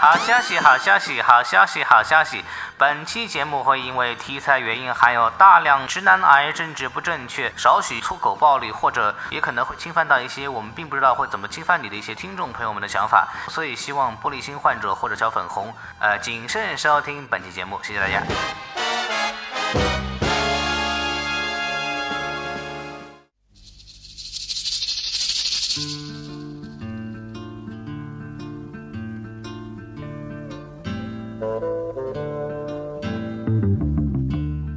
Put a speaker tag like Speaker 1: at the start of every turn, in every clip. Speaker 1: 好消息，好消息，好消息，好消息！本期节目会因为题材原因，含有大量直男癌、政治不正确、少许粗口暴力，或者也可能会侵犯到一些我们并不知道会怎么侵犯你的一些听众朋友们的想法，所以希望玻璃心患者或者小粉红，呃，谨慎收听本期节目，谢谢大家。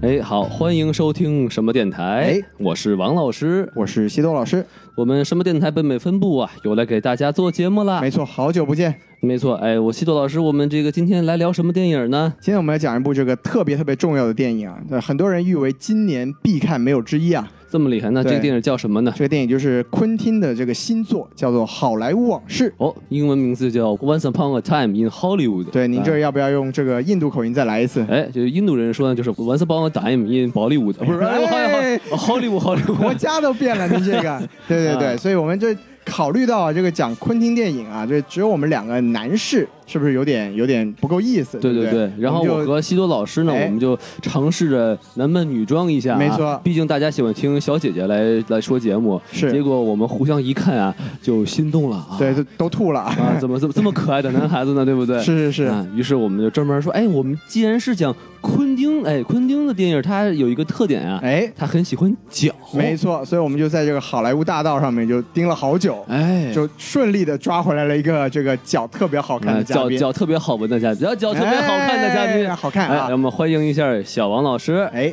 Speaker 2: 哎，好，欢迎收听什么电台？
Speaker 3: 哎
Speaker 2: 我是王老师。
Speaker 3: 我是西多老师，
Speaker 2: 我们什么电台北美分部啊，又来给大家做节目啦。
Speaker 3: 没错，好久不见。
Speaker 2: 没错，哎，我西多老师，我们这个今天来聊什么电影呢？
Speaker 3: 今天我们来讲一部这个特别特别重要的电影啊，呃很多人誉为今年必看没有之一啊。
Speaker 2: 这么厉害，那这
Speaker 3: 对
Speaker 2: 个电影叫什么呢？
Speaker 3: 这个电影就是昆汀的这个新作，叫做《好莱坞往事》。
Speaker 2: 哦，英文名字叫《Once Upon a Time in Hollywood》。
Speaker 3: 对，您这
Speaker 2: 啊
Speaker 3: 要不要用这个印度口音再来一次？
Speaker 2: 哎，就是印度人说呢，就是 Once Upon a Time in Bollywood，不是， 哎
Speaker 3: 哎，
Speaker 2: 我好像 Hollywood
Speaker 3: 国
Speaker 2: Hollywood。
Speaker 3: 家都变了，您 这个，对对
Speaker 2: 啊
Speaker 3: 对，所以我们这考虑到啊，这个讲昆汀电影啊，这只有我们两个男士，是不是有点有点不够意思？
Speaker 2: 对
Speaker 3: 对
Speaker 2: 对
Speaker 3: 不
Speaker 2: 对，然后
Speaker 3: 我
Speaker 2: 我
Speaker 3: 们就
Speaker 2: 和西多老师呢，
Speaker 3: 哎
Speaker 2: 我们就尝试着男扮女装一下啊，
Speaker 3: 没错
Speaker 2: 毕竟大家喜欢听小姐姐来来说节目，
Speaker 3: 是
Speaker 2: 结果我们互相一看啊，就心动了啊！
Speaker 3: 对都都吐了，
Speaker 2: 啊，怎么这么这么可爱的男孩子呢？对 不对？
Speaker 3: 是是是，
Speaker 2: 啊，于是我们就专门说，哎，我们既然是讲昆汀，哎，昆汀的电影他有一个特点啊，
Speaker 3: 哎，
Speaker 2: 他很喜欢脚，
Speaker 3: 没，错，所以我们就在这个好莱坞大道上面就盯了好久，
Speaker 2: 哎，
Speaker 3: 就顺利的抓回来了一个这个脚特别好看
Speaker 2: 啊
Speaker 3: 的嘉
Speaker 2: 脚
Speaker 3: 宾，
Speaker 2: 脚特别好闻的嘉宾，脚脚特别好看的嘉宾，
Speaker 3: 哎好看
Speaker 2: 哎，
Speaker 3: 啊
Speaker 2: 我！们欢迎一下小王老师。
Speaker 3: 哎，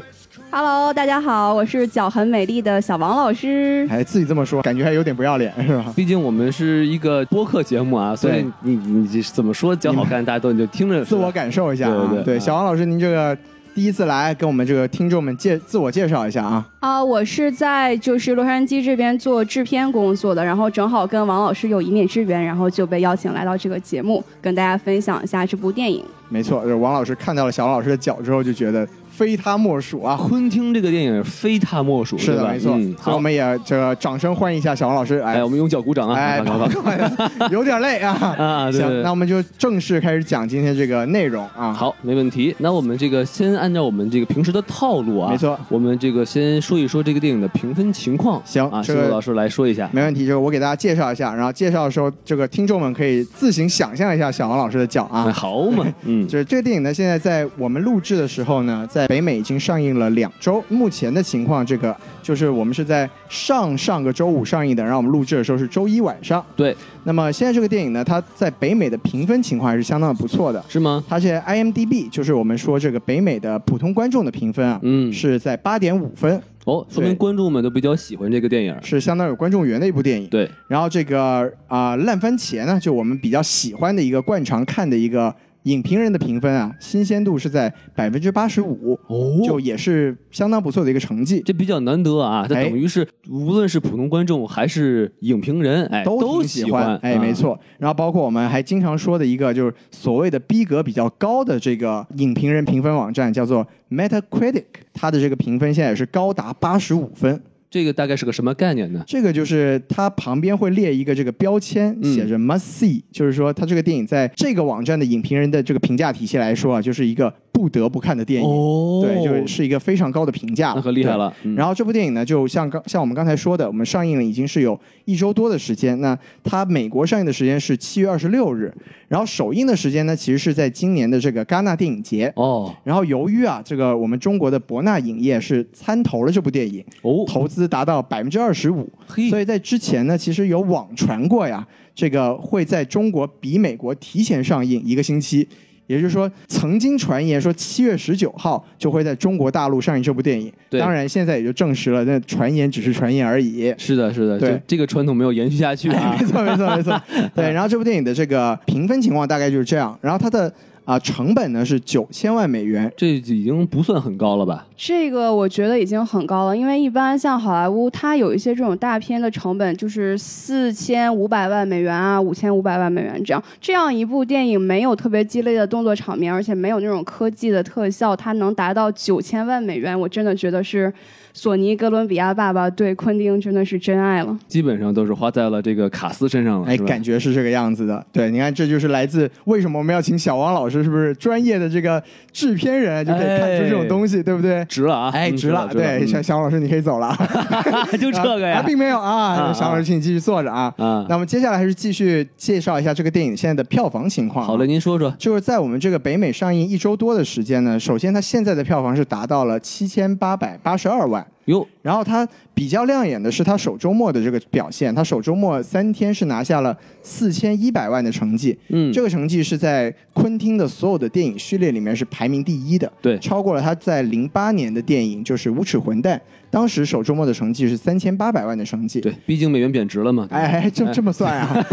Speaker 4: Hello，大家好，我是脚很美丽的小王老师。
Speaker 3: 哎还自己这么说，感觉还有点不要脸是吧？
Speaker 2: 毕竟我们是一个播客节目啊，所以你你你怎么说脚好看，大家都你就听着
Speaker 3: 自我感受一下
Speaker 2: 对
Speaker 3: 啊
Speaker 2: 对，对啊
Speaker 3: 小王老师，您这个第一次来，跟我们这个听众们介自我介绍一下啊。
Speaker 4: 啊、我是在就是洛杉矶这边做制片工作的，然后正好跟王老师有一面之缘，然后就被邀请来到这个节目，跟大家分享一下这部电影。
Speaker 3: 没错，就是王老师看到了小王老师的脚之后，就觉得非他莫属啊。
Speaker 2: 昆汀这个电影非他莫属，
Speaker 3: 是
Speaker 2: 嗯对
Speaker 3: 的，
Speaker 2: 吧
Speaker 3: 没错
Speaker 2: 嗯，
Speaker 3: 所以我
Speaker 2: 好，
Speaker 3: 们也这个掌声欢迎一下小王老师，
Speaker 2: 哎，
Speaker 3: 哎
Speaker 2: 我们用脚鼓掌啊！
Speaker 3: 哎
Speaker 2: 好好 好，
Speaker 3: 有点累啊。
Speaker 2: 啊，对
Speaker 3: 行，
Speaker 2: 对
Speaker 3: 那
Speaker 2: 对。
Speaker 3: 我们就正式开始讲今天这个内容啊。，
Speaker 2: 好，没问题。那我们这个先按照我们这个平时的套路啊，
Speaker 3: 没错
Speaker 2: 我们这个先说一说这个电影的评分情况。
Speaker 3: 行
Speaker 2: 啊，
Speaker 3: 这
Speaker 2: 石
Speaker 3: 个
Speaker 2: 头老师来说一下。
Speaker 3: 没问题，这个我给大家介绍一下，然后介绍的时候，这个听众们可以自行想象一下小王老师的脚
Speaker 2: 哎，
Speaker 3: 啊。
Speaker 2: 好 嘛，嗯，
Speaker 3: 就是这个电影呢，现在在我们录制的时候呢，在北美已经上映了两周。目前的情况，这个就是我们是在上上个周五上映的，然后我们录制的时候是周一晚上。
Speaker 2: 对，
Speaker 3: 那么现在这个电影呢，它在北美的评分情况还是相当的不错的。
Speaker 2: 是吗？
Speaker 3: 它现在 IMDB 就是我们说这个北美的普通观众的评分啊，
Speaker 2: 嗯，
Speaker 3: 是在八点五分，啊
Speaker 2: 哦，说明
Speaker 3: 对
Speaker 2: 观众们都比较喜欢这个电影。
Speaker 3: 是相当有观众缘的一部电影。
Speaker 2: 对，
Speaker 3: 然后这个啊、烂番茄呢，就我们比较喜欢的一个惯常看的一个影评人的评分啊，新鲜度是在百分之八十五，
Speaker 2: 哦
Speaker 3: 就也是相当不错的一个成绩。
Speaker 2: 这比较难得啊，这
Speaker 3: 哎
Speaker 2: 等于是无论是普通观众还是影评人，哎，都
Speaker 3: 挺
Speaker 2: 喜
Speaker 3: 喜欢，哎，
Speaker 2: 啊
Speaker 3: 没错。然后包括我们还经常说的一个，就是所谓的逼格比较高的这个影评人评分网站，叫做 Metacritic，它的这个评分现在也是高达八十五分。
Speaker 2: 这个大概是个什么概念呢？
Speaker 3: 这个就是它旁边会列一个这个标签，
Speaker 2: 嗯
Speaker 3: 写着 must see，、就是说它这个电影在这个网站的影评人的这个评价体系来说啊，就是一个不得不看的电影，
Speaker 2: 哦
Speaker 3: 对，就是是一个非常高的评价，
Speaker 2: 那可厉害
Speaker 3: 对。
Speaker 2: 了。嗯
Speaker 3: 然后这部电影呢，就像刚像我们刚才说的，我们上映了已经是有一周多的时间。那它美国上映的时间是七月二十六日，然后首映的时间呢，其实是在今年的这个戛纳电影节。
Speaker 2: 哦
Speaker 3: 然后由于啊，这个我们中国的博纳影业是参投了这部电影，
Speaker 2: 哦，
Speaker 3: 投资达到百分之二十五，
Speaker 2: 嘿
Speaker 3: 所以在之前呢，其实有网传过呀，这个会在中国比美国提前上映一个星期，也就是说，曾经传言说七月十九号就会在中国大陆上映这部电影。
Speaker 2: 对
Speaker 3: 当然现在也就证实了，那传言只是传言而已。
Speaker 2: 是的，是的，
Speaker 3: 对
Speaker 2: 这这个传统没有延续下去啊
Speaker 3: 哎，没错，没错，没错。对，然后这部电影的这个评分情况大概就是这样。然后它的啊，成本呢是九千万美元。
Speaker 2: 这已经不算很高了吧？
Speaker 4: 这个我觉得已经很高了，因为一般像好莱坞，它有一些这种大片的成本就是四千五百万美元啊，五千五百万美元这样。这样一部电影没有特别激烈的动作场面，而且没有那种科技的特效，它能达到九千万美元，我真的觉得是索尼哥伦比亚爸爸对昆汀真的是真爱了。
Speaker 2: 基本上都是花在了这个卡斯身上了，
Speaker 3: 哎，
Speaker 2: 是吧
Speaker 3: 感觉是这个样子的。对，你看，这就是来自为什么我们要请小王老师，是不是专业的这个制片人就可以看出这种东西，对不对？
Speaker 2: 值了啊！
Speaker 3: 哎，
Speaker 2: 哎嗯
Speaker 3: 值了，
Speaker 2: 值了
Speaker 3: 对，小小王老师你可以走了，
Speaker 2: 嗯 就这个
Speaker 3: 啊
Speaker 2: 呀
Speaker 3: 啊，并没有啊，
Speaker 2: 啊
Speaker 3: 小王老师，请你继续坐着啊。
Speaker 2: 啊，
Speaker 3: 那我们接下来还是继续介绍一下这个电影现在的票房情况啊。
Speaker 2: 好嘞，您说说，
Speaker 3: 就是在我们这个北美上映一周多的时间呢，首先它现在的票房是达到了七千八百八十二万，
Speaker 2: 哟，
Speaker 3: 然后它比较亮眼的是它首周末的这个表现，它首周末三天是拿下了四千一百万的成绩，
Speaker 2: 嗯，
Speaker 3: 这个成绩是在昆汀的所有的电影序列里面是排名第一的，
Speaker 2: 对
Speaker 3: 超过了他在零八年的电影就是《无耻混蛋》，当时首周末的成绩是三千八百万的成绩，
Speaker 2: 对，毕竟美元贬值了嘛，
Speaker 3: 哎，哎，这这么 算啊？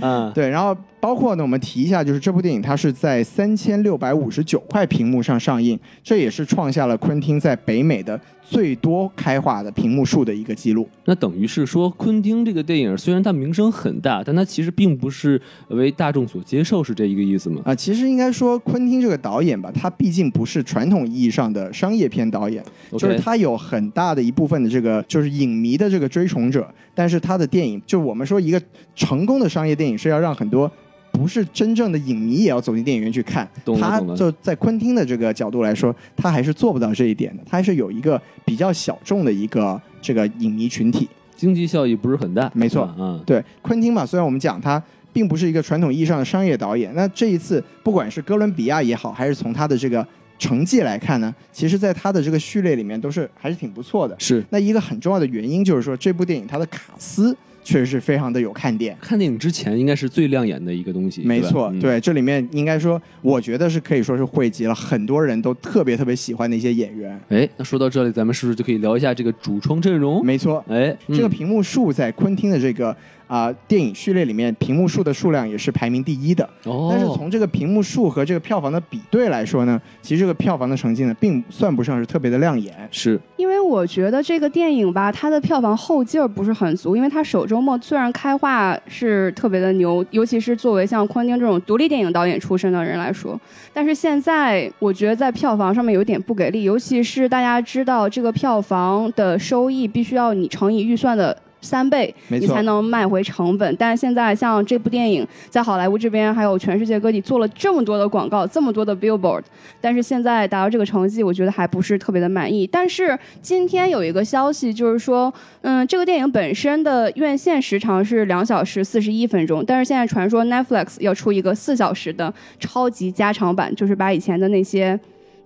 Speaker 2: 啊，
Speaker 3: 对，然后包括呢，我们提一下，就是这部电影它是在三千六百五十九块屏幕上上映，这也是创下了昆汀在北美的最多开画的屏幕数的一个记录。
Speaker 2: 那等于是说，昆汀这个电影虽然它名声很大，但它其实并不是为大众所接受，是这一个意思吗
Speaker 3: 啊、？其实应该说，昆汀这个导演吧，他毕竟不是传统意义上的商业片导演
Speaker 2: OK
Speaker 3: 就是他有很大的一部分的这个就是影迷的这个追崇者，但是他的电影，就我们说一个成功的商业电影是要让很多。不是真正的影迷也要走进电影院去看
Speaker 2: 懂，了
Speaker 3: 他
Speaker 2: 懂了
Speaker 3: 就在昆汀的这个角度来说，他还是做不到这一点的，他还是有一个比较小众的一个这个影迷群体。
Speaker 2: 经济效益不是很大，
Speaker 3: 没错
Speaker 2: 啊啊，
Speaker 3: 对，昆汀嘛，虽然我们讲他并不是一个传统意义上的商业导演，那这一次不管是哥伦比亚也好，还是从他的这个成绩来看呢，其实在他的这个序列里面都是还是挺不错的。
Speaker 2: 是
Speaker 3: 那一个很重要的原因就是说，这部电影它的卡斯确实是非常的有看点。
Speaker 2: 看电影之前应该是最亮眼的一个东西，
Speaker 3: 没
Speaker 2: 对吧
Speaker 3: 错，
Speaker 2: 嗯
Speaker 3: 对，这里面应该说，我觉得是可以说是汇集了很多人都特别特别喜欢的一些演员。
Speaker 2: 哎，那说到这里，咱们是不是就可以聊一下这个主创阵容？
Speaker 3: 没错，
Speaker 2: 哎，嗯
Speaker 3: 这个屏幕数在昆汀的这个啊、电影序列里面，屏幕数的数量也是排名第一的。
Speaker 2: 哦，
Speaker 3: 但是从这个屏幕数和这个票房的比对来说呢，其实这个票房的成绩呢，并算不上是特别的亮眼。
Speaker 2: 是
Speaker 4: 因为我觉得这个电影吧，它的票房后劲儿不是很足，因为它首周末虽然开画是特别的牛，尤其是作为像昆汀这种独立电影导演出身的人来说，但是现在我觉得在票房上面有点不给力，尤其是大家知道这个票房的收益必须要你乘以预算的。三倍，
Speaker 3: 没
Speaker 4: 你
Speaker 3: 错
Speaker 4: 才，能卖回成本。但是现在像这部电影，在好莱坞这边还有全世界各地做了这么多的广告，这么多的 billboard，但是现在达到这个成绩，我觉得还不是特别的满意。但是今天有一个消息，就是说，嗯，这个电影本身的院线时长是两小时四十一分钟，但是现在传说 Netflix 要出一个四小时的超级加长版，就是把以前的那些。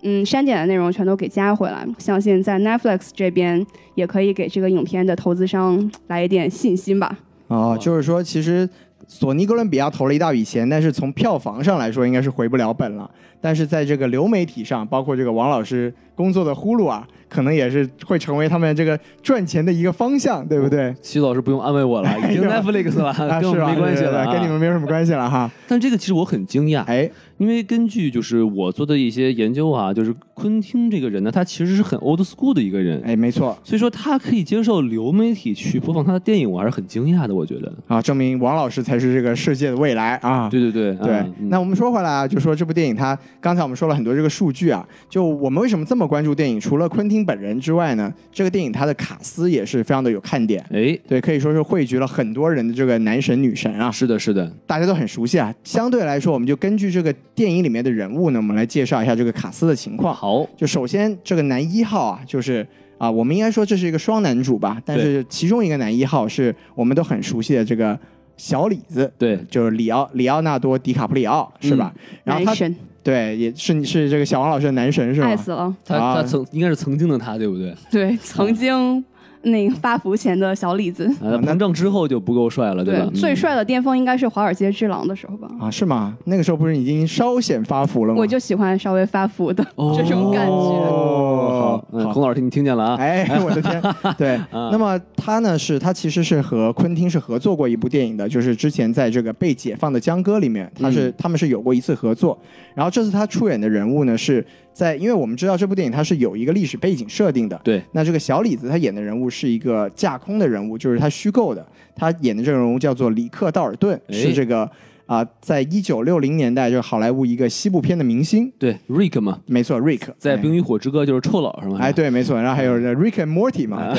Speaker 4: 嗯，删减的内容全都给加回来，相信在 Netflix 这边也可以给这个影片的投资商来一点信心吧。
Speaker 3: 哦，就是说，其实索尼哥伦比亚投了一大笔钱，但是从票房上来说，应该是回不了本了。但是在这个流媒体上，包括这个王老师工作的呼噜啊，可能也是会成为他们这个赚钱的一个方向，对不对？
Speaker 2: 齐老师不用安慰我 了，已经 Netflix 了，
Speaker 3: 哎啊，
Speaker 2: 跟我
Speaker 3: 是
Speaker 2: 们
Speaker 3: 吧？
Speaker 2: 没关系
Speaker 3: 对对
Speaker 2: 了
Speaker 3: 对
Speaker 2: 啊，
Speaker 3: 跟你们没有什么关系了哈。
Speaker 2: 但这个其实我很惊讶，
Speaker 3: 哎，
Speaker 2: 因为根据就是我做的一些研究啊，就是昆汀这个人呢，他其实是很 old school 的一个人，
Speaker 3: 哎，没错
Speaker 2: 所以说他可以接受流媒体去播放他的电影，我还是很惊讶的。我觉得，
Speaker 3: 啊，证明王老师才是这个世界的未来啊。
Speaker 2: 对对对
Speaker 3: 对
Speaker 2: 啊，嗯
Speaker 3: 那我们说回来啊，就说这部电影它，刚才我们说了很多这个数据啊，就我们为什么这么关注电影？除了昆汀本人之外呢，这个电影它的卡斯也是非常的有看点，
Speaker 2: 哎，
Speaker 3: 对，可以说是汇聚了很多人的这个男神女神啊，
Speaker 2: 是的，是的，
Speaker 3: 大家都很熟悉啊。相对来说，我们就根据这个电影里面的人物呢，我们来介绍一下这个卡斯的情况。
Speaker 2: 好，
Speaker 3: 就首先这个男一号啊，就是啊，我们应该说这是一个双男主吧，但是其中一个男一号是我们都很熟悉的这个小李子，
Speaker 2: 对，
Speaker 3: 就是里奥里奥纳多·迪卡普里奥是吧？然后
Speaker 4: 嗯男
Speaker 3: 他
Speaker 4: 神
Speaker 3: 对也是是这个小王老师的男神是
Speaker 4: 爱
Speaker 3: 吗？哦
Speaker 4: 死了，
Speaker 2: 他、
Speaker 3: 啊
Speaker 2: 他曾应该是曾经的他，对不啊对？
Speaker 4: 对，曾经那个发福前的小李子，
Speaker 2: 啊，
Speaker 3: 那
Speaker 2: 膨胀之后就不够帅了，吧？嗯
Speaker 4: 最帅的巅峰应该是《华尔街之狼》的时候吧。
Speaker 3: 啊，是吗？那个时候不是已经稍显发福了吗？
Speaker 4: 我就喜欢稍微发福的
Speaker 2: 哦
Speaker 4: 这种感觉，
Speaker 3: 哦
Speaker 2: 好，嗯
Speaker 3: 好
Speaker 2: 孔老师你听见了啊？
Speaker 3: 哎，我的天， 对。
Speaker 4: 嗯
Speaker 3: 那么他呢，是他其实是和昆汀是合作过一部电影的，就是之前在这个《被解放的江歌》里面，他
Speaker 4: 嗯
Speaker 3: 是、他们是有过一次合作。然后这次他出演的人物呢，是在因为我们知道这部电影它是有一个历史背景设定的。
Speaker 2: 对，
Speaker 3: 那这个小李子他演的人物是一个架空的人物，就是他虚构的。他演的这个人物叫做里克·道尔顿，
Speaker 2: 哎
Speaker 3: 是这个啊、在一九六零年代就是好莱坞一个西部片的明星。
Speaker 2: 对，Rick 嘛，
Speaker 3: 没错，Rick
Speaker 2: 在
Speaker 3: 哎
Speaker 2: 《冰嗯与火之歌》就是臭佬是吗？
Speaker 3: 哎，，对，没错。然后还有这 Rick and Morty
Speaker 2: 啊
Speaker 3: 嘛，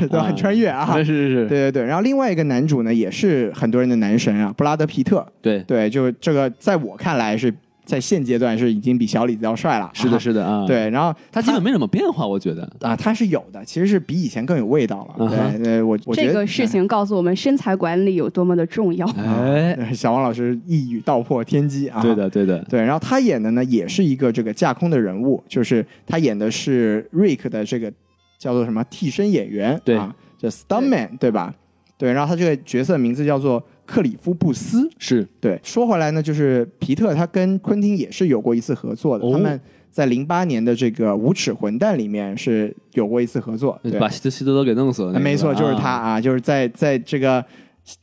Speaker 3: 对 都很穿越啊。
Speaker 2: 哎是是是，
Speaker 3: 对对对，然后另外一个男主呢，也是很多人的男神啊，布拉德皮特。
Speaker 2: 对，
Speaker 3: 对，就这个，在我看来是在现阶段是已经比小李子要帅了啊。
Speaker 2: 是的，是的啊。，
Speaker 3: 对，然后
Speaker 2: 他基本没什么变化，我觉得。
Speaker 3: 啊，他是有的，其实是比以前更有味道了。
Speaker 2: 嗯哼
Speaker 3: 对对，我我觉
Speaker 4: 这
Speaker 3: 得
Speaker 4: 个事。情告诉我们身材管理有多么的重要。
Speaker 2: 哎，
Speaker 3: 哎 小王老师一语道破天机啊！
Speaker 2: 对的，对的，
Speaker 3: 对，然后他演的呢也是一个这个架空的人物，就是他演的是 Rick 的这个叫做什么替身演员，
Speaker 2: 对
Speaker 3: 啊，叫 Stuntman 对吧？对，然后他这个角色名字叫做克里夫布斯。
Speaker 2: 是
Speaker 3: 对，说回来呢，就是皮特他跟昆汀也是有过一次合作的，
Speaker 2: 哦
Speaker 3: 他们在零八年的这个《无耻混蛋》里面是有过一次合作，对
Speaker 2: 把希特希特勒给弄死了那个。
Speaker 3: 没错，就是他
Speaker 2: 啊。
Speaker 3: 啊，就是在在这个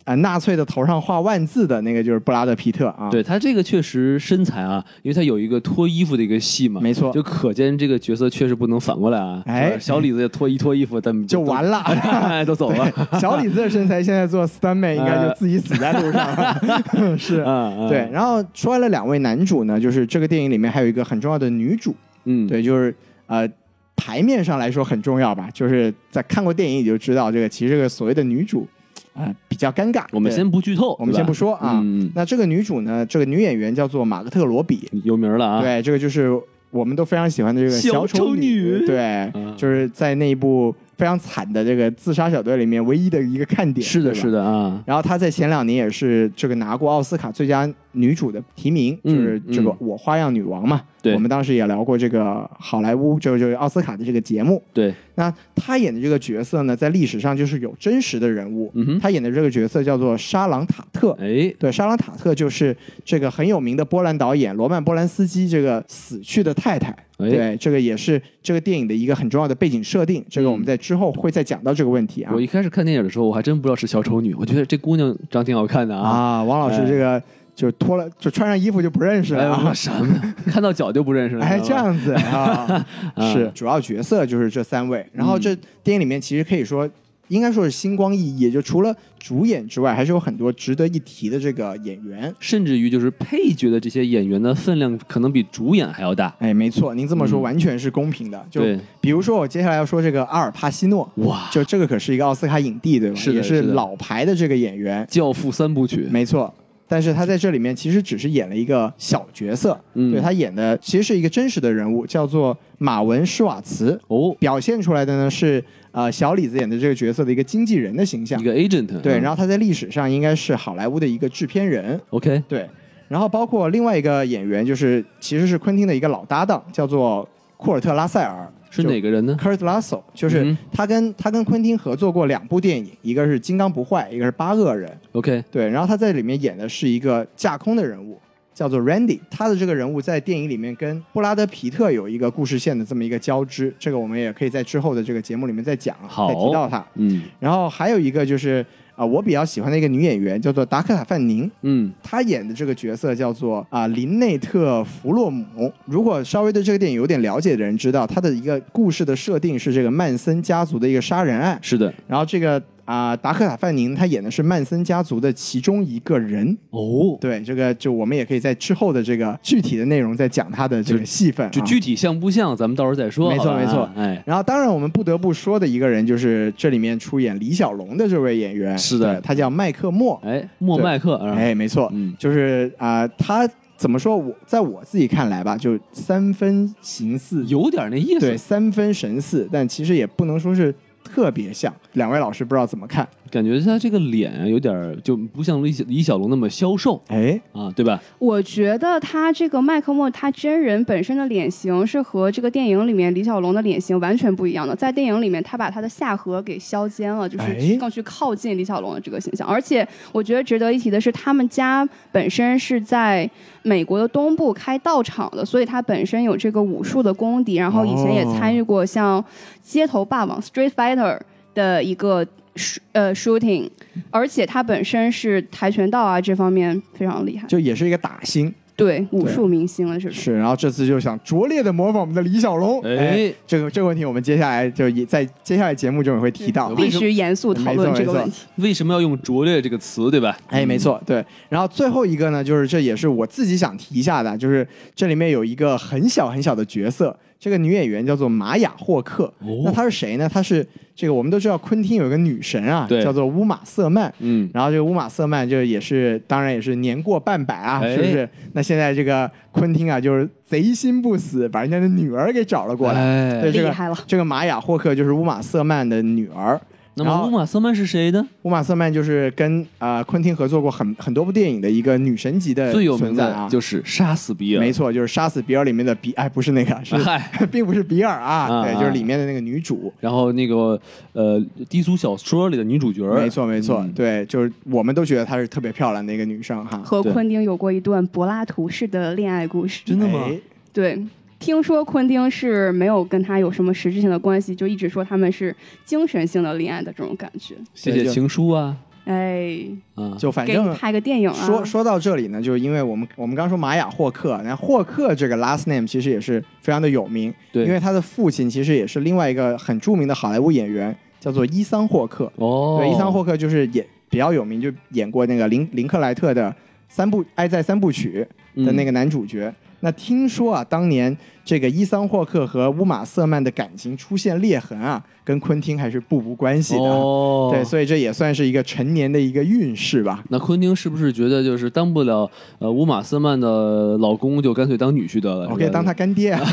Speaker 3: 啊纳粹的头上画万字的那个就是布拉德皮特啊，，
Speaker 2: 对他这个确实身材啊，因为他有一个脱衣服的一个戏嘛，
Speaker 3: 没错
Speaker 2: 就可见这个角色确实不能反过来啊。
Speaker 3: 哎
Speaker 2: 是吧小李子也脱一脱衣服，但
Speaker 3: 就完了。
Speaker 2: 了， 都走了。
Speaker 3: 小李子的身材现在做 stuntman 应该就自己死在路上了， 是。
Speaker 2: 嗯，嗯
Speaker 3: 对，，然后说完了两位男主呢，就是这个电影里面还有一个很重要的女主，
Speaker 2: 嗯，
Speaker 3: 对，就是呃，牌面上来说很重要吧，就是在看过电影你就知道，这个其实这个所谓的女主啊、呃比较尴尬。
Speaker 2: 我们
Speaker 3: 对
Speaker 2: 先不剧透，
Speaker 3: 我
Speaker 2: 对
Speaker 3: 们
Speaker 2: 吧
Speaker 3: 先不说啊，
Speaker 2: 嗯，
Speaker 3: 那这个女主呢，这个女演员叫做马格特罗比，
Speaker 2: 有名了啊。
Speaker 3: 对，这个就是我们都非常喜欢的这个
Speaker 2: 小丑
Speaker 3: 丑
Speaker 2: 女
Speaker 3: 对
Speaker 2: 嗯，
Speaker 3: 就是在那一部非常惨的这个自杀小队里面唯一的一个看点。
Speaker 2: 是的，
Speaker 3: 对吧
Speaker 2: 是。的啊。
Speaker 3: 然后她在前两年也是这个拿过奥斯卡最佳女主的提名，
Speaker 2: 嗯
Speaker 3: 就是这个
Speaker 2: 嗯
Speaker 3: 《我花样女王》嘛。
Speaker 2: 对
Speaker 3: 我们当时也聊过这个好莱坞，就就是奥斯卡的这个节目。
Speaker 2: 对，
Speaker 3: 那她演的这个角色呢，在历史上就是有真实的人物。
Speaker 2: 嗯哼，
Speaker 3: 她演的这个角色叫做莎朗塔特。
Speaker 2: 哎，
Speaker 3: 对，莎朗塔特就是这个很有名的波兰导演罗曼·波兰斯基这个死去的太太。
Speaker 2: 哎
Speaker 3: 对，这个也是这个电影的一个很重要的背景设定。这个我
Speaker 2: 嗯
Speaker 3: 们在之后会再讲到这个问题啊
Speaker 2: 我。一开始看电影的时候，我还真不知道是小丑女，我觉得这姑娘长挺好看的啊。
Speaker 3: 啊，王老师
Speaker 2: 哎
Speaker 3: 这个就脱了，就穿上衣服就不认识
Speaker 2: 哎
Speaker 3: 了
Speaker 2: 我说
Speaker 3: 啊。
Speaker 2: 什么？看到脚就不认识了。
Speaker 3: 哎，
Speaker 2: 是吧
Speaker 3: 这样子啊，
Speaker 2: 啊嗯
Speaker 3: 是主要角色就是这三位。然后这电影里面其实可以说，应该说是星光熠熠，就除了主演之外，还是有很多值得一提的这个演员。
Speaker 2: 甚至于就是配角的这些演员的分量可能比主演还要大。
Speaker 3: 哎，没错，您这么说
Speaker 2: 嗯
Speaker 3: 完全是公平的。就
Speaker 2: 对，
Speaker 3: 比如说我接下来要说这个阿尔帕西诺，
Speaker 2: 哇，
Speaker 3: 就这个可是一个奥斯卡影帝，对吧？
Speaker 2: 是的
Speaker 3: 也
Speaker 2: 是
Speaker 3: 是
Speaker 2: 的
Speaker 3: 老牌的这个演员，
Speaker 2: 《教父》三部曲，
Speaker 3: 没错。但是他在这里面其实只是演了一个小角色，
Speaker 2: 嗯
Speaker 3: 对他演的其实是一个真实的人物，叫做马文·施瓦茨。
Speaker 2: 哦，
Speaker 3: 表现出来的呢是呃小李子演的这个角色的一个经纪人的形象
Speaker 2: 一，个 agent，
Speaker 3: 对，
Speaker 2: 嗯
Speaker 3: 然后他在历史上应该是好莱坞的一个制片人，
Speaker 2: OK，
Speaker 3: 对，然后包括另外一个演员就是其实是昆汀的一个老搭档，叫做库尔特·拉塞尔，
Speaker 2: 是
Speaker 3: 就
Speaker 2: 哪个人呢？
Speaker 3: Kurt Russell，就是
Speaker 2: 嗯
Speaker 3: 他跟、他跟昆汀合作过两部电影，一个是《金刚不坏》，一个是《八恶人》。
Speaker 2: ？OK，
Speaker 3: 对，然后他在里面演的是一个架空的人物，叫做 Randy。他的这个人物在电影里面跟布拉德皮特有一个故事线的这么一个交织，这个我们也可以在之后的这个节目里面再讲啊，
Speaker 2: 好
Speaker 3: 再提到他。
Speaker 2: 嗯
Speaker 3: 然后还有一个就是啊、呃我比较喜欢的一个女演员叫做达科塔·范宁，
Speaker 2: 嗯，
Speaker 3: 她演的这个角色叫做啊、林内特·弗洛姆。如果稍微对这个电影有点了解的人知道，她的一个故事的设定是这个曼森家族的一个杀人案。
Speaker 2: 是的，
Speaker 3: 然后这个啊、达科塔·范宁她演的是曼森家族的其中一个人。
Speaker 2: 哦，
Speaker 3: 对，这个就我们也可以在之后的这个具体的内容再讲她的这个戏份、啊。
Speaker 2: 就具体像不像，咱们到时候再说。
Speaker 3: 没错
Speaker 2: 好吧
Speaker 3: 没错
Speaker 2: 哎，
Speaker 3: 然后，当然，我们不得不说的一个人就是这里面出演李小龙的这位演员，
Speaker 2: 是的
Speaker 3: 对他叫麦克默。
Speaker 2: 哎，莫麦克，啊，
Speaker 3: 哎，没错，
Speaker 2: 嗯，
Speaker 3: 就是啊、他怎么说？我在我自己看来吧，就三分形似，
Speaker 2: 有点那意
Speaker 3: 对，
Speaker 2: 思，
Speaker 3: 三分神似，但其实也不能说是特别像。两位老师不知道怎么看？
Speaker 2: 感觉他这个脸啊有点儿就不像李小李小龙那么消瘦
Speaker 3: 哎，
Speaker 2: 啊，对吧？
Speaker 4: 我觉得他这个麦克默他真人本身的脸型是和这个电影里面李小龙的脸型完全不一样的。在电影里面，他把他的下颌给削尖了，就是
Speaker 3: 哎
Speaker 4: 更去靠近李小龙的这个形象。而且我觉得值得一提的是，他们家本身是在美国的东部开道场的，所以他本身有这个武术的功底，然后以前也
Speaker 3: 哦
Speaker 4: 参与过像街头霸王 （Street Fighter） 的一个 sh- 呃 shooting，而且他本身是跆拳道啊这方面非常厉害。
Speaker 3: 就也是一个打星，
Speaker 4: 对，武术明星了，是不是？
Speaker 3: 是。然后这次就想拙劣的模仿我们的李小龙，哎，
Speaker 2: 哎，
Speaker 3: 这个这个问题我们接下来就也在接下来节目中也会提到。
Speaker 4: 必须严肃讨论这个问题。
Speaker 2: 为什么要用“拙劣”这个词，对吧？
Speaker 3: 哎，没错，对。然后最后一个呢，就是这也是我自己想提一下的，就是这里面有一个很小很小的角色，这个女演员叫做玛雅霍克。
Speaker 2: 哦
Speaker 3: 那她是谁呢？她是这个我们都知道，昆汀有一个女神啊，
Speaker 2: 对
Speaker 3: 叫做乌玛瑟曼。
Speaker 2: 嗯，
Speaker 3: 然后这个乌玛瑟曼就也是，当然也是年过半百啊，
Speaker 2: 哎
Speaker 3: 是不是？那现在这个昆汀啊，就是贼心不死，把人家的女儿给找了过来。
Speaker 2: 哎，
Speaker 3: 对这个
Speaker 4: 厉害了
Speaker 3: 这个玛雅霍克就是乌玛瑟曼的女儿。
Speaker 2: 那
Speaker 3: 然
Speaker 2: 么
Speaker 3: 后
Speaker 2: 乌玛瑟曼是谁呢？
Speaker 3: 乌玛瑟曼就是跟呃昆汀合作过很很多部电影的一个女神级的
Speaker 2: 最有名
Speaker 3: 存在啊
Speaker 2: 的，就是杀死比尔，
Speaker 3: 没错，就是《杀死比尔》里面的比，哎，不是那个，是、
Speaker 2: 嗨，
Speaker 3: 并不是比尔啊，
Speaker 2: 啊
Speaker 3: 对，
Speaker 2: 啊
Speaker 3: 就是里面的那个女主。
Speaker 2: 然后那个呃低俗小说里的女主角，
Speaker 3: 没错，没错，
Speaker 2: 嗯
Speaker 3: 对，就是我们都觉得她是特别漂亮的一个女生哈。
Speaker 4: 和
Speaker 2: 对
Speaker 4: 昆汀有过一段柏拉图式的恋爱故事。
Speaker 2: 真的吗？
Speaker 3: 哎
Speaker 4: 对，听说昆汀是没有跟他有什么实质性的关系，就一直说他们是精神性的恋爱的这种感觉。
Speaker 2: 写写情书啊
Speaker 4: 哎，
Speaker 2: 啊，
Speaker 3: 就反
Speaker 4: 给你
Speaker 3: 正
Speaker 4: 拍个电影啊！
Speaker 3: 说说到这里呢，就是因为我们我们刚说玛雅霍克，那霍克这个 last name 其实也是非常的有名，
Speaker 2: 对，
Speaker 3: 因为他的父亲其实也是另外一个很著名的好莱坞演员，叫做伊桑霍克。
Speaker 2: 哦，
Speaker 3: 对，伊桑霍克就是也比较有名，就演过那个林林克莱特的三部《爱在三部曲》
Speaker 2: 嗯
Speaker 3: 的那个男主角。那听说啊，当年这个伊桑霍克和乌玛瑟曼的感情出现裂痕啊，跟昆汀还是不无关系的。啊
Speaker 2: 哦，
Speaker 3: 对，所以这也算是一个成年的一个运势吧。
Speaker 2: 那昆汀是不是觉得就是当不了呃乌玛瑟曼的老公，就干脆当女婿得了？
Speaker 3: 我可以当他干爹啊！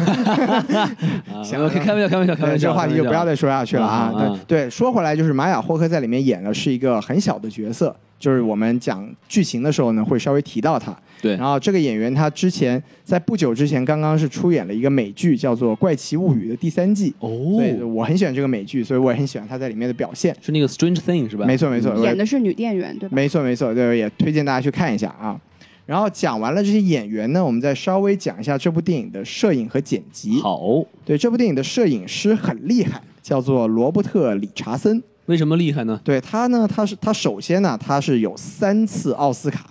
Speaker 2: 行，开开玩笑，开玩笑，开
Speaker 3: 对，
Speaker 2: 玩
Speaker 3: 这
Speaker 2: 笑，
Speaker 3: 个话题就不要再说下去了啊。
Speaker 2: 嗯嗯
Speaker 3: 对对，说回来，就是玛雅霍克在里面演的是一个很小的角色，就是我们讲剧情的时候呢，会稍微提到他。
Speaker 2: 对
Speaker 3: 然后这个演员他之前在不久之前刚刚是出演了一个美剧，叫做《怪奇物语》的第三季。对，
Speaker 2: 哦，
Speaker 3: 我很喜欢这个美剧，所以我也很喜欢他在里面的表现。
Speaker 2: 是那个 Strange Thing 是吧？嗯
Speaker 3: 没错，没错，我也
Speaker 4: 演的是女店员，对吧？
Speaker 3: 没错，没错，对，也推荐大家去看一下啊。然后讲完了这些演员呢，我们再稍微讲一下这部电影的摄影和剪辑。
Speaker 2: 好，
Speaker 3: 对，这部电影的摄影师很厉害，叫做罗伯特·理查森。
Speaker 2: 为什么厉害呢？
Speaker 3: 对他呢，他是他首先呢，他是有三次奥斯卡，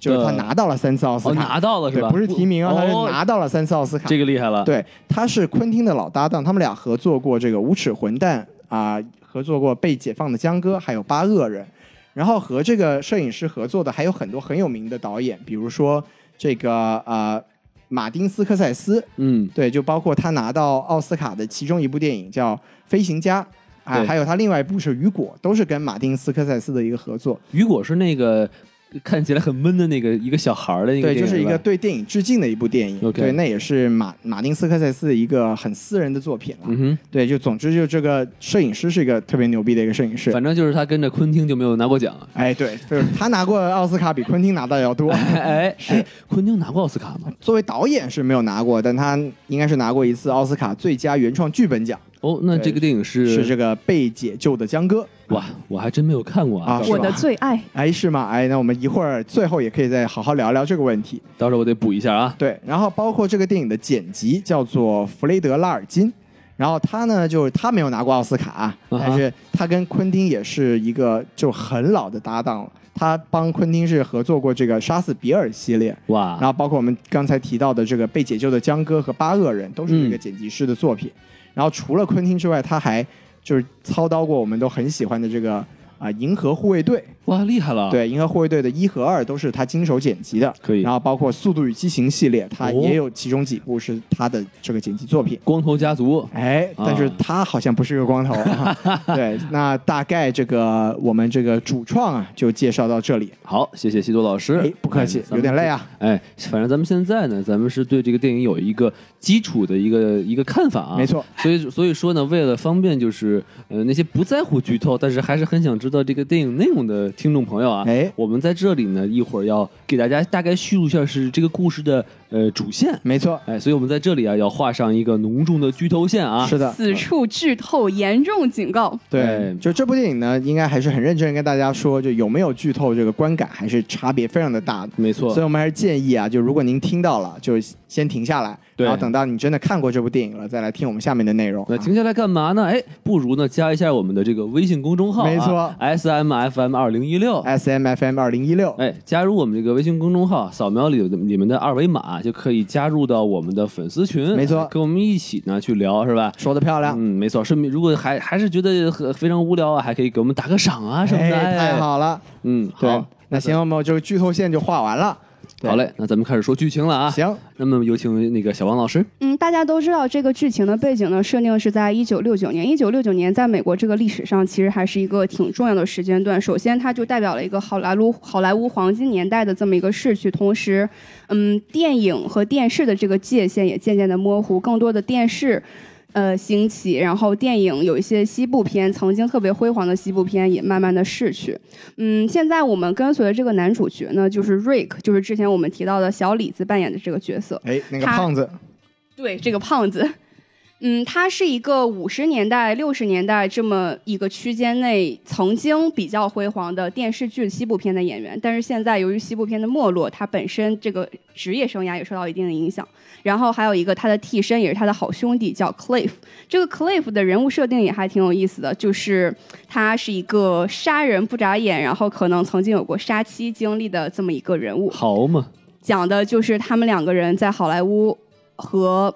Speaker 3: 就是他
Speaker 2: 呃
Speaker 3: 拿到了三次奥斯
Speaker 2: 哦，
Speaker 3: 卡，
Speaker 2: 拿到了是
Speaker 3: 对，
Speaker 2: 吧？
Speaker 3: 不是提名啊，他
Speaker 2: 哦
Speaker 3: 是拿到了三次奥斯卡。
Speaker 2: 这个厉害了。，
Speaker 3: 对，他是昆汀的老搭档，他们俩合作过这个《无耻混蛋》啊、合作过《被解放的江哥》，还有《八恶人》，然后和这个摄影师合作的还有很多很有名的导演，比如说这个呃马丁斯科塞斯，
Speaker 2: 嗯，
Speaker 3: 对，就包括他拿到奥斯卡的其中一部电影叫《飞行家》啊，
Speaker 2: 对
Speaker 3: 还有他另外一部是《雨果》，都是跟马丁斯科塞斯的一个合作。
Speaker 2: 雨果是那个看起来很闷的那个一个小孩儿的那个
Speaker 3: 对，
Speaker 2: 电影，
Speaker 3: 就是一个
Speaker 2: 吧
Speaker 3: 对电影致敬的一部电影。
Speaker 2: OK
Speaker 3: 对，那也是马马丁斯科塞斯的一个很私人的作品了。
Speaker 2: 嗯
Speaker 3: 对，就总之就这个摄影师是一个特别牛逼的一个摄影
Speaker 2: 哼，
Speaker 3: 师。
Speaker 2: 反正就是他跟着昆汀就没有拿过奖。啊
Speaker 3: 哎，对，就是他拿过奥斯卡比昆汀拿到的要 多。
Speaker 2: 哎哎，哎昆汀拿过奥斯卡吗？
Speaker 3: 作为导演是没有拿过，但他应该是拿过一次奥斯卡最佳原创剧本奖，
Speaker 2: 哦，那
Speaker 3: 对
Speaker 2: 这个电影是
Speaker 3: 是这个《被解救的江哥》。
Speaker 2: 哇，我还真没有看过
Speaker 3: 啊
Speaker 2: 啊，
Speaker 4: 我
Speaker 3: 是吧
Speaker 4: 的最爱，
Speaker 3: 哎，是吗？哎，那我们一会儿最后也可以再好好聊聊这个问题。
Speaker 2: 到时候我得补一下啊。
Speaker 3: 对，然后包括这个电影的剪辑叫做弗雷德·拉尔金，然后他呢就是他没有拿过奥斯卡啊，
Speaker 2: 啊哈
Speaker 3: 但是他跟昆汀也是一个就很老的搭档了。他帮昆汀是合作过这个《杀死比尔》系列，
Speaker 2: 哇
Speaker 3: 然，后包括我们刚才提到的这个《被解救的江哥》和《八恶人》都是这
Speaker 2: 嗯
Speaker 3: 个剪辑师的作品。然后除了昆汀之外，他还就是操刀过我们都很喜欢的这个啊、银河护卫队》
Speaker 2: 哇，厉害了！，
Speaker 3: 对，《银河护卫队》的一和二都是他经手剪辑的，
Speaker 2: 可以
Speaker 3: 然后包括《速度与激情》系列，他
Speaker 2: 哦
Speaker 3: 也有其中几部是他的这个剪辑作品。
Speaker 2: 光头家族，
Speaker 3: 哎，但是
Speaker 2: 啊
Speaker 3: 他好像不是个光头、 啊。对，那大概这个我们这个主创啊，就介绍到这里。
Speaker 2: 好，谢谢西多老师
Speaker 3: 哎，，不客气
Speaker 2: 哎，
Speaker 3: 有点累。啊。
Speaker 2: 咱们哎，反正咱们现在呢，咱们是对这个电影有一个基础的一个一个看法啊，
Speaker 3: 没。错，
Speaker 2: 所以，所以说呢，为了方便，就是呃那些不在乎剧透，但是还是很想知道这个电影内容的听众朋友啊，
Speaker 3: 哎
Speaker 2: 我们在这里呢，一会儿要给大家大概叙述一下是这个故事的呃主线，
Speaker 3: 没错，
Speaker 2: 哎，所以我们在这里啊要画上一个浓重的剧透线啊，
Speaker 3: 是的。
Speaker 4: 此处剧透，严重警告。
Speaker 3: 对
Speaker 2: 哎，
Speaker 3: 就这部电影呢，应该还是很认真地跟大家说，就有没有剧透这个观感还是差别非常的大的。
Speaker 2: 没错
Speaker 3: 所以，我们还是建议啊，就如果您听到了，就先停下来，
Speaker 2: 对
Speaker 3: 然后等到你真的看过这部电影了，再来听我们下面的内容、
Speaker 2: 那
Speaker 3: 啊。
Speaker 2: 停下来干嘛呢？哎，不如呢加一下我们的这个微信公众号、啊，
Speaker 3: 没错哎
Speaker 2: ，S M F M 二零一六。
Speaker 3: S M F M 二零一六，
Speaker 2: 哎，加入我们这个微信公众号，扫描里有你们的二维码就可以加入到我们的粉丝群，
Speaker 3: 没错
Speaker 2: 跟我们一起呢去聊，是吧？
Speaker 3: 说的漂亮，
Speaker 2: 嗯，没错。顺便，如果还还是觉得很非常无聊啊，还可以给我们打个赏啊什么的。哎
Speaker 3: 太，好了。
Speaker 2: 嗯，
Speaker 3: 对
Speaker 2: 好，，
Speaker 3: 那行，我们这个剧透线就画完了。对
Speaker 2: 好嘞，那咱们开始说剧情了啊。，
Speaker 3: 行，
Speaker 2: 那么有请那个小王老师。
Speaker 4: 嗯，大家都知道这个剧情的背景呢，设定是在一九六九年。一九六九年在美国这个历史上，其实还是一个挺重要的时间段。首先，它就代表了一个好莱坞好莱坞黄金年代的这么一个逝去，同时，嗯，电影和电视的这个界限也渐渐的模糊，更多的电视。呃，兴起，然后电影有一些西部片，曾经特别辉煌的西部片也慢慢的逝去。嗯，现在我们跟随的这个男主角呢，就是 Rick，就是之前我们提到的小李子扮演的这个角色。
Speaker 3: 哎，那个
Speaker 4: 他
Speaker 3: 胖子，
Speaker 4: 对，这个胖子，嗯，他是一个五十年代、六十年代这么一个区间内曾经比较辉煌的电视剧西部片的演员，但是现在由于西部片的没落，他本身这个职业生涯也受到一定的影响。然后还有一个他的替身也是他的好兄弟叫 Cliff，这个 Cliff 的人物设定也还挺有意思的，就是他是一个杀人不眨眼，然后可能曾经有过杀妻经历的这么一个人物。
Speaker 2: 好嘛，
Speaker 4: 讲的就是他们两个人在好莱坞和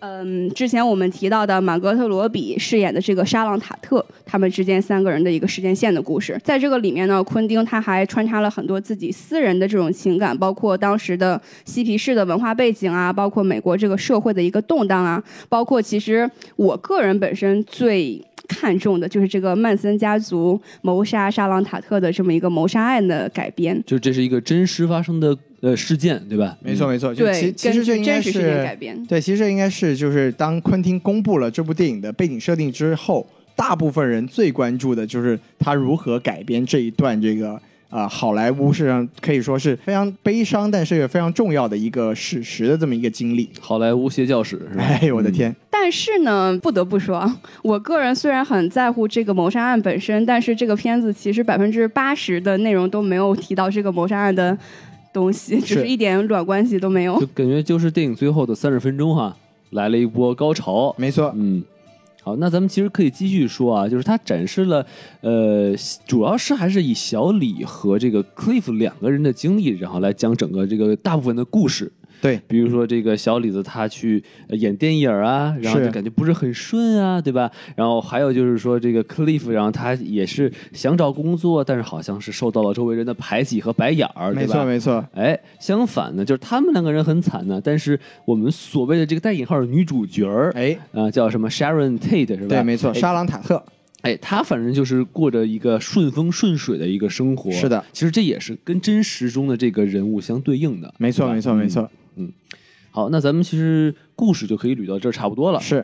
Speaker 4: 嗯之前我们提到的马格特罗比饰演的这个沙朗塔特他们之间三个人的一个时间线的故事。在这个里面呢，昆汀他还穿插了很多自己私人的这种情感，包括当时的嬉皮士的文化背景啊，包括美国这个社会的一个动荡啊，包括其实我个人本身最。看重的就是这个曼森家族谋杀沙朗塔特的这么一个谋杀案的改编，
Speaker 2: 就这是一个真实发生的呃事件，对吧？
Speaker 3: 没错没错，就
Speaker 4: 对，
Speaker 3: 其其
Speaker 4: 根
Speaker 3: 实这
Speaker 4: 据
Speaker 3: 应该
Speaker 4: 真实事件改
Speaker 3: 是
Speaker 4: 编。
Speaker 3: 对，其实这应该是就是当昆汀公布了这部电影的背景设定之后，大部分人最关注的就是他如何改编这一段这个。啊、好莱坞实际上可以说是非常悲伤，但是也非常重要的一个史实的这么一个经历。
Speaker 2: 好莱坞邪教史是吧？嗯
Speaker 3: 哎呦我的天！
Speaker 4: 但是呢，不得不说，啊，我个人虽然很在乎这个谋杀案本身，但是这个片子其实百分之八十的内容都没有提到这个谋杀案的东西，只是一点软关系都没有
Speaker 2: 就。感觉就是电影最后的三十分钟哈、来了一波高潮。
Speaker 3: 没错，
Speaker 2: 嗯，好，那咱们其实可以继续说啊，就是它展示了，呃，主要是还是以小李和这个 Cliff 两个人的经历，然后来讲整个这个大部分的故事。
Speaker 3: 对，
Speaker 2: 比如说这个小李子他去呃演电影啊，然后
Speaker 3: 是
Speaker 2: 就感觉不是很顺啊，对吧？然后还有就是说这个 Cliff，然后他也是想找工作，但是好像是受到了周围人的排挤和白眼儿，
Speaker 3: 没
Speaker 2: 对吧？
Speaker 3: 错没错。
Speaker 2: 哎，相反呢，就是他们两个人很惨呢，但是我们所谓的这个带引号的女主角儿，
Speaker 3: 哎，
Speaker 2: 啊、叫什么 Sharon Tate 是吧？
Speaker 3: 对，没错，
Speaker 2: 哎
Speaker 3: 沙朗塔特，
Speaker 2: 哎，她反正就是过着一个顺风顺水的一个生活。
Speaker 3: 是的，
Speaker 2: 其实这也是跟真实中的这个人物相对应的。
Speaker 3: 没错
Speaker 2: 对吧嗯
Speaker 3: 没错没。错，
Speaker 2: 好，那咱们其实故事就可以捋到这儿差不多了。
Speaker 3: 是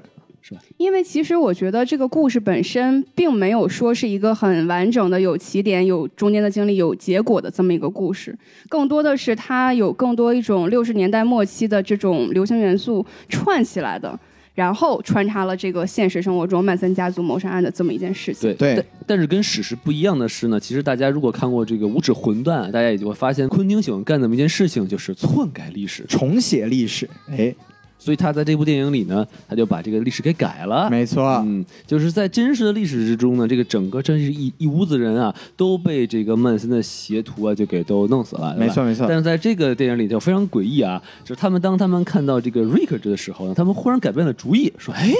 Speaker 4: 因为其实我觉得这个故事本身并没有说是一个很完整的、有起点、有中间的经历、有结果的这么一个故事，更多的是它有更多一种六十年代末期的这种流行元素串起来的，然后穿插了这个现实生活中曼森家族谋杀案的这么一件事情。
Speaker 2: 对
Speaker 3: 对
Speaker 2: 但但是跟史实不一样的是呢，其实大家如果看过这个《无耻混蛋》，大家也就会发现，昆汀喜欢干这么一件事情，就是篡改历史。
Speaker 3: 重写历史。哎，
Speaker 2: 所以他在这部电影里呢，他就把这个历史给改了。
Speaker 3: 没错，
Speaker 2: 嗯，就是在真实的历史之中呢，这个整个真是一一屋子人啊，都被这个曼森的邪徒啊就给都弄死了。对吧
Speaker 3: 没错没错
Speaker 2: 但是在这个电影里就非常诡异啊，就是他们当他们看到这个瑞克的时候呢，他们忽然改变了主意，说：“哎，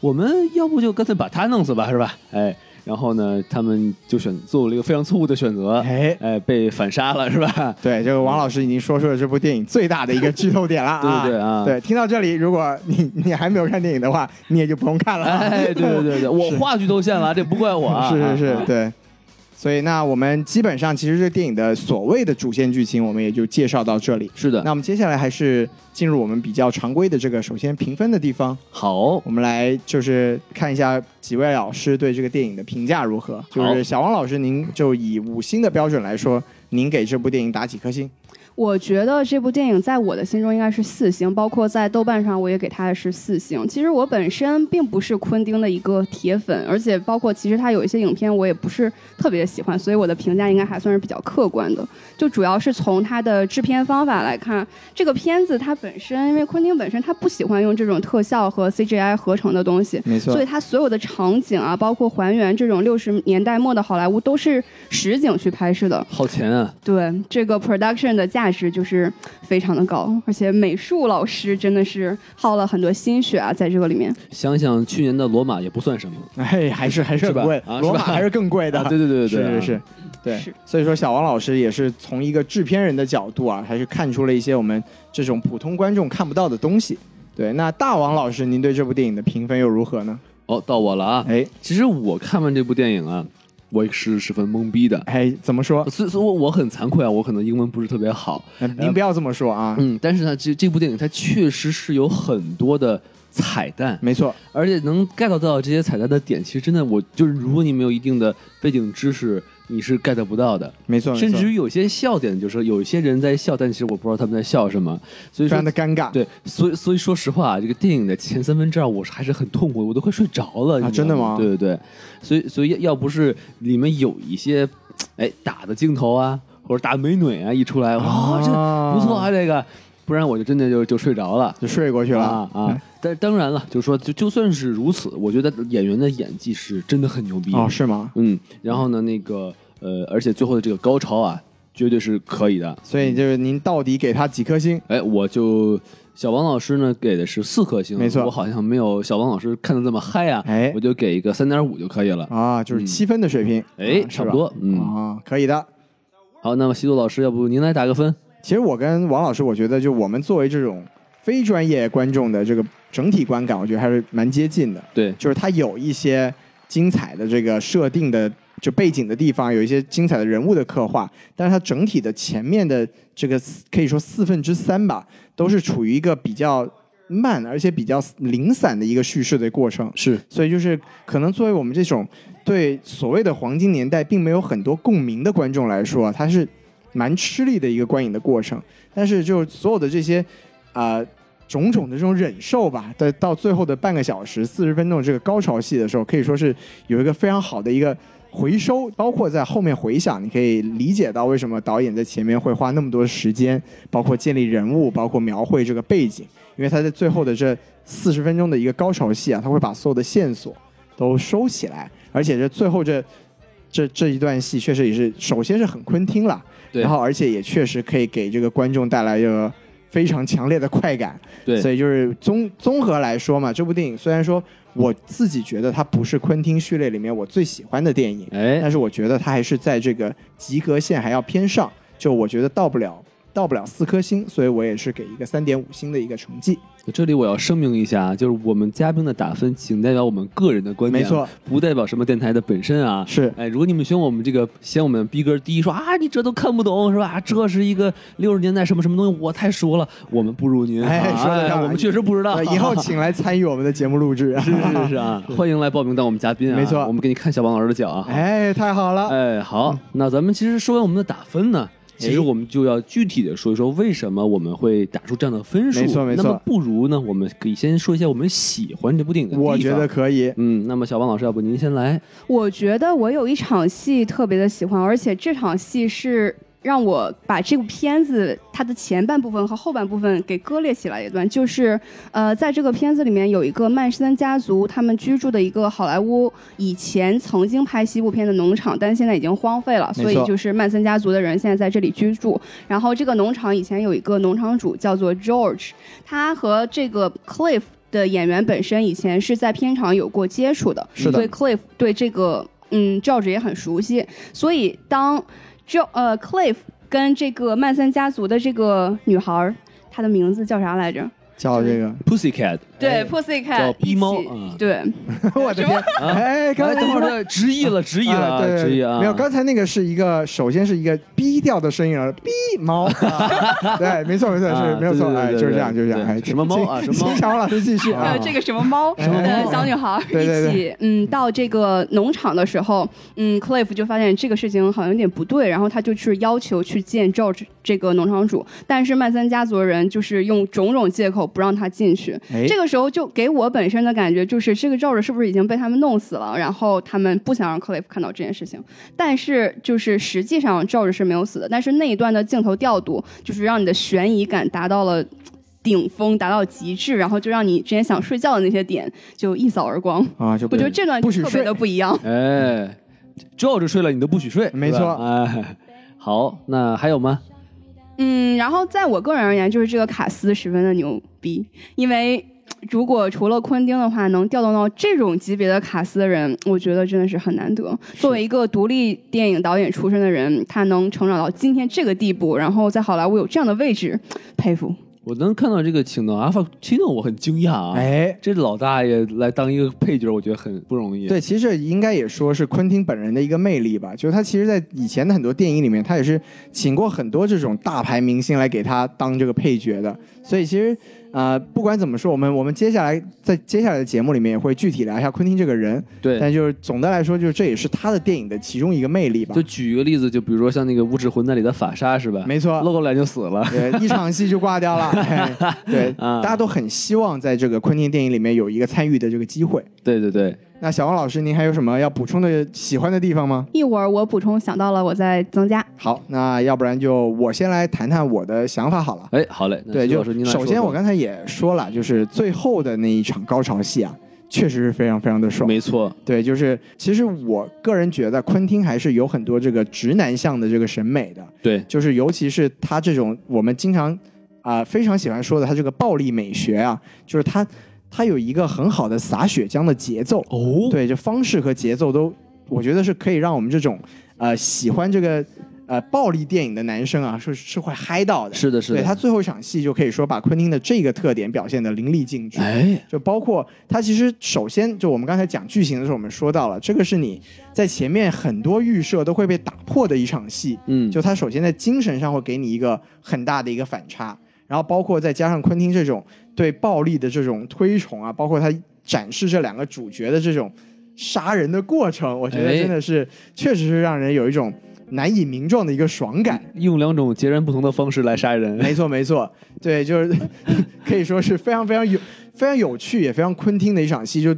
Speaker 2: 我们要不就干脆把他弄死吧，是吧？”哎。然后呢，他们就选做了一个非常错误的选择，
Speaker 3: 哎
Speaker 2: 哎，被反杀了是吧？
Speaker 3: 对，这个王老师已经说出了这部电影最大的一个剧透点了啊！
Speaker 2: 对对对啊
Speaker 3: 对，听到这里，如果你你还没有看电影的话，你也就不用看了。
Speaker 2: 哎，对对对对，我话剧都现了，这不怪我啊。
Speaker 3: 是 是是
Speaker 2: 啊，
Speaker 3: 对。所以那我们基本上其实这电影的所谓的主线剧情，我们也就介绍到这里。
Speaker 2: 是的
Speaker 3: 那我们接下来还是进入我们比较常规的这个首先评分的地方，
Speaker 2: 好
Speaker 3: 我，们来就是看一下几位老师对这个电影的评价如何。就是小王老师，您就以五星的标准来说，您给这部电影打几颗星？
Speaker 4: 我觉得这部电影在我的心中应该是四星，包括在豆瓣上我也给它的是四星。其实我本身并不是昆汀的一个铁粉，而且包括其实他有一些影片我也不是特别喜欢，所以我的评价应该还算是比较客观的。就主要是从他的制片方法来看，这个片子它本身，因为昆汀本身他不喜欢用这种特效和 CGI 合成的东西，
Speaker 3: 没
Speaker 4: 所以它所有的场景啊，包括还原这种六十年代末的好莱坞都是实景去拍摄的。
Speaker 2: 好钱啊，
Speaker 4: 对这个 production 的价值就是非常的高，而且美术老师真的是耗了很多心血啊，在这个里面。
Speaker 2: 想想去年的罗马也不算什么。
Speaker 3: 哎，还是还是
Speaker 2: 是吧
Speaker 3: 很贵，
Speaker 2: 啊
Speaker 3: 罗马
Speaker 2: 是吧
Speaker 3: 还是更贵的。
Speaker 2: 啊对对对对对
Speaker 3: 是
Speaker 2: 啊
Speaker 3: 是是，对
Speaker 4: 是。
Speaker 3: 所以说，小王老师也是从一个制片人的角度啊，还是看出了一些我们这种普通观众看不到的东西。对，那大王老师，您对这部电影的评分又如何呢？
Speaker 2: 哦，到我了啊！
Speaker 3: 哎
Speaker 2: 其实我看完这部电影啊，我也是十分懵逼的。啊
Speaker 3: 哎，怎么说？
Speaker 2: 所以，所以我我很惭愧啊，我可能英文不是特别好。
Speaker 3: 呃您不要这么说啊，
Speaker 2: 嗯，但是呢，这这部电影它确实是有很多的彩蛋，
Speaker 3: 没错，
Speaker 2: 而且能 get 到这些彩蛋的点，其实真的我就是，如果你没有一定的背景知识，你是 get 不到的。
Speaker 3: 没错，没错
Speaker 2: 甚至于有些笑点，就是说有一些人在笑，但其实我不知道他们在笑什么。所以
Speaker 3: 非
Speaker 2: 说
Speaker 3: 常，的尴尬。
Speaker 2: 对，所以所以说实话啊，这个电影的前三分之二我是还是很痛苦的，我都快睡着了。
Speaker 3: 啊
Speaker 2: 你知道
Speaker 3: 真的吗
Speaker 2: 对对对，所以所以要要不是里面有一些，哎，打的镜头啊，或者打美女啊一出来，哇、这
Speaker 3: 啊
Speaker 2: 不错啊，这个，不然我就真的就就睡着了。
Speaker 3: 就睡过去了
Speaker 2: 啊
Speaker 3: 哎
Speaker 2: 啊！但当然了，就是说，就就算是如此，我觉得演员的演技是真的很牛逼
Speaker 3: 哦，是吗？
Speaker 2: 嗯，然后呢，那个呃，而且最后的这个高潮啊，绝对是可以的。
Speaker 3: 所以就是您到底给他几颗星？
Speaker 2: 哎，我就小王老师呢给的是四颗星，
Speaker 3: 没错
Speaker 2: 我好像没有小王老师看的这么嗨啊，
Speaker 3: 哎
Speaker 2: 我就给一个三点五就可以了。
Speaker 3: 啊，就是七分的水平，
Speaker 2: 哎，
Speaker 3: 啊
Speaker 2: 差不。多，
Speaker 3: 是吧
Speaker 2: 嗯，
Speaker 3: 啊，可以的。
Speaker 2: 好，那么西多老师，要不您来打个分？
Speaker 3: 其实我跟王老师，我觉得就我们作为这种非专业观众的这个整体观感，我觉得还是蛮接近的。
Speaker 2: 对，
Speaker 3: 就是它有一些精彩的这个设定的就背景的地方，有一些精彩的人物的刻画，但是它整体的前面的这个四可以说四分之三吧，都是处于一个比较慢而且比较零散的一个叙事的过程。
Speaker 2: 是
Speaker 3: 所以就是可能作为我们这种对所谓的黄金年代并没有很多共鸣的观众来说，啊它是蛮吃力的一个观影的过程。但是就是所有的这些啊、呃种种的这种忍受吧，到到最后的半个小时四十分钟这个高潮戏的时候，可以说是有一个非常好的一个。回收，包括在后面回想，你可以理解到为什么导演在前面会花那么多时间，包括建立人物，包括描绘这个背景，因为他在最后的这四十分钟的一个高潮戏啊，他会把所有的线索都收起来，而且这最后这这这一段戏确实也是，首先是很昆汀了，
Speaker 2: 对
Speaker 3: 然后而且也确实可以给这个观众带来一个非常强烈的快感，
Speaker 2: 对
Speaker 3: 所以就是综综合来说嘛，这部电影虽然说我自己觉得它不是昆汀序列里面我最喜欢的电影，
Speaker 2: 哎
Speaker 3: 但，是我觉得它还是在这个及格线还要偏上，就我觉得到不了到不了四颗星，所以我也是给一个三点五星的一个成绩。
Speaker 2: 这里我要声明一下，就是我们嘉宾的打分仅代表我们个人的观点，啊
Speaker 3: 没错，
Speaker 2: 不代表什么电台的本身啊。
Speaker 3: 是
Speaker 2: 哎，如果你们嫌我们这个嫌我们逼格低，说啊你这都看不懂是吧？这是一个六十年代什么什么东西，我太熟了，我们不如您。
Speaker 3: 哎
Speaker 2: 啊
Speaker 3: 说得上
Speaker 2: 我们确实不知道。
Speaker 3: 呃以后请来参与我们的节目录 制。
Speaker 2: 是是是啊，欢迎来报名当我们嘉宾啊，
Speaker 3: 没错
Speaker 2: 我们给你看小王老师的脚啊。
Speaker 3: 哎，太好了！
Speaker 2: 哎，好，那咱们其实说完我们的打分呢，其实我们就要具体的说一说为什么我们会打出这样的分数。
Speaker 3: 没错没错
Speaker 2: 那么不如呢，我们可以先说一下我们喜欢这部电影的地方。
Speaker 3: 我觉得，可以。
Speaker 2: 嗯，那么小王老师，要不您先来？
Speaker 4: 我觉得我有一场戏特别的喜欢，而且这场戏是让我把这部片子它的前半部分和后半部分给割裂起来一段，就是呃，在这个片子里面有一个曼森家族他们居住的一个好莱坞以前曾经拍西部片的农场，但现在已经荒废了，
Speaker 3: 没错
Speaker 4: 所以就是曼森家族的人现在在这里居住。然后这个农场以前有一个农场主叫做 George，他和这个 Cliff。的演员本身以前是在片场有过接触的，
Speaker 3: 是的
Speaker 4: 所以 Cliff 对这个嗯，George 也很熟悉，所以当 Jo 呃 Cliff 跟这个曼森家族的这个女孩儿，她的名字叫啥来着？
Speaker 3: 叫这个，
Speaker 2: Pussycat，
Speaker 4: 对
Speaker 2: 哎叫
Speaker 4: ，Pussycat，
Speaker 2: 逼猫
Speaker 4: 一起
Speaker 2: 啊
Speaker 4: 对，
Speaker 3: 我的天，
Speaker 2: 啊
Speaker 3: 哎，刚
Speaker 2: 哎，
Speaker 3: 才
Speaker 2: 等会儿
Speaker 3: 说
Speaker 2: 这直译了，直译
Speaker 3: 啊
Speaker 2: 了，
Speaker 3: 对
Speaker 2: 直
Speaker 3: 对
Speaker 2: 译
Speaker 3: 对，
Speaker 2: 啊，
Speaker 3: 没有，刚才那个是一个，首先是一个逼调的声音啊，逼猫， 啊对，没错没错，是
Speaker 2: 啊
Speaker 3: 没有错，
Speaker 2: 对对对
Speaker 3: 哎，
Speaker 2: 对
Speaker 3: 就是这样，
Speaker 2: 对
Speaker 3: 就是这样，
Speaker 2: 对
Speaker 3: 哎，
Speaker 2: 什么猫啊
Speaker 3: 请
Speaker 2: 什么猫
Speaker 3: 请常老师继续啊
Speaker 4: 呃，，这个什么猫，
Speaker 3: 什么猫
Speaker 4: 呃，小女孩儿一起，
Speaker 3: 对对
Speaker 4: 嗯，到这个农场的时候，嗯，Cliff 就发现这个事情好像有点不对，然后他就去要求去见 George 这个农场主，但是曼森家族的人就是用种种借口不让他进去。
Speaker 3: 哎
Speaker 4: 这个时候就给我本身的感觉就是，这个 George 是不是已经被他们弄死了？然后他们不想让 Cliff 看到这件事情，但是就是实际上 George 是没有死的，但是那一段的镜头调度就是让你的悬疑感达到了。顶峰达到极致，然后就让你之前想睡觉的那些点就一扫而光。
Speaker 3: 啊，就
Speaker 4: 我觉得这段
Speaker 3: 不许
Speaker 4: 特别
Speaker 3: 睡
Speaker 4: 的不一样。
Speaker 2: 哎，George 睡了，你都不许睡，
Speaker 3: 没
Speaker 2: 是吧
Speaker 3: 错
Speaker 2: 哎，好，那还有吗？
Speaker 4: 嗯，然后在我个人而言，就是这个卡斯十分的牛逼，因为如果除了昆汀的话，能调动到这种级别的卡斯的人，我觉得真的是很难得。作为一个独立电影导演出身的人，他能成长到今天这个地步，然后在好莱坞有这样的位置，佩服。
Speaker 2: 我能看到这个请到阿法奇诺，我很惊讶啊，
Speaker 3: 哎。
Speaker 2: 这老大爷来当一个配角，我觉得很不容易。
Speaker 3: 对，其实应该也说是昆汀本人的一个魅力吧，就是他其实，在以前的很多电影里面，他也是请过很多这种大牌明星来给他当这个配角的，所以其实，呃，不管怎么说，我们我们接下来在接下来的节目里面也会具体聊一下昆汀这个人，
Speaker 2: 对
Speaker 3: 但就是总的来说，就是这也是他的电影的其中一个魅力吧
Speaker 2: 就。举一个例子，就比如说像那个《无耻混蛋》里的法沙是吧？
Speaker 3: 没错
Speaker 2: 露个脸就死了。
Speaker 3: 对，一场戏就 挂掉了。哎对，
Speaker 2: 啊
Speaker 3: 大家都很希望在这个昆汀电影里面有一个参与的这个机会。
Speaker 2: 对对对，
Speaker 3: 那小王老师，您还有什么要补充的喜欢的地方吗？
Speaker 4: 一会儿我补充想到了，我再增加。
Speaker 3: 好，那要不然就我先来谈谈我的想法好了。
Speaker 2: 哎，好嘞，那
Speaker 3: 对，
Speaker 2: 徐
Speaker 3: 就
Speaker 2: 老师您来说
Speaker 3: 首先
Speaker 2: 说
Speaker 3: 我刚才也说了，就是最后的那一场高潮戏啊，确实是非常非常的爽。
Speaker 2: 没错，
Speaker 3: 对，就是其实我个人觉得昆汀还是有很多这个直男向的这个审美的。
Speaker 2: 对
Speaker 3: 就是尤其是他这种我们经常啊、非常喜欢说的，他这个暴力美学啊，就是他他有一个很好的洒血浆的节奏，
Speaker 2: 哦，
Speaker 3: 对，这方式和节奏都，我觉得是可以让我们这种呃喜欢这个呃暴力电影的男生啊，是是会嗨到的。
Speaker 2: 是的，是
Speaker 3: 对
Speaker 2: 的，
Speaker 3: 他最后一场戏就可以说把昆汀的这个特点表现得淋漓尽致。
Speaker 2: 哎，
Speaker 3: 就包括它其实首先就我们刚才讲剧情的时候，我们说到了，这个是你在前面很多预设都会被打破的一场戏，
Speaker 2: 嗯，
Speaker 3: 就他首先在精神上会给你一个很大的一个反差，然后包括再加上昆汀这种对暴力的这种推崇啊，包括他展示这两个主角的这种杀人的过程，我觉得
Speaker 2: 哎
Speaker 3: 真的是、确实是让人有一种难以名状的一个爽感。
Speaker 2: 用两种截然不同的方式来杀人。
Speaker 3: 没错，没错，对，就是 可以说是非常非常有非常有趣，也非常昆汀的一场戏。就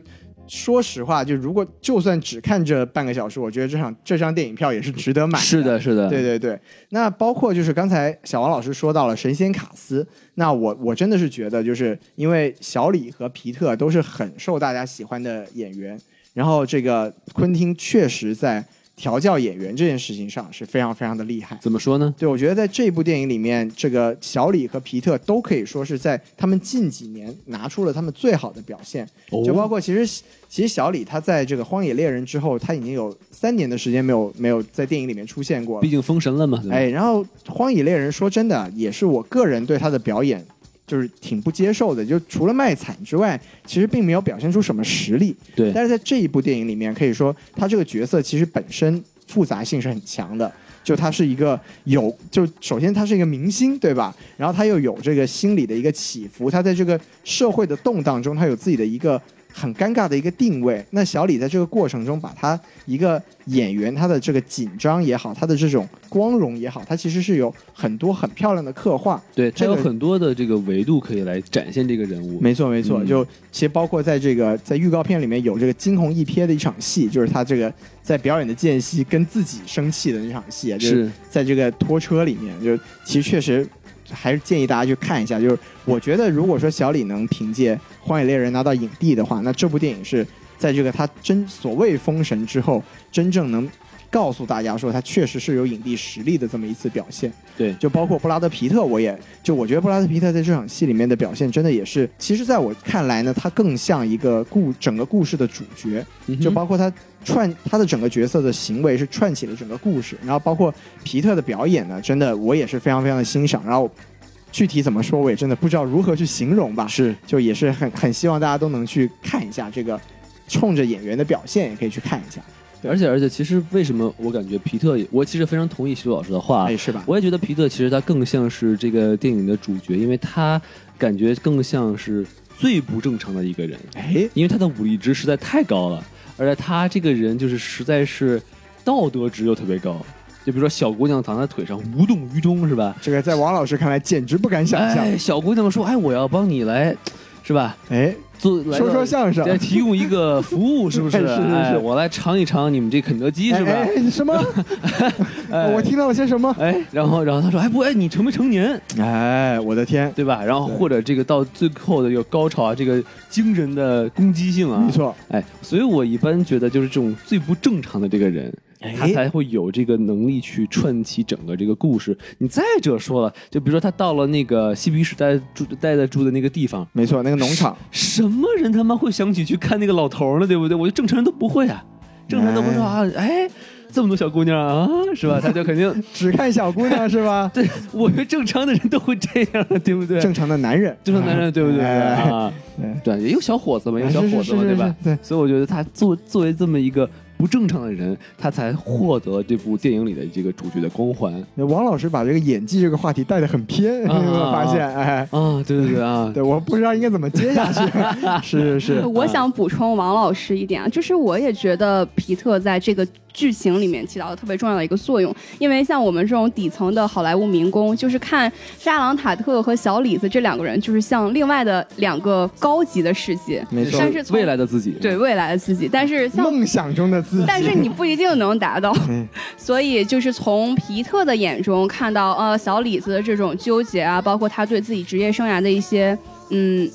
Speaker 3: 说实话，就如果就算只看这半个小时，我觉得这场这张电影票也是值得 买。
Speaker 2: 是的，是的，
Speaker 3: 对对对，那包括就是刚才小王老师说到了神仙卡斯，那我我真的是觉得，就是因为小李和皮特都是很受大家喜欢的演员，然后这个昆汀确实在调教演员这件事情上是非常非常的厉害。
Speaker 2: 怎么说呢？
Speaker 3: 对，我觉得在这部电影里面，这个小李和皮特都可以说是在他们近几年拿出了他们最好的表现，
Speaker 2: 哦
Speaker 3: 就包括其实其实小李他在这个《荒野猎人》之后，他已经有三年的时间没有没有在电影里面出现过了
Speaker 2: 毕。竟封神了嘛。对吧，
Speaker 3: 哎，然后《荒野猎人》说真的，也是我个人对他的表演就是挺不接受的，就除了卖惨之外，其实并没有表现出什么实力。
Speaker 2: 对，
Speaker 3: 但是在这一部电影里面，可以说他这个角色其实本身复杂性是很强的。就他是一个有，就首先他是一个明星，对吧？然后他又有这个心理的一个起伏，他在这个社会的动荡中，他有自己的一个很尴尬的一个定位。那小李在这个过程中，把他一个演员他的这个紧张也好，他的这种光荣也好，他其实是有很多很漂亮的刻画。
Speaker 2: 对，他
Speaker 3: 这个
Speaker 2: 有很多的这个维度可以来展现这个人物。
Speaker 3: 没错，没错，
Speaker 2: 嗯，
Speaker 3: 就其实包括在这个在预告片里面有这个惊鸿一瞥的一场戏，就是他这个在表演的间隙跟自己生气的那场戏，就是在这个拖车里面，就其实确实还是建议大家去看一下。就是我觉得，如果说小李能凭借《荒野猎人》拿到影帝的话，那这部电影是在这个他真所谓封神之后，真正能告诉大家说他确实是有影帝实力的这么一次表现。
Speaker 2: 对
Speaker 3: 就包括布拉德皮特，我也就我觉得布拉德皮特在这场戏里面的表现真的也是，其实在我看来呢，他更像一个故整个故事的主角，
Speaker 2: 嗯哼
Speaker 3: 就包括他串他的整个角色的行为是串起了整个故事，然后包括皮特的表演呢，真的我也是非常非常的欣赏，然后具体怎么说我也真的不知道如何去形容吧，
Speaker 2: 是
Speaker 3: 就也是很很希望大家都能去看一下这个，冲着演员的表现也可以去看一下，
Speaker 2: 而且而且，其实为什么我感觉皮特也，我其实非常同意徐老师的话，
Speaker 3: 哎是吧？
Speaker 2: 我也觉得皮特其实他更像是这个电影的主角，因为他感觉更像是最不正常的一个人，
Speaker 3: 哎，
Speaker 2: 因为他的武力值实在太高了，而且他这个人就是实在是道德值又特别高，就比如说小姑娘躺在腿上无动于衷是吧？
Speaker 3: 这个在王老师看来简直不敢想象，
Speaker 2: 哎，小姑娘说：“哎，我要帮你来，是吧？
Speaker 3: 哎，
Speaker 2: 做来
Speaker 3: 说说相声哎
Speaker 2: 来提供一个服务，是不是？
Speaker 3: 哎是是是
Speaker 2: 哎，我来尝一尝你们这肯德基，是吧？
Speaker 3: 哎哎什么？
Speaker 2: 哎
Speaker 3: 我听到了些什么？
Speaker 2: 哎，然后然后他说：“哎，不，哎，你成没成年？
Speaker 3: 哎，我的天，
Speaker 2: 对吧？然后或者这个到最后的有高潮啊，这个惊人的攻击性啊，
Speaker 3: 没。错，
Speaker 2: 哎，所以我一般觉得就是这种最不正常的这个人，他
Speaker 3: 哎
Speaker 2: 才会有这个能力去串起整个这个故事。你再者说了，就比如说他到了那个嬉皮士待住待在住的那个地方，
Speaker 3: 没错，那个农 场，
Speaker 2: 什么人他妈会想起去看那个老头儿呢？对不对？我觉得正常人都不会啊，正常人都不会说啊，哎，这么多小姑娘啊，是吧？他就肯 定，？
Speaker 3: 只看小姑娘是吧
Speaker 2: 对我觉得正常的人都会这样，对不对？
Speaker 3: 正常的男人，
Speaker 2: 正常男人对不对
Speaker 3: 哎
Speaker 2: 啊
Speaker 3: 哎？
Speaker 2: 对，也有小伙子嘛，也有小伙子嘛，
Speaker 3: 啊是是是
Speaker 2: 对吧
Speaker 3: 是？对
Speaker 2: 所以我觉得他作作为这么一个不正常的人，他才获得这部电影里的这个主角的光环
Speaker 3: 王老师把这个演技这个话题带得很偏，你有没有发现？哎，
Speaker 2: 啊！对对对 啊，
Speaker 3: 对，我不知道应该怎么接 下去。是是是，
Speaker 4: 我想补充王老师一点啊，就是我也觉得皮特在这个剧情里面起到了特别重要的一个作用，因为像我们这种底层的好莱坞民工，就是看扎朗塔特和小李子这两个人，就是像另外的两个高级的世界，
Speaker 2: 嗯
Speaker 3: 没错
Speaker 4: 但，是从
Speaker 2: 未来的自己，
Speaker 4: 对未来的自己，但是像
Speaker 3: 梦想中的 自己。
Speaker 4: 但是你不一定能达到
Speaker 3: 嗯，
Speaker 4: 所以就是从皮特的眼中看到，呃，小李子的这种纠结啊，包括他对自己职业生涯的一些，嗯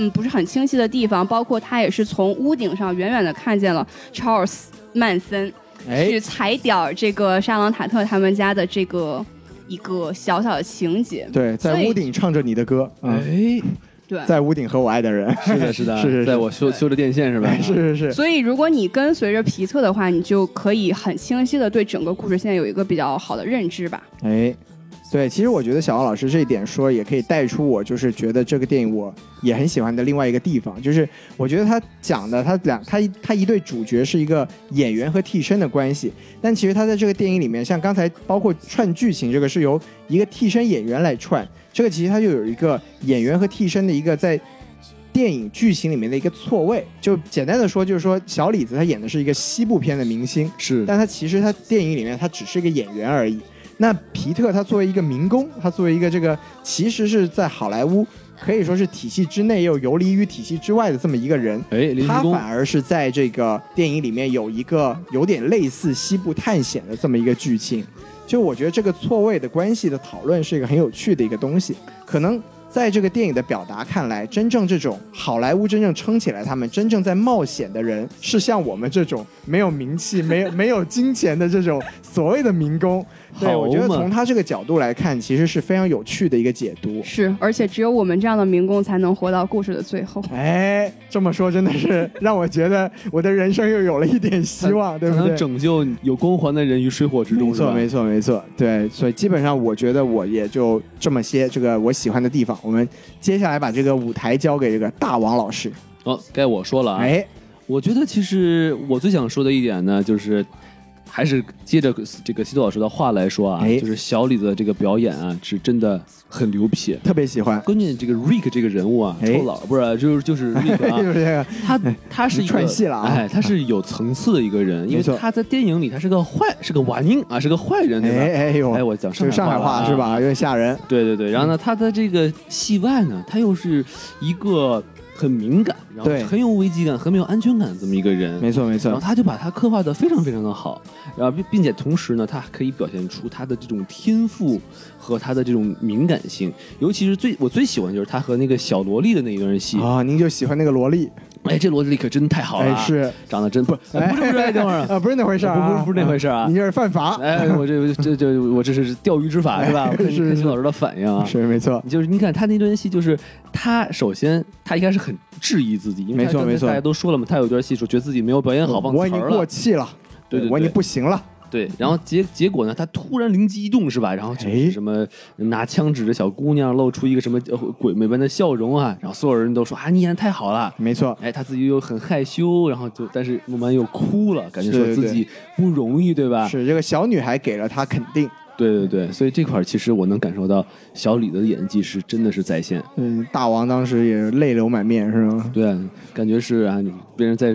Speaker 4: 嗯，不是很清晰的地方，包括他也是从屋顶上远远的看见了 Charles 曼森去
Speaker 3: 哎，
Speaker 4: 踩点儿这个沙朗塔特他们家的这个一个小小的情节，
Speaker 3: 对，
Speaker 4: 所
Speaker 3: 在
Speaker 4: 以
Speaker 3: 屋顶唱着你的歌，嗯，
Speaker 2: 哎，
Speaker 4: 对。
Speaker 3: 在屋顶和我爱的人，
Speaker 2: 是的，是的，
Speaker 3: 哎是是是哎
Speaker 2: 在我修修着电线是吧？
Speaker 3: 是是是，
Speaker 4: 所以，如果你跟随着皮特的话，你就可以很清晰的对整个故事现在有一个比较好的认知吧。
Speaker 3: 哎。对，其实我觉得小王老师这一点说，也可以带出我就是觉得这个电影我也很喜欢的另外一个地方，就是我觉得他讲的他两他他一对主角是一个演员和替身的关系，但其实他在这个电影里面，像刚才包括串剧情这个是由一个替身演员来串，这个其实它就有一个演员和替身的一个在电影剧情里面的一个错位。就简单的说，就是说小李子他演的是一个西部片的明星，
Speaker 2: 是
Speaker 3: 但他其实他电影里面他只是一个演员而已。那皮特他作为一个民工，他作为一个这个其实是在好莱坞可以说是体系之内又游离于体系之外的这么一个人，
Speaker 2: 哎，临时
Speaker 3: 他
Speaker 2: 工
Speaker 3: 反而是在这个电影里面有一个有点类似西部探险的这么一个剧情。就我觉得这个错位的关系的讨论是一个很有趣的一个东西，可能。在这个电影的表达看来，真正这种好莱坞真正撑起来，他们真正在冒险的人，是像我们这种没有名气、没有没有金钱的这种所谓的民工。对，
Speaker 2: 好
Speaker 3: 我觉得
Speaker 2: 嘛
Speaker 3: 从他这个角度来看，其实是非常有趣的一个解读。
Speaker 4: 是，而且只有我们这样的民工才能活到故事的最后。
Speaker 3: 哎，这么说真的是让我觉得我的人生又有了一点希望，对
Speaker 2: 才
Speaker 3: 不
Speaker 2: 能
Speaker 3: 对？
Speaker 2: 拯救有光环的人于水火之中，
Speaker 3: 没
Speaker 2: 是吧
Speaker 3: 错，？没错，没错。对，所以基本上我觉得我也就这么些这个我喜欢的地方。我们接下来把这个舞台交给这个大王老师。
Speaker 2: 哦，该我说了啊。
Speaker 3: 哎，
Speaker 2: 我觉得其实我最想说的一点呢，就是还是接着这个西多老师的话来说啊，
Speaker 3: 哎
Speaker 2: 就是小李子的这个表演啊，是真的很牛皮。
Speaker 3: 特别喜欢，
Speaker 2: 关键这个 Rick 这个人物啊，
Speaker 3: 哎
Speaker 2: 臭老不是就是就是 Rick
Speaker 3: 就
Speaker 2: 啊，
Speaker 3: 是这个
Speaker 2: 他他是一个
Speaker 3: 串戏了啊
Speaker 2: 哎，他是有层次的一个人，因为
Speaker 3: 没错
Speaker 2: 他在电影里他是个坏，是个瓦宁啊，是个坏人，对吧？
Speaker 3: 哎哎呦，
Speaker 2: 哎我讲
Speaker 3: 这个
Speaker 2: 上
Speaker 3: 上
Speaker 2: 海
Speaker 3: 海
Speaker 2: 话了啊
Speaker 3: 话是吧？有点吓人。
Speaker 2: 对对对，然后呢，他在这个戏外呢，他又是一个很敏感，然后
Speaker 3: 对
Speaker 2: 很有危机感，很没有安全感的这么一个人。
Speaker 3: 没错没
Speaker 2: 然后
Speaker 3: 错，
Speaker 2: 他就把他刻画的非常非常的好，然后并并且同时呢，他可以表现出他的这种天赋和他的这种敏感性，尤其是最我最喜欢就是他和那个小萝莉的那一段戏，
Speaker 3: 啊，您就喜欢那个萝莉，
Speaker 2: 哎，这萝莉可真太好了，
Speaker 3: 哎是
Speaker 2: 长得真不哎不是不是，哎等会 儿啊，
Speaker 3: 啊，不是那回事儿啊，
Speaker 2: 不是不是那回事儿 啊
Speaker 3: 你这是犯法，
Speaker 2: 哎，我这这这我这是钓鱼执法是吧？我看
Speaker 3: 哎是
Speaker 2: 看
Speaker 3: 是
Speaker 2: 老师的反应啊，
Speaker 3: 是没错，
Speaker 2: 就是你看他那段戏，就是他首先他一开始很质疑自己，因为
Speaker 3: 没
Speaker 2: 他
Speaker 3: 错
Speaker 2: 刚才
Speaker 3: 没错
Speaker 2: 大家都说了嘛，他有一段戏说觉得自己没有表演好，忘
Speaker 3: 我已
Speaker 2: 词
Speaker 3: 经
Speaker 2: 儿
Speaker 3: 过
Speaker 2: 了，
Speaker 3: 气了，
Speaker 2: 对对
Speaker 3: 我已
Speaker 2: 对
Speaker 3: 经不行了，
Speaker 2: 对，然后结结果呢，他突然灵机一动是吧？然后就是
Speaker 3: 嗯哎
Speaker 2: 什么拿枪指着小姑娘，露出一个什么呃鬼魅般的笑容啊，然后所有人都说啊你演的太好了。
Speaker 3: 没错，
Speaker 2: 哎，他自己又很害羞，然后就但是慢慢又哭了，感觉说
Speaker 3: 是
Speaker 2: 自己不容易，对吧？
Speaker 3: 是这个小女孩给了他肯定，
Speaker 2: 对对对，所以这块儿其实我能感受到小李的演技是真的是在线，
Speaker 3: 嗯，大王当时也泪流满面，是吗？
Speaker 2: 对，感觉是啊，别人在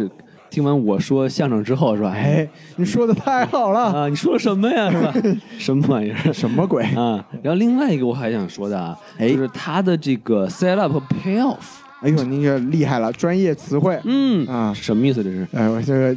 Speaker 2: 听完我说相声之后是吧？
Speaker 3: 哎，你说的太好了，
Speaker 2: 啊，你说了什么呀？是 吧？什么玩意儿？
Speaker 3: 什么鬼？
Speaker 2: 啊，然后另外一个我还想说的啊，
Speaker 3: 哎
Speaker 2: 就是他的这个 set up 和 payoff，
Speaker 3: 哎呦，您这厉害了，专业词汇
Speaker 2: 嗯，
Speaker 3: 啊！
Speaker 2: 什么意思这是？
Speaker 3: 哎，我这个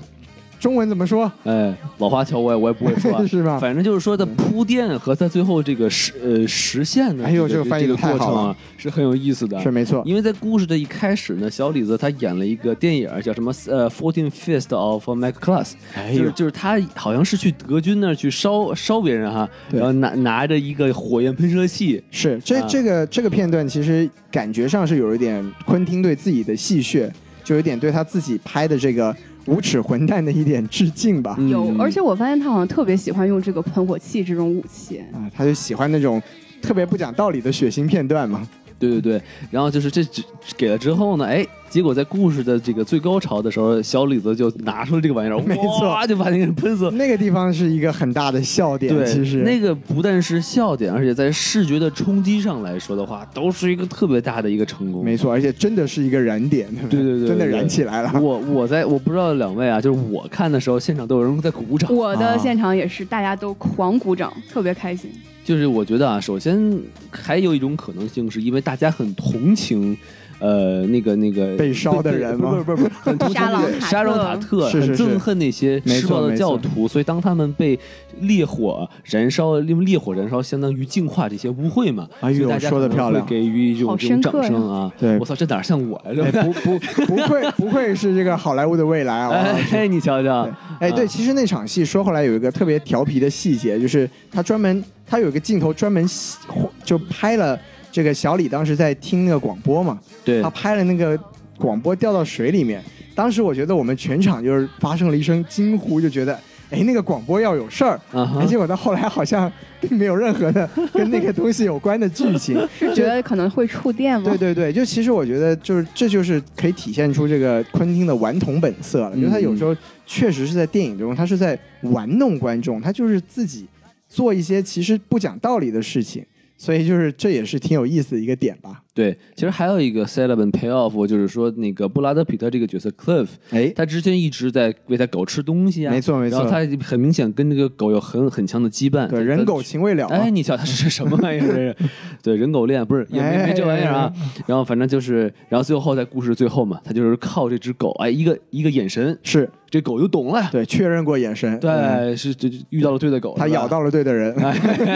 Speaker 3: 中文怎么说？，
Speaker 2: 哎，老华侨我也我也不会说、啊
Speaker 3: 是吧
Speaker 2: 反正就是说的铺垫和他最后这个实呃实现的、
Speaker 3: 哎呦
Speaker 2: 这
Speaker 3: 这
Speaker 2: 个
Speaker 3: 个翻译
Speaker 2: 这个
Speaker 3: 得太
Speaker 2: 过程
Speaker 3: 好
Speaker 2: 啊，是很有意思的，
Speaker 3: 是没错，
Speaker 2: 因为在故事的一开始呢，小李子他演了一个电影儿叫什么呃《Fourteen Fist of Mac Class》，
Speaker 3: 哎
Speaker 2: 就
Speaker 3: 呦
Speaker 2: 是就是他好像是去德军那儿去烧烧别人哈，
Speaker 3: 对
Speaker 2: 然后拿拿着一个火焰喷射器，
Speaker 3: 是这
Speaker 2: 啊
Speaker 3: 这个这个片段，其实感觉上是有一点昆汀对自己的戏谑，就有点对他自己拍的这个无耻混蛋的一点致敬吧。
Speaker 2: 嗯
Speaker 4: 有，而且我发现他好像特别喜欢用这个喷火器这种武器。
Speaker 3: 啊，他就喜欢那种特别不讲道理的血腥片段嘛。
Speaker 2: 对对对，然后就是这只给了之后呢，哎，结果在故事的这个最高潮的时候，小李子就拿出了这个玩意儿，
Speaker 3: 没错
Speaker 2: 哇，就把那个人喷 死。
Speaker 3: 那个地方是一个很大的笑点，
Speaker 2: 对，
Speaker 3: 其实
Speaker 2: 那个不但是笑点，而且在视觉的冲击上来说的话，都是一个特别大的一个成功。
Speaker 3: 没错，而且真的是一个燃点，对不
Speaker 2: 对对对对
Speaker 3: 真的
Speaker 2: 对
Speaker 3: 燃起来了。
Speaker 2: 我 我在我不知道两位啊，就是我看的时候，现场都有人在鼓掌。
Speaker 4: 我的
Speaker 3: 啊
Speaker 4: 现场也是，大家都狂鼓掌，特别开心。
Speaker 2: 就是我觉得啊，首先还有一种可能性，是因为大家很同情，呃，那个那个
Speaker 3: 被烧的人吗
Speaker 2: 不是不是不是，很同情
Speaker 4: 沙
Speaker 2: 那
Speaker 4: 朗
Speaker 2: 个
Speaker 4: 塔
Speaker 2: 沙朗
Speaker 4: 特
Speaker 2: 塔特，
Speaker 3: 是是是
Speaker 2: 很憎恨那些
Speaker 3: 没
Speaker 2: 施
Speaker 3: 错
Speaker 2: 暴的
Speaker 3: 没
Speaker 2: 教
Speaker 3: 错
Speaker 2: 徒，所以当他们被烈火燃烧，因为烈火燃烧相当于净化这些污秽嘛，
Speaker 3: 哎呦
Speaker 2: 所以大家
Speaker 3: 说得
Speaker 2: 可能
Speaker 3: 漂
Speaker 2: 会
Speaker 3: 亮
Speaker 2: 给予一种
Speaker 4: 好
Speaker 2: 这种
Speaker 4: 深
Speaker 2: 掌
Speaker 4: 刻呀
Speaker 2: 声啊！
Speaker 3: 对
Speaker 2: 我操，这哪像我呀？
Speaker 3: 哎，
Speaker 2: 这
Speaker 3: 不不 不愧不愧是这个好莱坞的未来啊！王老
Speaker 2: 哎
Speaker 3: 师
Speaker 2: 哎，嗯你瞧瞧
Speaker 3: 对，哎，对，其实那场戏说回来有一个特别调皮的细节，就是他专门他有一个镜头专门洗就拍了这个小李当时在听那个广播嘛，
Speaker 2: 对
Speaker 3: 他拍了那个广播掉到水里面，当时我觉得我们全场就是发生了一声惊呼，就觉得。哎，那个广播要有事儿，
Speaker 2: 啊哈
Speaker 3: 哎结果到后来好像并没有任 何的跟那个东西有关的剧情，
Speaker 4: 是觉得可能会触电吗？
Speaker 3: 对对对，就其实我觉得就是这就是可以体现出这个昆汀的顽童本色了，
Speaker 2: 嗯
Speaker 3: 就是他有时候确实是在电影中，他是在玩弄观众，他就是自己做一些其实不讲道理的事情，所以就是这也是挺有意思的一个点吧。
Speaker 2: 对，其实还有一个 Sullivan payoff，就是说那个布拉德皮特这个角色 Cliff，
Speaker 3: 哎，
Speaker 2: 他之前一直在喂他狗吃东西啊，
Speaker 3: 没错没错
Speaker 2: 然后他很明显跟这个狗有很很强的羁绊，
Speaker 3: 对，
Speaker 2: 他
Speaker 3: 人狗。情未了啊
Speaker 2: 哎，
Speaker 3: 嘛，
Speaker 2: 你瞧，他是什么玩意儿？这 是，对，人狗恋不是也没
Speaker 3: 哎
Speaker 2: 没这玩意儿啊。然后反正就是，然后最后在故事最后嘛，他就是靠这只狗，哎，一个一个眼神，
Speaker 3: 是
Speaker 2: 这狗就懂了。
Speaker 3: 对，确认过眼神，嗯，
Speaker 2: 对，哎是就就遇到了对的狗，
Speaker 3: 他
Speaker 2: 是吧
Speaker 3: 咬到了对的人，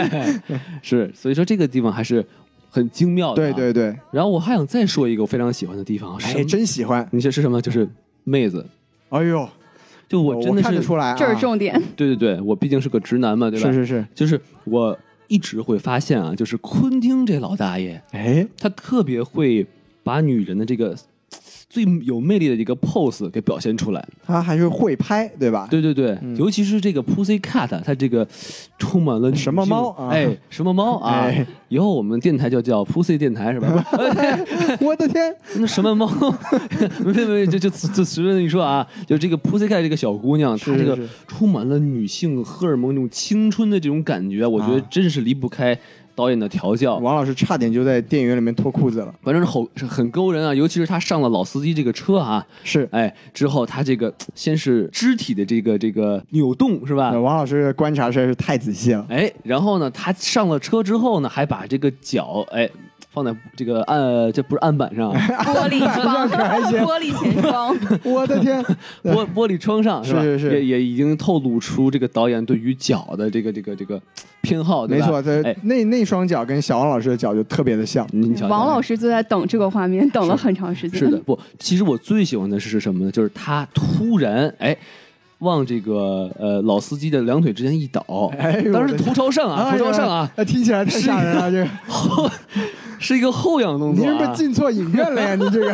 Speaker 2: 是，所以说这个地方还是很精妙的、 啊
Speaker 3: 对。对对，
Speaker 2: 然后我还想再说一个我非常喜欢的地方，
Speaker 3: 哎，真喜欢，
Speaker 2: 你这是什么？就是妹子，
Speaker 3: 哎呦，
Speaker 2: 就我真的
Speaker 3: 看得
Speaker 2: 是，
Speaker 3: 出来啊，
Speaker 4: 这是重点。
Speaker 2: 对对对，我毕竟是个直男嘛，对吧？
Speaker 3: 是是是，
Speaker 2: 就是我一直会发现啊，就是昆汀这老大爷，
Speaker 3: 哎，
Speaker 2: 他特别会把女人的这个嘖最有魅力的一个 pose 给表现出来。
Speaker 3: 他还是会拍，对吧？
Speaker 2: 对对对，
Speaker 3: 嗯
Speaker 2: 尤其是这个 pussy cat，它这个嘖充满了女性
Speaker 3: 什么猫啊
Speaker 2: 哎，什么猫啊？
Speaker 3: 哎
Speaker 2: 以后我们电台就叫 pussy 电台是 吧？不是哎
Speaker 3: 我的天，
Speaker 2: 那什么猫？没没没，就就就随便一说啊，就这个 Pussycat 这个小姑娘，她
Speaker 3: 是
Speaker 2: 这个
Speaker 3: 是
Speaker 2: 充满了女性荷尔蒙那种青春的这种感觉，我觉得
Speaker 3: 啊
Speaker 2: 真是离不开导演的调教。
Speaker 3: 王老师差点就在电影院里面脱裤子了。
Speaker 2: 反正是好是很勾人啊，尤其是她上了老司机这个车啊，
Speaker 3: 是，
Speaker 2: 哎，之后她这个先是肢体的这个这个扭动是吧
Speaker 3: 呃？王老师观 察实在是太仔细了。
Speaker 2: 哎，然后呢，她上了车之后呢，还把这个脚哎放在这个案这不是案板上啊，
Speaker 4: 玻璃窗，玻璃前 窗，
Speaker 3: 我的天，
Speaker 2: 玻玻璃窗上吧？
Speaker 3: 是是是
Speaker 2: 也也已经透露出这个导演对于脚的这个这个这个偏好，对
Speaker 3: 没
Speaker 2: 吧
Speaker 3: 错，这
Speaker 2: 哎，
Speaker 3: 那那双脚跟小王老师的脚就特别的像。
Speaker 2: 你你瞧瞧，啊
Speaker 4: 王老师就在等这个画面，等了很长时间。
Speaker 2: 是的，，不，其实我最喜欢的是什么呢？就是他突然哎。往这个呃老司机的两腿之间一倒，
Speaker 3: 哎呦
Speaker 2: 当
Speaker 3: 我
Speaker 2: 时
Speaker 3: 的
Speaker 2: 头朝上啊，
Speaker 3: 哎呀
Speaker 2: 头朝上啊，，
Speaker 3: 那听起来太吓人了，这个
Speaker 2: 后是一个后仰动
Speaker 3: 你
Speaker 2: 作、
Speaker 3: 是
Speaker 2: 啊，
Speaker 3: 不是进错影院了呀？你这 个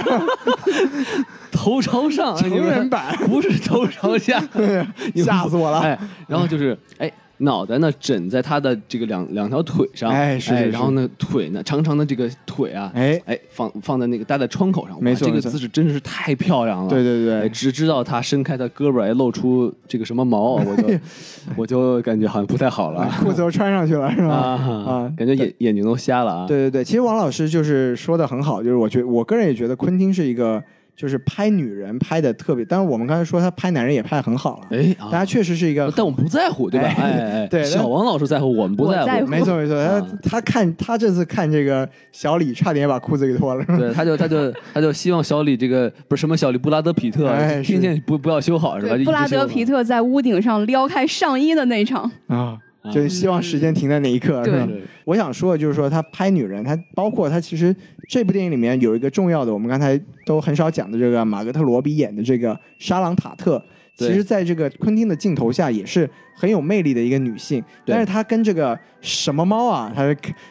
Speaker 2: 头朝上，啊
Speaker 3: 成
Speaker 2: 你们
Speaker 3: 人版
Speaker 2: 不是头朝下， 你们
Speaker 3: 吓死我了！
Speaker 2: 哎，然后 就是哎，脑袋呢枕在他的这个两两条腿上，
Speaker 3: 哎是是是
Speaker 2: 然后呢腿呢长长的这个腿啊，
Speaker 3: 哎
Speaker 2: 哎放放在那个搭在窗口上，哇
Speaker 3: 没错
Speaker 2: 这个
Speaker 3: 没错
Speaker 2: 姿势真是太漂亮了，
Speaker 3: 对对对
Speaker 2: 哎只知道他伸开他胳膊，哎露出这个什么毛，我 就我就感觉好像不太好了
Speaker 3: 裤子都穿上去了是吧？
Speaker 2: 啊
Speaker 3: 哎 啊，
Speaker 2: 感觉眼眼睛都瞎了啊，
Speaker 3: 对对对，其实王老师就是说的很好，就是我觉我个人也觉得昆汀是一个就是拍女人拍的特别，当然我们刚才说他拍男人也拍得很好了，
Speaker 2: 哎
Speaker 3: 大家
Speaker 2: 啊，
Speaker 3: 确实是一个
Speaker 2: 但我们不在乎，对吧？
Speaker 3: 哎
Speaker 2: 哎哎，哎
Speaker 3: 对但
Speaker 2: 小王老师在乎，我们不
Speaker 4: 我在乎
Speaker 2: 乎。
Speaker 3: 没错没错，他、
Speaker 2: 啊
Speaker 3: 他看他这次看这个小李差点把裤子给脱了，是吧？
Speaker 2: 对，他就他就他就希望小李这个不是什么小李布拉德皮特，啊
Speaker 3: 哎是
Speaker 2: 听见不不要修好是吧？就
Speaker 4: 对，
Speaker 2: 一
Speaker 4: 布
Speaker 2: 直
Speaker 4: 拉
Speaker 2: 修
Speaker 4: 德
Speaker 2: 好
Speaker 4: 皮特在屋顶上撩开上衣的那场，
Speaker 3: 啊，就是希望时间停在那一刻，
Speaker 4: 嗯
Speaker 3: 是吧？
Speaker 2: 对
Speaker 3: 我想说的就是说，他拍女人，他包括他其实这部电影里面有一个重要的，我们刚才都很少讲的这个马格特罗比演的这个莎朗塔特，
Speaker 2: 对
Speaker 3: 其实在这个昆汀的镜头下也是很有魅力的一个女性，
Speaker 2: 对
Speaker 3: 但是她跟这个什么猫啊，她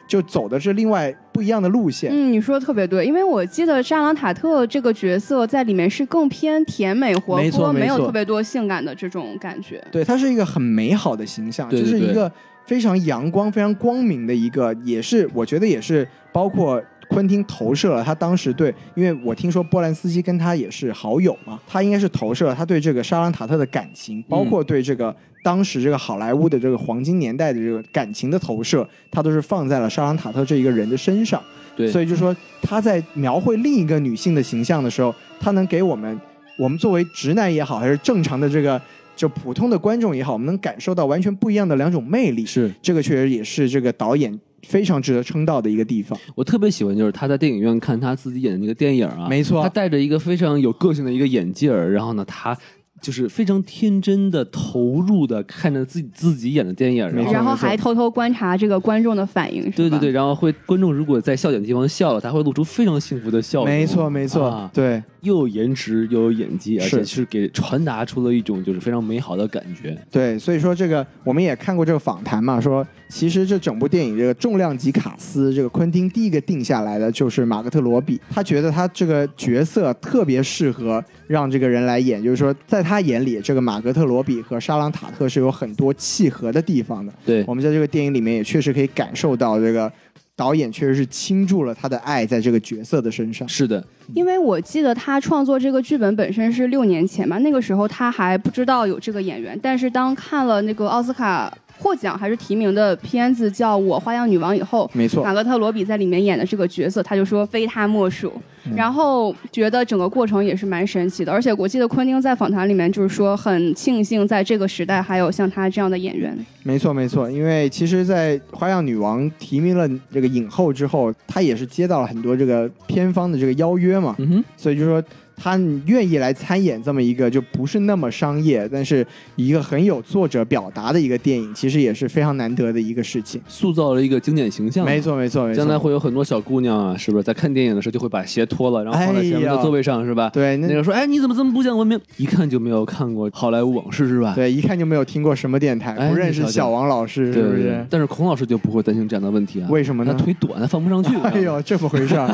Speaker 3: 就走的是另外不一样的路线。
Speaker 4: 嗯，你说的特别对，因为我记得莎朗塔特这个角色在里面是更偏甜美活
Speaker 3: 没错
Speaker 4: 泼，
Speaker 3: 没
Speaker 4: 没有
Speaker 3: 错
Speaker 4: 特别多性感的这种感觉。
Speaker 3: 对，她是一个很美好的形象，
Speaker 2: 对对
Speaker 3: 就是
Speaker 2: 对
Speaker 3: 一个非常阳光、非常光明的一个，也是我觉得也是包括。昆汀投射了他当时对，因为我听说波兰斯基跟他也是好友嘛，他应该是投射了他对这个莎朗塔特的感
Speaker 2: 嗯
Speaker 3: 情，包括对这个当时这个好莱坞的这个黄金年代的这个感情的投射，他都是放在了莎朗塔特这一个人的身上。
Speaker 2: 对，
Speaker 3: 所
Speaker 2: 以
Speaker 3: 以就说他在描绘另一个女性的形象的时候，他能给我们，我们作为直男也好，还是正常的这个就普通的观众也好，我们能感受到完全不一样的两种魅力。
Speaker 2: 是
Speaker 3: 这个确实也是这个导演非常值得称道的一个地方。
Speaker 2: 我特别喜欢，就是他在电影院看他自己演的那个电影啊，
Speaker 3: 没错
Speaker 2: 他戴着一个非常有个性的一个眼镜儿，然后呢，他就是非常天真的投入的看着自己自己演的电影，
Speaker 3: 没错
Speaker 4: 然后还偷偷观察这个观众的反应，是
Speaker 2: 对
Speaker 4: 吧
Speaker 2: 对对，，然后会观众如果在笑点地方笑了，他会露出非常幸福的笑容。
Speaker 3: 没错，没错，
Speaker 2: 啊
Speaker 3: 对，
Speaker 2: 又有颜值又有演技，而
Speaker 3: 是
Speaker 2: 且是给传达出了一种就是非常美好的感觉。
Speaker 3: 对，所以说这个我们也看过这个访谈嘛，说其实这整部电影这个重量级卡司，这个昆汀第一个定下来的就是马格特罗比，他觉得他这个角色特别适合让这个人来演，就是说在他眼里，这个马格特罗比和莎朗塔特是有很多契合的地方的。
Speaker 2: 对，
Speaker 3: 我们在这个电影里面也确实可以感受到这个。导演确实是倾注了他的爱在这个角色的身上，
Speaker 2: 是的，
Speaker 4: 因为我记得他创作这个剧本本身是六年前嘛，那个时候他还不知道有这个演员，但是当看了那个奥斯卡获奖还是提名的片子叫《我花样女王》以后，
Speaker 3: 没错
Speaker 4: 马，格特罗比在里面演的这个角色，他就说非他莫属，然后觉得整个过程也是蛮神奇的。而且我记得昆汀在访谈里面就是说，很庆幸在这个时代还有像他这样的演员。
Speaker 3: 没错，没错，因为其实，在《花样女王》提名了这个影后之后，她也是接到了很多这个片方的这个邀约嘛，
Speaker 2: 嗯哼，
Speaker 3: 所以就说她愿意来参演这么一个就不是那么商业，但是一个很有作者表达的一个电影，其实也是非常难得的一个事情。
Speaker 2: 塑造了一个经典形象。
Speaker 3: 没错，没错，没错。
Speaker 2: 将来会有很多小姑娘啊，是不是在看电影的时候就会把鞋脱了，然后放在前面
Speaker 3: 哎
Speaker 2: 的
Speaker 3: 呀
Speaker 2: 座位上，是吧？
Speaker 3: 对那
Speaker 2: 那个说，哎，你怎么这么不讲文明？一看就没有看过好莱坞往事，是吧？
Speaker 3: 对一看就没有听过什么电台，
Speaker 2: 哎
Speaker 3: 不认识
Speaker 2: 你瞧瞧
Speaker 3: 小王老师，是不
Speaker 2: 对
Speaker 3: 是？
Speaker 2: 但是孔老师就不会担心这样的问题啊，
Speaker 3: 为什么
Speaker 2: 他
Speaker 3: 呢？
Speaker 2: 腿短，他放不上去。
Speaker 3: 哎呦，这么回 事儿。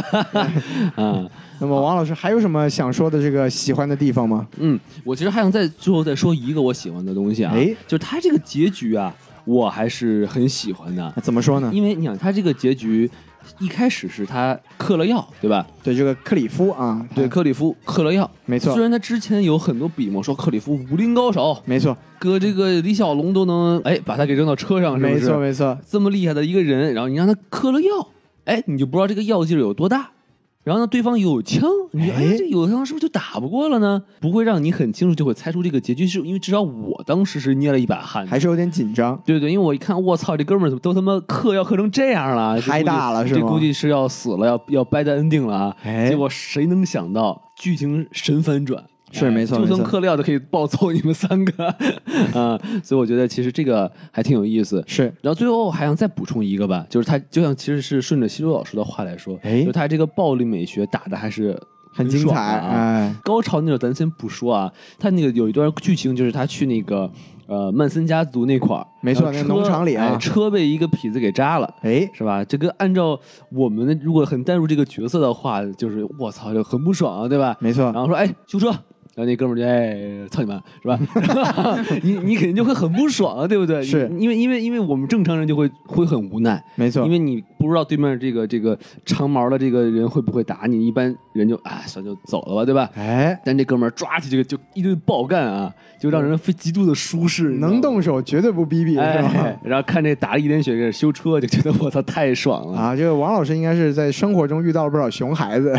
Speaker 2: 啊，
Speaker 3: 那么王老师还有什么想说的这个喜欢的地方吗？
Speaker 2: 嗯，我其实还想再最后再说一个我喜欢的东西啊，
Speaker 3: 哎
Speaker 2: 就是他这个结局啊，我还是很喜欢的，
Speaker 3: 啊怎么说呢？
Speaker 2: 因为你想他这个结局。一开始是他嗑了药，对吧？
Speaker 3: 对这个克里夫啊，
Speaker 2: 对，克里夫嗑了药，
Speaker 3: 没错
Speaker 2: 虽然他之前有很多笔墨说克里夫武林高手，
Speaker 3: 没错，
Speaker 2: 哥，这个李小龙都能哎把他给扔到车上，是不是
Speaker 3: 没错，没错，
Speaker 2: 这么厉害的一个人，然后你让他嗑了药，哎，你就不知道这个药劲儿有多大。然后呢，对方有枪，你说哎，
Speaker 3: 哎
Speaker 2: 这有枪是不是就打不过了呢？不会让你很清楚就会猜出这个结局，是因为至少我当时是捏了一把汗的，
Speaker 3: 还是有点紧张。
Speaker 2: 对对，因为我一看，我操，这哥们儿怎么都他妈嗑药嗑成这样了？这
Speaker 3: 嗨
Speaker 2: 估计
Speaker 3: 大了是
Speaker 2: 这
Speaker 3: 吗
Speaker 2: 估计是要死了，要要掰的 ending 了啊！
Speaker 3: 哎
Speaker 2: 结果谁能想到剧情神反转？
Speaker 3: 是
Speaker 2: 哎
Speaker 3: 没错
Speaker 2: 就
Speaker 3: 没
Speaker 2: 算
Speaker 3: 错嗯
Speaker 2: 嗑了药都可以暴揍你们三个 啊！所以我觉得其实这个还挺有意思。
Speaker 3: 是
Speaker 2: 然后最后我还想再补充一个吧，就是他就像其实是顺着西周老师的话来说，
Speaker 3: 哎
Speaker 2: 就他这个暴力美学打的还是
Speaker 3: 很精
Speaker 2: 爽
Speaker 3: 彩，
Speaker 2: 的啊。
Speaker 3: 哎，
Speaker 2: 高潮那种咱先不说啊，他那个有一段剧情就是他去那个呃曼森家族那块儿，
Speaker 3: 没错
Speaker 2: 然后
Speaker 3: 那
Speaker 2: 车
Speaker 3: 个农场里啊
Speaker 2: 哎车被一个痞子给扎了。
Speaker 3: 哎，
Speaker 2: 是吧？这个按照我们的如果很带入这个角色的话，就是我操，就很不爽啊，对吧？
Speaker 3: 没
Speaker 2: 然
Speaker 3: 错，
Speaker 2: 后说哎修车，然后那哥们儿就哎操你妈是吧？ 你你肯定就会很不爽啊，对不对？
Speaker 3: 是
Speaker 2: 因为因为因为我们正常人就会会很无奈，
Speaker 3: 没错
Speaker 2: 因，为你不知道对面这个这个长毛的这个人会不会打你，一般人就哎算就走了吧，对吧？
Speaker 3: 哎，
Speaker 2: 但这哥们儿抓起这个就一顿爆干啊，就让人非极度的舒适，你知道吗
Speaker 3: 能动手绝对不逼逼，是 吧
Speaker 2: 哎？，然后看这打了一脸血给修车，就觉得我操太爽了。
Speaker 3: 啊，这个王老师应该是在生活中遇到了不少熊孩子，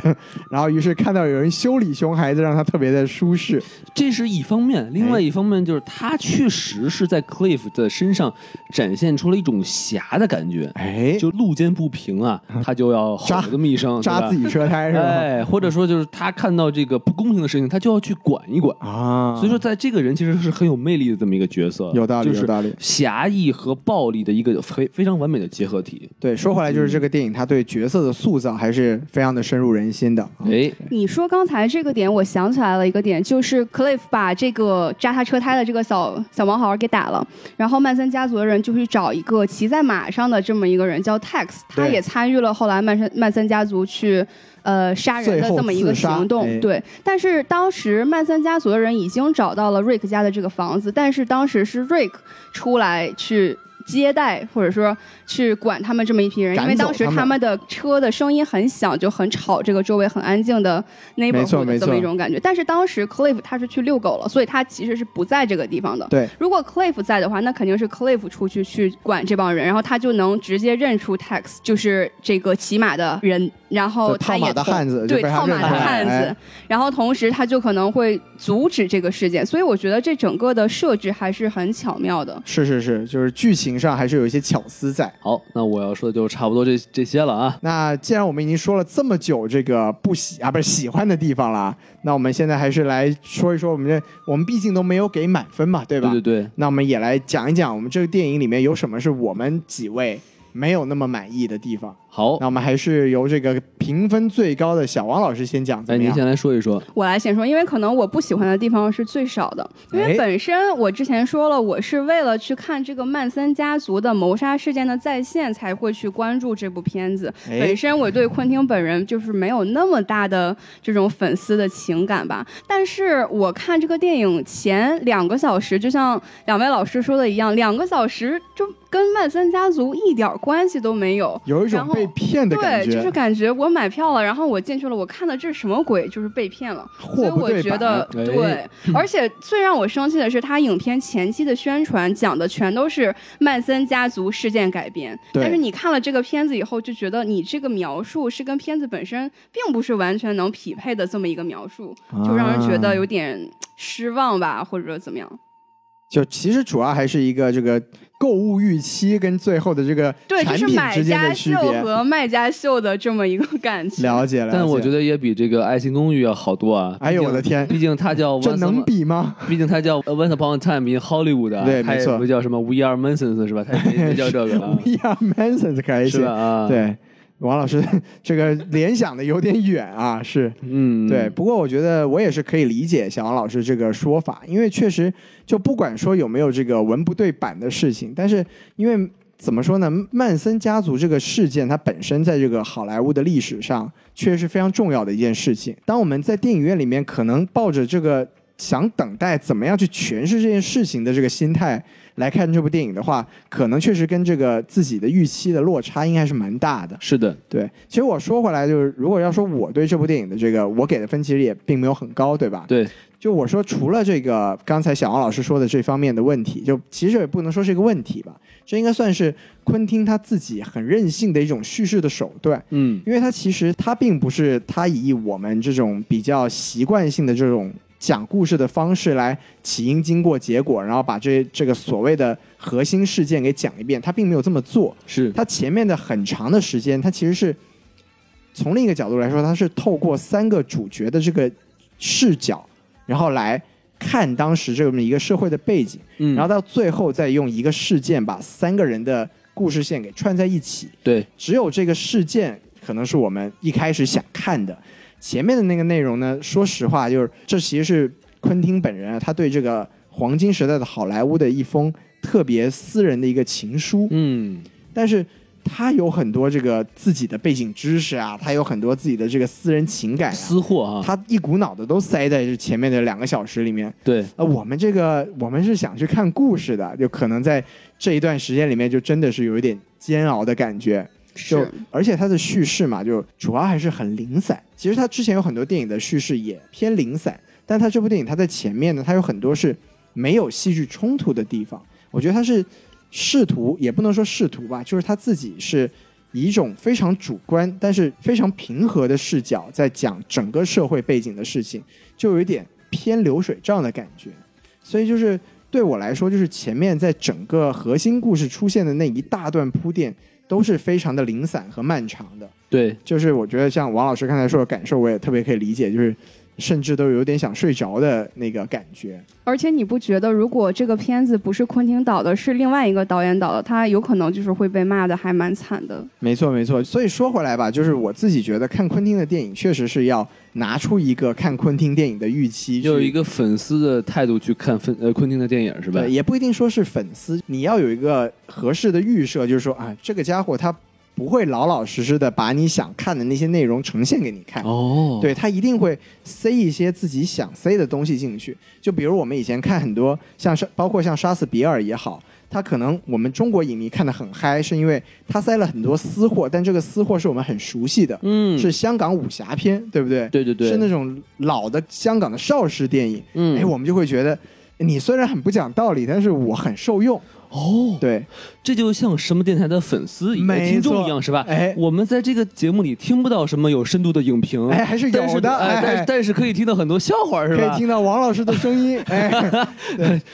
Speaker 3: 然后于是看到有人修理熊孩子，让他特别的舒适。
Speaker 2: 这是一方面，
Speaker 3: 哎
Speaker 2: 另外一方面就是他确实是在 Cliff 的身上展现出了一种侠的感觉，
Speaker 3: 哎，
Speaker 2: 就路见不平 啊，他就要吼
Speaker 3: 扎
Speaker 2: 这么一声，对吧
Speaker 3: 扎自己车胎是吧？
Speaker 2: 哎，或者说就是他看到这个不公平的事情，他就要去管一管。
Speaker 3: 啊，
Speaker 2: 所以说，在这个人其实是很有魅力的这么一个角色，
Speaker 3: 有道理，
Speaker 2: 就
Speaker 3: 有
Speaker 2: 是
Speaker 3: 道理。
Speaker 2: 侠义和暴力的一个非非常完美的结合体。
Speaker 3: 对，说回来就是这
Speaker 2: 嗯
Speaker 3: 个电影，它对角色的塑造还是非常的深入人心的。
Speaker 2: 哎，
Speaker 4: 你说刚才这个点，我想起来了一个点，就是 Cliff 把这个扎他车胎的这个小小毛孩儿给打了，然后曼森家族的人就去找一个骑在马上的这么一个人叫 Tex，他
Speaker 3: 对
Speaker 4: 也参与了后来曼森曼森家族去呃杀人的
Speaker 3: 最后
Speaker 4: 这么一个
Speaker 3: 刺杀
Speaker 4: 行动，
Speaker 3: 哎
Speaker 4: 对。但是当时曼森家族的人已经找到了瑞克家的这个房子，但是当时是瑞克出来去。接待或者说去管他们这么一批人，因为
Speaker 3: 赶走
Speaker 4: 当时
Speaker 3: 他们
Speaker 4: 他们的车的声音很响，就很吵，这个周围很安静的
Speaker 3: 没错
Speaker 4: neighborhood 的
Speaker 3: 没
Speaker 4: 这么
Speaker 3: 错
Speaker 4: 一种感觉。但是当时 Cliff 他是去遛狗了，所以他其实是不在这个地方的。
Speaker 3: 对，
Speaker 4: 如果 Cliff 在的话，那肯定是 Cliff 出去去管这帮人，然后他就能直接认出 Tex 就是这个骑马的人，然后
Speaker 3: 就
Speaker 4: 他
Speaker 3: 套
Speaker 4: 也
Speaker 3: 马的
Speaker 4: 同
Speaker 3: 汉子就
Speaker 4: 对
Speaker 3: 被他
Speaker 4: 套马
Speaker 3: 认
Speaker 4: 的
Speaker 3: 出来
Speaker 4: 汉子
Speaker 3: 哎，
Speaker 4: 然后同时他就可能会阻止这个事件，所以我觉得这整个的设置还是很巧妙的。
Speaker 3: 是是是，就是剧情上还是有一些巧思在。
Speaker 2: 好，那我要说的就差不多这这些了啊。
Speaker 3: 那既然我们已经说了这么久这个不喜啊不是喜欢的地方了，啊那我们现在还是来说一说我们这我们毕竟都没有给满分嘛，对吧？
Speaker 2: 对对，
Speaker 3: 那我们也来讲一讲我们这个电影里面有什么是我们几位没有那么满意的地方。
Speaker 2: 好
Speaker 3: 那，我们还是由这个评分最高的小王老师先讲，怎
Speaker 2: 哎，
Speaker 3: 么
Speaker 2: 您
Speaker 3: 样？
Speaker 2: 先来说一说。
Speaker 4: 我来先说，因为可能我不喜欢的地方是最少的，因为
Speaker 3: 哎
Speaker 4: 本身我之前说了，我是为了去看这个曼森家族的谋杀事件的再现才会去关注这部片子。
Speaker 3: 哎
Speaker 4: 本身我对昆汀本人就是没有那么大的这种粉丝的情感吧，但是我看这个电影前两个小时，就像两位老师说的一样，两个小时就跟曼森家族一点儿关系都没有。
Speaker 3: 有一种
Speaker 4: 然后
Speaker 3: 被骗的感
Speaker 4: 对，
Speaker 3: 觉，
Speaker 4: 就是感觉我买票了，然后我进去了，我看的这是什么鬼？就是被骗了。所
Speaker 3: 货
Speaker 4: 以
Speaker 3: 不
Speaker 4: 我
Speaker 3: 对
Speaker 4: 觉
Speaker 3: 版。
Speaker 4: 得
Speaker 2: 哎
Speaker 4: 对，而且最让我生气的是，他影片前期的宣传讲的全都是曼森家族事件改编，
Speaker 3: 对
Speaker 4: 但是你看了这个片子以后，就觉得你这个描述是跟片子本身并不是完全能匹配的这么一个描述，
Speaker 3: 啊
Speaker 4: 就让人觉得有点失望吧，或者说怎么样？
Speaker 3: 就其实主要还是一个这个购物预期跟最后的这个
Speaker 4: 对，就
Speaker 3: 产
Speaker 4: 是
Speaker 3: 品
Speaker 4: 买
Speaker 3: 之间
Speaker 4: 家
Speaker 3: 的区
Speaker 4: 秀
Speaker 3: 别。
Speaker 4: 和卖家秀的这么一个感觉。
Speaker 3: 了解了解，
Speaker 2: 但我觉得也比这个《爱情公寓》要好多啊！
Speaker 3: 哎呦
Speaker 2: 毕竟
Speaker 3: 我的天
Speaker 2: 毕竟它叫 Once
Speaker 3: 这
Speaker 2: Upon-
Speaker 3: 能比吗？
Speaker 2: 毕竟它叫 Once Upon a Time in Hollywood 啊，
Speaker 3: 对
Speaker 2: 它也
Speaker 3: 没错
Speaker 2: 不叫什么 We Are Mansons 是吧？它也没没 叫这个啊，
Speaker 3: We are Manson 可以
Speaker 2: 是吧？啊，，
Speaker 3: 对，王老师 这个联想的有点远啊，是
Speaker 2: 嗯，
Speaker 3: 对。，不过我觉得我也是可以理解小王老师这个说法，因为确实就不管说有没有这个文不对版的事情，但是因为怎么说呢，曼森家族这个事件它本身在这个好莱坞的历史上确实是非常重要的一件事情。当我们在电影院里面可能抱着这个。想等待怎么样去诠释这件事情的这个心态来看这部电影的话，可能确实跟这个自己的预期的落差应该是蛮大的。
Speaker 2: 是的，
Speaker 3: 对，其实我说回来就是，如果要说我对这部电影的这个我给的分，其实也并没有很高，对吧？
Speaker 2: 对，
Speaker 3: 就我说，除了这个刚才小王老师说的这方面的问题，就其实也不能说是一个问题吧，这应该算是昆汀他自己很任性的一种叙事的手段。
Speaker 2: 嗯，
Speaker 3: 因为他其实他并不是他以我们这种比较习惯性的这种讲故事的方式来起因、经过、结果，然后把这这个所谓的核心事件给讲一遍，他并没有这么做。
Speaker 2: 是，
Speaker 3: 他前面的很长的时间，他其实是从另一个角度来说，他是透过三个主角的这个视角，然后来看当时这么一个社会的背景，
Speaker 2: 嗯，
Speaker 3: 然后到最后再用一个事件把三个人的故事线给串在一起。
Speaker 2: 对，
Speaker 3: 只有这个事件可能是我们一开始想看的，前面的那个内容呢，说实话就是这其实是昆汀本人啊，他对这个黄金时代的好莱坞的一封特别私人的一个情书，
Speaker 2: 嗯，
Speaker 3: 但是他有很多这个自己的背景知识啊，他有很多自己的这个私人情感啊。
Speaker 2: 私货啊，
Speaker 3: 他一股脑的都塞在这前面的两个小时里面，
Speaker 2: 对，
Speaker 3: 呃，我们这个我们是想去看故事的，就可能在这一段时间里面，就真的是有一点煎熬的感觉。就是而且它的叙事嘛，就主要还是很零散。其实它之前有很多电影的叙事也偏零散，但它这部电影它在前面呢，它有很多是没有戏剧冲突的地方。我觉得它是试图，也不能说试图吧，就是他自己是以一种非常主观但是非常平和的视角在讲整个社会背景的事情，就有一点偏流水账的感觉。所以就是对我来说，就是前面在整个核心故事出现的那一大段铺垫，都是非常的零散和漫长的。
Speaker 2: 对，
Speaker 3: 就是我觉得像王老师刚才说的感受，我也特别可以理解，就是甚至都有点想睡着的那个感觉。
Speaker 4: 而且你不觉得，如果这个片子不是昆汀导的，是另外一个导演导的，他有可能就是会被骂的还蛮惨的。，
Speaker 3: 没错，没错。所以说回来吧，就是我自己觉得看昆汀的电影，确实是要拿出一个看昆汀电影的预期去，
Speaker 2: 有一个粉丝的态度去看分呃昆汀的电影是吧
Speaker 3: 对，？也不一定说是粉丝，你要有一个合适的预设，就是说啊，这个家伙他不会老老实实的把你想看的那些内容呈现给你看。
Speaker 2: 哦，
Speaker 3: 对他一定会塞一些自己想塞的东西进去，就比如我们以前看很多像是包括像杀死比尔也好，他可能我们中国影迷看得很嗨，是因为他塞了很多私货，但这个私货是我们很熟悉的，
Speaker 2: 嗯，
Speaker 3: 是香港武侠片，对不对？
Speaker 2: 对对对，
Speaker 3: 是那种老的香港的邵氏电影，
Speaker 2: 嗯，
Speaker 3: 哎，我们就会觉得你虽然很不讲道理，但是我很受用。
Speaker 2: 哦，
Speaker 3: 对，
Speaker 2: 这就像什么电台的粉丝、以及
Speaker 3: 没
Speaker 2: 听众
Speaker 3: 错
Speaker 2: 一样，是吧？
Speaker 3: 哎
Speaker 2: 我们在这个节目里听不到什么有深度的影评，
Speaker 3: 哎还是
Speaker 2: 但
Speaker 3: 有的
Speaker 2: 哎，但是
Speaker 3: 哎
Speaker 2: 但是可以听到很多笑话，是
Speaker 3: 可以
Speaker 2: 吧？
Speaker 3: 听到王老师的声音，哎。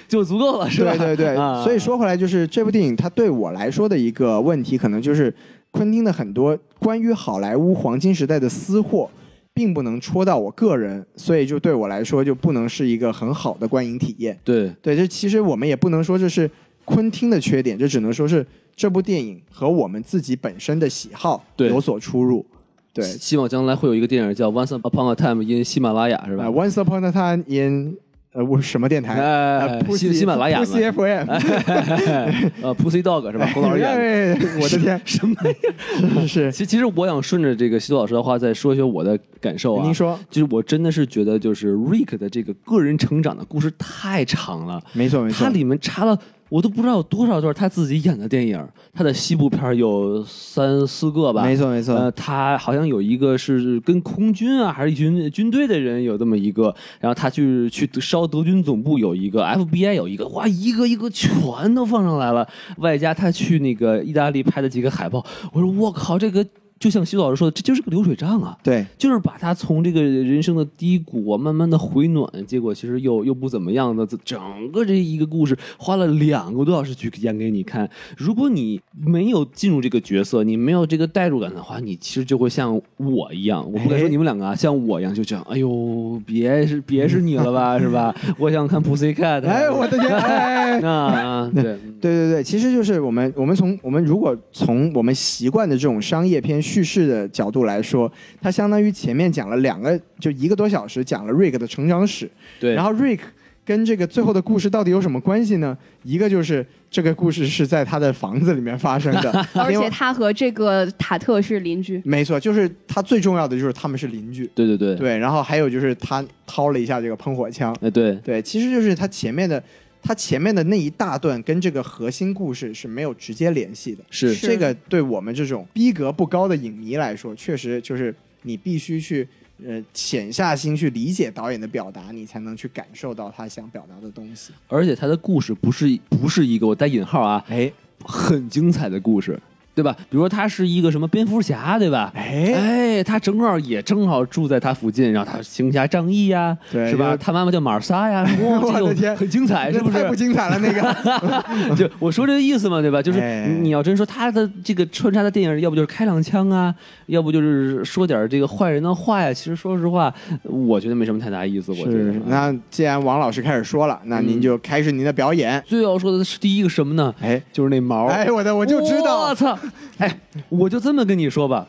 Speaker 2: 就足够了，是吧？
Speaker 3: 对对对，
Speaker 2: 啊
Speaker 3: 所以说回来就是这部电影，它对我来说的一个问题，可能就是昆汀的很多关于好莱坞黄金时代的私货，并不能戳到我个人，所以就对我来说就不能是一个很好的观影体验。
Speaker 2: 对，
Speaker 3: 对，这其实我们也不能说这是昆汀的缺点，这只能说是这部电影和我们自己本身的喜好
Speaker 2: 对
Speaker 3: 有所出入。对，
Speaker 2: 希望将来会有一个电影叫《Once Upon a Time in 喜马拉雅》，是吧
Speaker 3: 啊、？o n c e Upon a Time in 呃，我什么电台？
Speaker 2: 哎，
Speaker 3: 呃
Speaker 2: 喜喜马拉雅
Speaker 3: Pussy
Speaker 2: 嘛，
Speaker 3: FM，
Speaker 2: 呃，Pussy Dog 是吧？孔老师演的。
Speaker 3: 哎我的 天，
Speaker 2: 什么呀？
Speaker 3: 是是，
Speaker 2: 其其实我想顺着这个西多老师的话再说一说我的感受啊。
Speaker 3: 您说，
Speaker 2: 就是我真的是觉得，就是 Rick 的这个个人成长的故事太长了，
Speaker 3: 没错没错，
Speaker 2: 它里面插了我都不知道有多少段他自己演的电影，他的西部片儿有三四个吧，
Speaker 3: 没错没错
Speaker 2: 呃，他好像有一个是跟空军啊，还是一群军队的人有这么一个，然后他去去烧德军总部有一个，FBI 有一个，哇，一个一个全都放上来了，外加他去那个意大利拍的几个海报，我说我靠，这个就像徐老师说的，这就是个流水账啊。
Speaker 3: 对
Speaker 2: 就是把他从这个人生的低谷啊，慢慢的回暖，结果其实又又不怎么样的，这整个这一个故事花了两个多小时去演给你看。如果你没有进入这个角色，你没有这个代入感的话，你其实就会像我一样，我不敢说
Speaker 3: 哎
Speaker 2: 你们两个啊，像我一样就这样，哎呦，别是别是你了吧，是吧？我想看 Pussycat，
Speaker 3: 哎，我的天，哎，
Speaker 2: 那啊，对，
Speaker 3: 对对对，其实就是我们我们从我们如果从我们习惯的这种商业片叙事的角度来说，它相当于前面讲了两个，就一个多小时讲了 Rick 的成长史，
Speaker 2: 对，
Speaker 3: 然后 Rick。跟这个最后的故事到底有什么关系呢？一个就是这个故事是在他的房子里面发生 的
Speaker 4: 而
Speaker 3: 另
Speaker 4: 且
Speaker 3: 外
Speaker 4: 他和这个塔特是邻居。
Speaker 3: 没错，就是他最重要的就是他们是邻居，
Speaker 2: 对对对，
Speaker 3: 对，然后还有就是他掏了一下这个喷火枪，
Speaker 2: 哎对，
Speaker 3: 对，其实就是他前面的，他前面的那一大段跟这个核心故事是没有直接联系的。
Speaker 2: 是
Speaker 4: 是
Speaker 3: 这个对我们这种逼格不高的影迷来说，确实就是你必须去呃潜下心去理解导演的表达，你才能去感受到他想表达的东西。
Speaker 2: 而且他的故事不是不是一个我带引号啊，
Speaker 3: 哎
Speaker 2: 很精彩的故事，对吧？比如说他是一个什么蝙蝠侠，对吧？
Speaker 3: 哎，
Speaker 2: 哎，他正好也正好住在他附近，然后他行侠仗义呀、
Speaker 3: 对
Speaker 2: 是吧？
Speaker 3: 就
Speaker 2: 他妈妈叫玛莎 呀，哇，
Speaker 3: 我的
Speaker 2: 这种
Speaker 3: 天
Speaker 2: 很精彩，哎是
Speaker 3: 那
Speaker 2: 不
Speaker 3: 哎太不
Speaker 2: 是？
Speaker 3: 精彩了那个。
Speaker 2: 就我说这个意思嘛，对吧？就是
Speaker 3: 哎
Speaker 2: 你要真说他的这个穿插的电影，要不就是开两枪啊，要不就是说点这个坏人的话呀。其实说实话，我觉得没什么太大意思。我觉得啊
Speaker 3: 是， 那既然王老师开始说了，那您就开始您的表演。
Speaker 2: 最要说的是第一个什么呢？
Speaker 3: 哎
Speaker 2: 就是那毛。
Speaker 3: 哎，我的我就知道嗯
Speaker 2: 我操！哎，我就这么跟你说吧，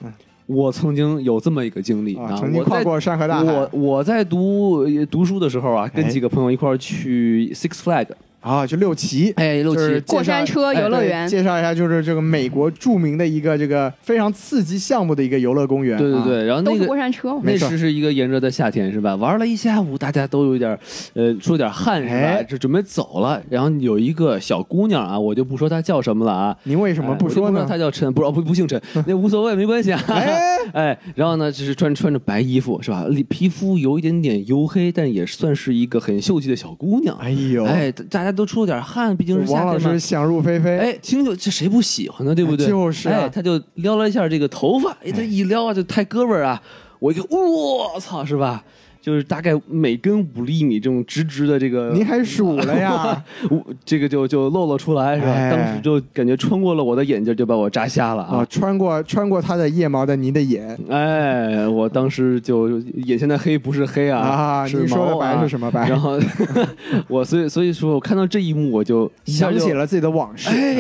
Speaker 2: 我曾经有这么一个经历
Speaker 3: 啊，
Speaker 2: 啊，
Speaker 3: 曾经
Speaker 2: 我
Speaker 3: 跨
Speaker 2: 在
Speaker 3: 过山河大
Speaker 2: 我
Speaker 3: 海哎
Speaker 2: 我在读读书的时候啊，跟几个朋友一块儿去 Six Flag，
Speaker 3: 啊，就六旗。
Speaker 2: 哎，六
Speaker 3: 就是
Speaker 2: 旗，
Speaker 4: 过
Speaker 3: 介绍
Speaker 4: 山车游乐园
Speaker 3: 哎对介绍一下，就是这个美国著名的一个这个非常刺激项目的一个游乐公园。
Speaker 2: 对对
Speaker 3: 啊，
Speaker 2: 对，然后
Speaker 4: 都
Speaker 2: 那
Speaker 4: 是过
Speaker 2: 个。
Speaker 4: 山车嘛，
Speaker 2: 那
Speaker 3: 没错
Speaker 2: 时是一个炎热的夏天，是吧？玩了一下午，大家都有一点，呃，出了点汗，是吧
Speaker 3: 哎？
Speaker 2: 就准备走了。然后有一个小姑娘啊，我就不说她叫什么了啊，
Speaker 3: 您为什么
Speaker 2: 哎
Speaker 3: 不
Speaker 2: 我就
Speaker 3: 说
Speaker 2: 知道
Speaker 3: 呢？
Speaker 2: 她叫陈，不是哦不不姓 陈，那无所谓，没关系啊。
Speaker 3: 哎，
Speaker 2: 哎，然后呢，就是穿穿着白衣服，是吧？里皮肤有一点点黝黑，但也算是一个很秀气的小姑娘。
Speaker 3: 哎呦，
Speaker 2: 哎，大大家都出了点汗，毕竟是夏
Speaker 3: 王老
Speaker 2: 天嘛
Speaker 3: 师。想入非非。
Speaker 2: 哎，听就这谁不喜欢呢？对不对？
Speaker 3: 哎就是啊
Speaker 2: 哎，他就撩了一下这个头发，哎，他一撩啊，就太胳膊儿啊，我一看，我操，是吧？就是大概每根五厘米这种直直的这个，
Speaker 3: 您还数 了呀？
Speaker 2: 我这个就就露了出来，是吧？
Speaker 3: 哎
Speaker 2: 当时就感觉穿过了我的眼睛，就把我扎瞎了啊！
Speaker 3: 啊，穿过穿过他的腋毛的您的眼
Speaker 2: 哎，我当时就眼前的黑不是黑啊，
Speaker 3: 啊，
Speaker 2: 是
Speaker 3: 您说的
Speaker 2: 毛啊
Speaker 3: 白是什么白
Speaker 2: 然？后 我所以所以说我看到这一幕我就一下
Speaker 3: 想
Speaker 2: 就
Speaker 3: 起了自己的往事。
Speaker 2: 哎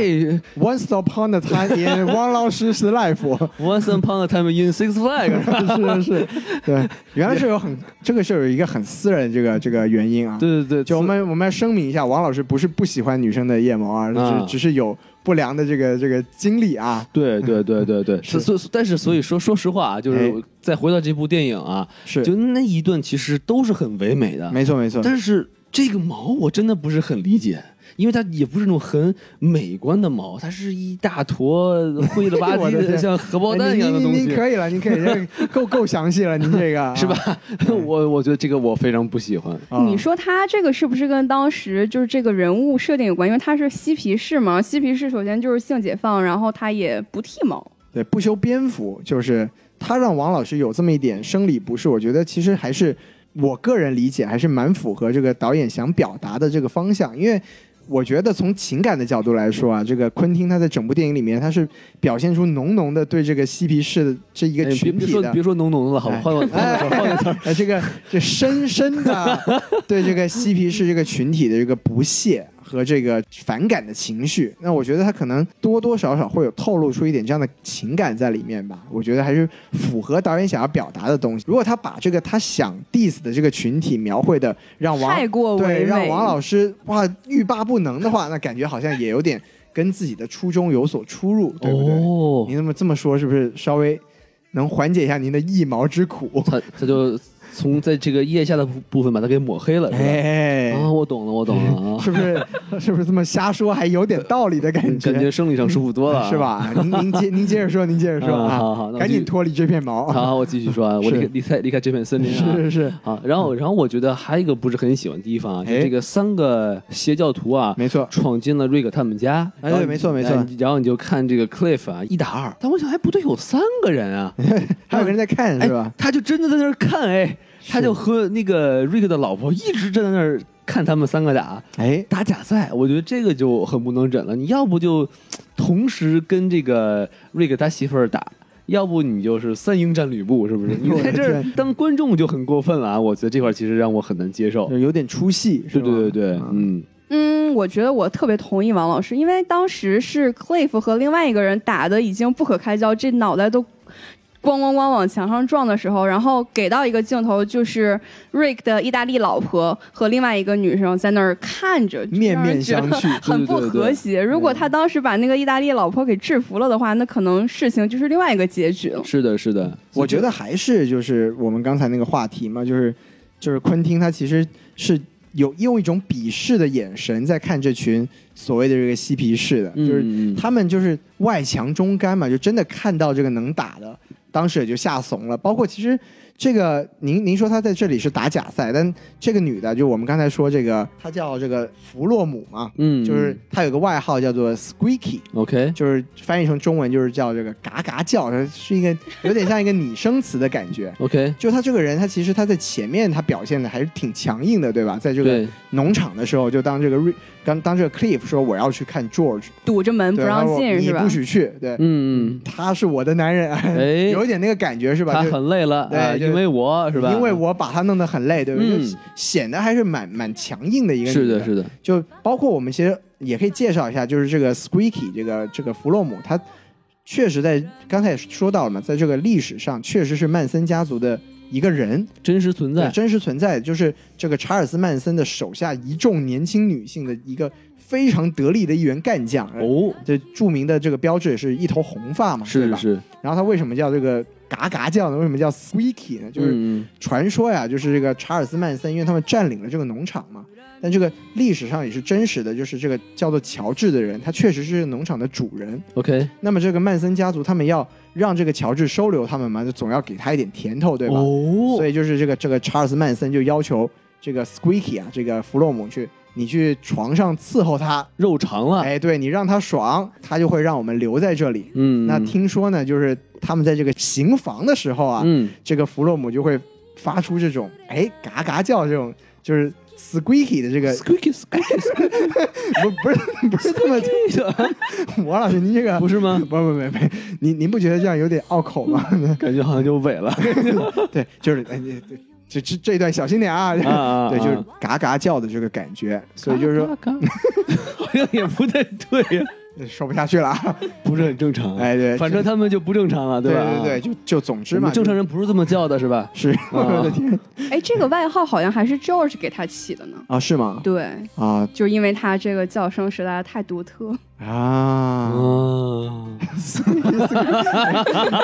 Speaker 3: Once upon a time in 王老师 's life，
Speaker 2: ，Once upon a time in Six Flags，是吧
Speaker 3: 是是，对，原来是有很这个是有一个很私人的这个这个原因啊。
Speaker 2: 对对 对，
Speaker 3: 就我们我们要声明一下，王老师不是不喜欢女生的腋毛啊，
Speaker 2: 啊
Speaker 3: 只只是有不良的这个这个经历啊。
Speaker 2: 对对对对对，
Speaker 3: 是
Speaker 2: 是所以但是所以说说实话啊，就
Speaker 3: 哎
Speaker 2: 是再回到这部电影啊，
Speaker 3: 是，
Speaker 2: 就那一顿其实都是很唯美的，
Speaker 3: 没错没错。哎
Speaker 2: 但是这个毛我真的不是很理解。因为它也不是那种很美观的毛，它是一大坨灰了吧
Speaker 3: 我
Speaker 2: 唧
Speaker 3: 的
Speaker 2: 的
Speaker 3: 天
Speaker 2: 像荷包
Speaker 3: 哎
Speaker 2: 蛋一样
Speaker 3: 您
Speaker 2: 的
Speaker 3: 您
Speaker 2: 东
Speaker 3: 您
Speaker 2: 西
Speaker 3: 您。可以了，您可以，这个够够详细了，您这个 啊
Speaker 2: 是吧？？我我觉得这个我非常不喜欢。
Speaker 3: 啊
Speaker 4: 你说他这个是不是跟当时就是这个人物设定有关？因为他是嬉皮士嘛，嬉皮士首先就是性解放，然后他也不剃毛，
Speaker 3: 对不修边幅，就是他让王老师有这么一点生理不适，我觉得其实还是我个人理解还是蛮符合这个导演想表达的这个方向，因为。我觉得从情感的角度来说啊，这个昆汀他在整部电影里面，他是表现出浓浓的对这个嬉皮士的这一
Speaker 2: 哎
Speaker 3: 个
Speaker 2: 别
Speaker 3: 群
Speaker 2: 别
Speaker 3: 体
Speaker 2: 说
Speaker 3: 的
Speaker 2: 别说浓浓的了，好吧，
Speaker 3: 哎
Speaker 2: 换个换个词儿换个词儿。
Speaker 3: 呃，这个这深深的对这个嬉皮士这个群体的这个不屑和这个反感的情绪，那我觉得他可能多多少少会有透露出一点这样的情感在里面吧。我觉得还是符合导演想要表达的东西。如果他把这个他想 diss 的这个群体描绘的让王
Speaker 4: 太过唯
Speaker 3: 对让
Speaker 4: 美。
Speaker 3: 王老师哇欲罢不能的话，那感觉好像也有点跟自己的初衷有所出入，对不对？
Speaker 2: 哦，
Speaker 3: 您这么这么说，是不是稍微能缓解一下您的一毛之苦？
Speaker 2: 他他就从在这个腋下的部部分把它给抹黑了，是吧？
Speaker 3: 哎，
Speaker 2: 啊，我懂了，我懂了啊，
Speaker 3: 是不是是不是这么瞎说还有点道理的感觉？
Speaker 2: 感觉生理上舒服多了，
Speaker 3: 是？吧？您您接您接着说，您接着说
Speaker 2: 啊
Speaker 3: 啊，
Speaker 2: 好好，那我
Speaker 3: 赶
Speaker 2: 继续
Speaker 3: 紧。脱离这片毛
Speaker 2: 好，
Speaker 3: 啊！
Speaker 2: 好我继续说啊，我
Speaker 3: 是
Speaker 2: 离开离开离开这片森林啊。
Speaker 3: 是是是，
Speaker 2: 啊，然后然后我觉得还有一个不是很喜欢的地方啊，就
Speaker 3: 嗯哎
Speaker 2: 这个三个邪教徒啊，
Speaker 3: 没错。
Speaker 2: 闯进了瑞克他们家。
Speaker 3: 哎
Speaker 2: 然后
Speaker 3: 对
Speaker 2: 你
Speaker 3: 没错没错
Speaker 2: 哎然后你就看这个 Cliff 啊，一打二，但我想，哎，不对，有三个人啊，
Speaker 3: 还有个人在看
Speaker 2: 哎
Speaker 3: 是吧？
Speaker 2: 他就真的在那儿看，哎，他就和那个瑞克的老婆一直站在那儿看他们三个打
Speaker 3: 哎，
Speaker 2: 打假赛，我觉得这个就很不能忍了。你要不就同时跟这个瑞克他媳妇儿打。要不你就是三英战吕布，是 不是？你在这
Speaker 3: 我的
Speaker 2: 儿
Speaker 3: 天
Speaker 2: 当观众就很过分了啊！我觉得这块儿其实让我很难接受
Speaker 3: 就。有点出戏，是
Speaker 2: 对
Speaker 3: 吧
Speaker 2: 对对对，
Speaker 3: 嗯
Speaker 2: 嗯，
Speaker 4: 嗯，我觉得我特别同意王老师，因为当时是 Cliff 和另外一个人打的已经不可开交，这脑袋都咣咣咣往墙上撞的时候，然后给到一个镜头，就是瑞克的意大利老婆和另外一个女生在那儿看着，就
Speaker 3: 面
Speaker 4: 让人
Speaker 3: 面
Speaker 4: 觉得
Speaker 3: 相觑嗯
Speaker 4: 很不
Speaker 2: 对对对
Speaker 4: 和谐。如果他当时把那个意大利老婆给制服了的话，那可能事情就是另外一个结局了。
Speaker 2: 是的，是的，
Speaker 3: 我觉得还是就是我们刚才那个话题嘛，就是就是昆汀他其实是有用一种鄙视的眼神在看这群所谓的这个嬉皮士的，
Speaker 2: 嗯
Speaker 3: 就是
Speaker 2: 嗯嗯
Speaker 3: 他们就是外强中干嘛，就真的看到这个能打的，当时也就吓怂了。包括其实这个您您说他在这里是打假赛，但这个女的就我们刚才说这个，她叫这个弗洛姆嘛，
Speaker 2: 嗯，
Speaker 3: 就是她有个外号叫做 Squeaky，
Speaker 2: OK，。
Speaker 3: 就是翻译成中文就是叫这个嘎嘎叫，是一个有点像一个拟声词的感觉
Speaker 2: OK，
Speaker 3: 就他这个人，他其实他在前面他表现的还是挺强硬的，对吧？在这个
Speaker 2: 对，
Speaker 3: 农场的时候，就当这个瑞刚当这个 Cliff 说我要去看 George，
Speaker 4: 堵着门不
Speaker 3: 对，
Speaker 4: 让
Speaker 3: 他说
Speaker 4: 进是吧
Speaker 3: 你不？许去，对，
Speaker 2: 嗯嗯，
Speaker 3: 他是我的男人，
Speaker 2: 哎
Speaker 3: 哎有一点那个感觉是吧？
Speaker 2: 他
Speaker 3: 就
Speaker 2: 很累了，
Speaker 3: 对
Speaker 2: 啊，
Speaker 3: 就
Speaker 2: 因为我是吧？
Speaker 3: 因为我把他弄得很累，对不
Speaker 2: 嗯
Speaker 3: 对？就显得还是蛮蛮强硬的一个
Speaker 2: 是
Speaker 3: 女
Speaker 2: 的，是的，
Speaker 3: 就包括我们其实也可以介绍一下，就是这个 Squeaky 这个这个弗洛姆，他确实在刚才也说到了嘛，在这个历史上确实是曼森家族的一个人，
Speaker 2: 真实存在，
Speaker 3: 真实存在，就是这个查尔斯曼森的手下一众年轻女性的一个非常得力的一员干将。
Speaker 2: 哦，
Speaker 3: 这著名的这个标志也是一头红发嘛，对
Speaker 2: 是
Speaker 3: 吧？
Speaker 2: 是，
Speaker 3: 然后他为什么叫这个嘎嘎叫呢？为什么叫 squeaky 呢？就是
Speaker 2: 嗯
Speaker 3: 传说呀，就是这个查尔斯曼森，因为他们占领了这个农场嘛。但这个历史上也是真实的，就是这个叫做乔治的人，他确实是农场的主人。
Speaker 2: OK，
Speaker 3: 那么这个曼森家族他们要让这个乔治收留他们嘛，就总要给他一点甜头，对吧？
Speaker 2: 哦
Speaker 3: 所以就是这个这个查尔斯曼森就要求这个 Squeaky 啊，这个弗洛姆去，你去床上伺候他，
Speaker 2: 肉偿了，
Speaker 3: 哎，对你让他爽，他就会让我们留在这里。
Speaker 2: 嗯，
Speaker 3: 那
Speaker 2: 嗯
Speaker 3: 听说呢，就是他们在这个行房的时候啊，
Speaker 2: 嗯
Speaker 3: 这个弗洛姆就会发出这种哎嘎嘎叫这种就是 squeaky 的这个
Speaker 2: ，squeaky squeaky
Speaker 3: 不不是 不是这么
Speaker 2: squeaky，
Speaker 3: 王老师您这个
Speaker 2: 不是吗
Speaker 3: 不？不不不，您您不觉得这样有点拗口 吗？
Speaker 2: 感觉好像就萎了
Speaker 3: 对，就是哎你对这这这一段小心点啊，
Speaker 2: 啊啊！
Speaker 3: 对，就是
Speaker 2: 啊
Speaker 3: 嘎嘎叫的这个感觉，所以就是说，
Speaker 2: 嘎 嘎嘎好像也不太对 呀，
Speaker 3: 说不下去了啊，
Speaker 2: 不是很正常。啊
Speaker 3: 哎对，
Speaker 2: 反正他们就不正常了，
Speaker 3: 对
Speaker 2: 吧？
Speaker 3: 对
Speaker 2: 对，
Speaker 3: 对，就就总之
Speaker 2: 我
Speaker 3: 嘛，
Speaker 2: 们正常人啊不是这么叫的，是吧？
Speaker 3: 是 我的天
Speaker 4: 哎，这个外号好像还是 George 给他起的呢。
Speaker 3: 啊，是吗？
Speaker 4: 对，
Speaker 3: 啊
Speaker 4: 就是因为他这个叫声实在太独特。
Speaker 3: 啊，
Speaker 2: 啊，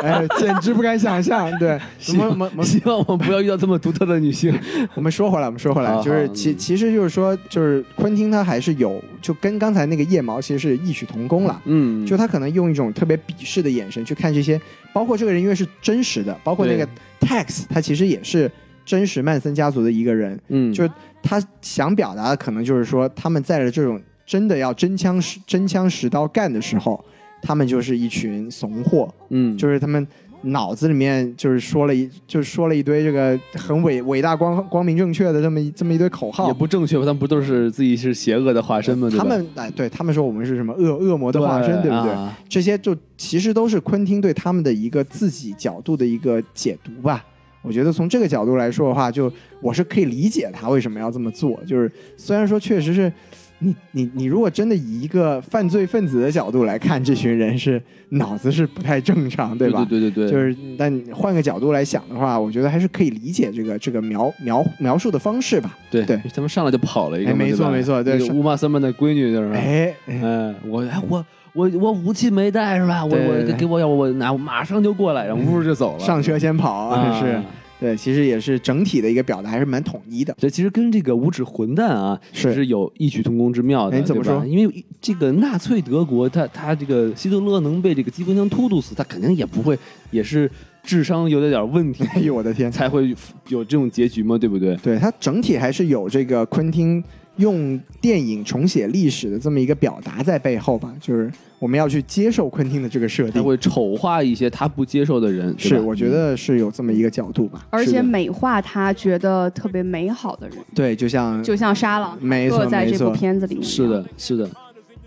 Speaker 3: 哎，简直不敢想象， 对，我
Speaker 2: 希
Speaker 3: 们我
Speaker 2: 望
Speaker 3: 们我们
Speaker 2: 希望我不要遇到这么独特的女性。
Speaker 3: 我们说回来，我们说回来
Speaker 2: 好，好
Speaker 3: 就是其
Speaker 2: 嗯
Speaker 3: 其实就是说，就是昆汀他还是有，就跟刚才那个夜毛其实是异曲同工了。
Speaker 2: 嗯，
Speaker 3: 就他可能用一种特别鄙视的眼神去看这些，包括这个人因为是真实的，包括那个 Tex，他其实也是真实曼森家族的一个人，
Speaker 2: 嗯，
Speaker 3: 就他想表达的可能就是说，他们在了这种真的要真枪实真枪实刀干的时候，他们就是一群怂货，
Speaker 2: 嗯，
Speaker 3: 就是他们脑子里面就是说了一就是说了一堆这个很伟伟大光光明正确的这么一这么一堆口
Speaker 2: 也
Speaker 3: 号。
Speaker 2: 不正确吧？他们不都是自己是邪恶的化身吗？对吧
Speaker 3: 他们哎，对他们说我们是什么恶恶魔的化身，对不对？
Speaker 2: 啊
Speaker 3: 这些就其实都是昆汀对他们的一个自己角度的一个解读吧。我觉得从这个角度来说的话，就我是可以理解他为什么要这么做。就是虽然说确实是你你你如果真的以一个犯罪分子的角度来看，这群人是脑子是不太正常，
Speaker 2: 对
Speaker 3: 吧？
Speaker 2: 对对对，
Speaker 3: 就是，但你换个角度来想的话，我觉得还是可以理解这个这个描描描述的方式吧。
Speaker 2: 对
Speaker 3: 对
Speaker 2: 他们上来就跑了一个
Speaker 3: 哎
Speaker 2: 嘛，
Speaker 3: 没
Speaker 2: 对
Speaker 3: 错
Speaker 2: 吧
Speaker 3: 没错对
Speaker 2: 那个
Speaker 3: 是
Speaker 2: 乌玛三曼的闺女就是，
Speaker 3: 哎，
Speaker 2: 哎，我哎我我我武器没带是吧？我
Speaker 3: 对对
Speaker 2: 我
Speaker 3: 对嗯
Speaker 2: 给我要我拿，我马上就过来，然后呜就走了，
Speaker 3: 上嗯车先跑，
Speaker 2: 啊
Speaker 3: 是对，其实也是整体的一个表达还是蛮统一的。
Speaker 2: 这其实跟这个无耻混蛋啊
Speaker 3: 是
Speaker 2: 是有异曲同工之妙的。
Speaker 3: 哎你怎么
Speaker 2: 对吧
Speaker 3: 说
Speaker 2: 因为这个纳粹德国，他他这个希特勒能被这个机关枪突突死，他肯定也不会，也是智商有点点问题
Speaker 3: 哎呦我的天！
Speaker 2: 才会有这种结局嘛，对不对？
Speaker 3: 对，它整体还是有这个昆汀用电影重写历史的这么一个表达在背后吧，就是我们要去接受昆汀的这个设
Speaker 2: 他
Speaker 3: 定。
Speaker 2: 会丑化一些他不接受的人，对
Speaker 3: 是，
Speaker 2: 吧
Speaker 3: 我觉得是有这么一个角度吧。
Speaker 4: 而
Speaker 2: 是
Speaker 4: 且
Speaker 2: 的
Speaker 4: 美化他觉得特别美好的人，
Speaker 3: 对，就像
Speaker 4: 就像沙朗，
Speaker 3: 嗯没错
Speaker 4: 刻在
Speaker 3: 没
Speaker 4: 这
Speaker 3: 错
Speaker 4: 部片子里面。
Speaker 2: 是的，是的。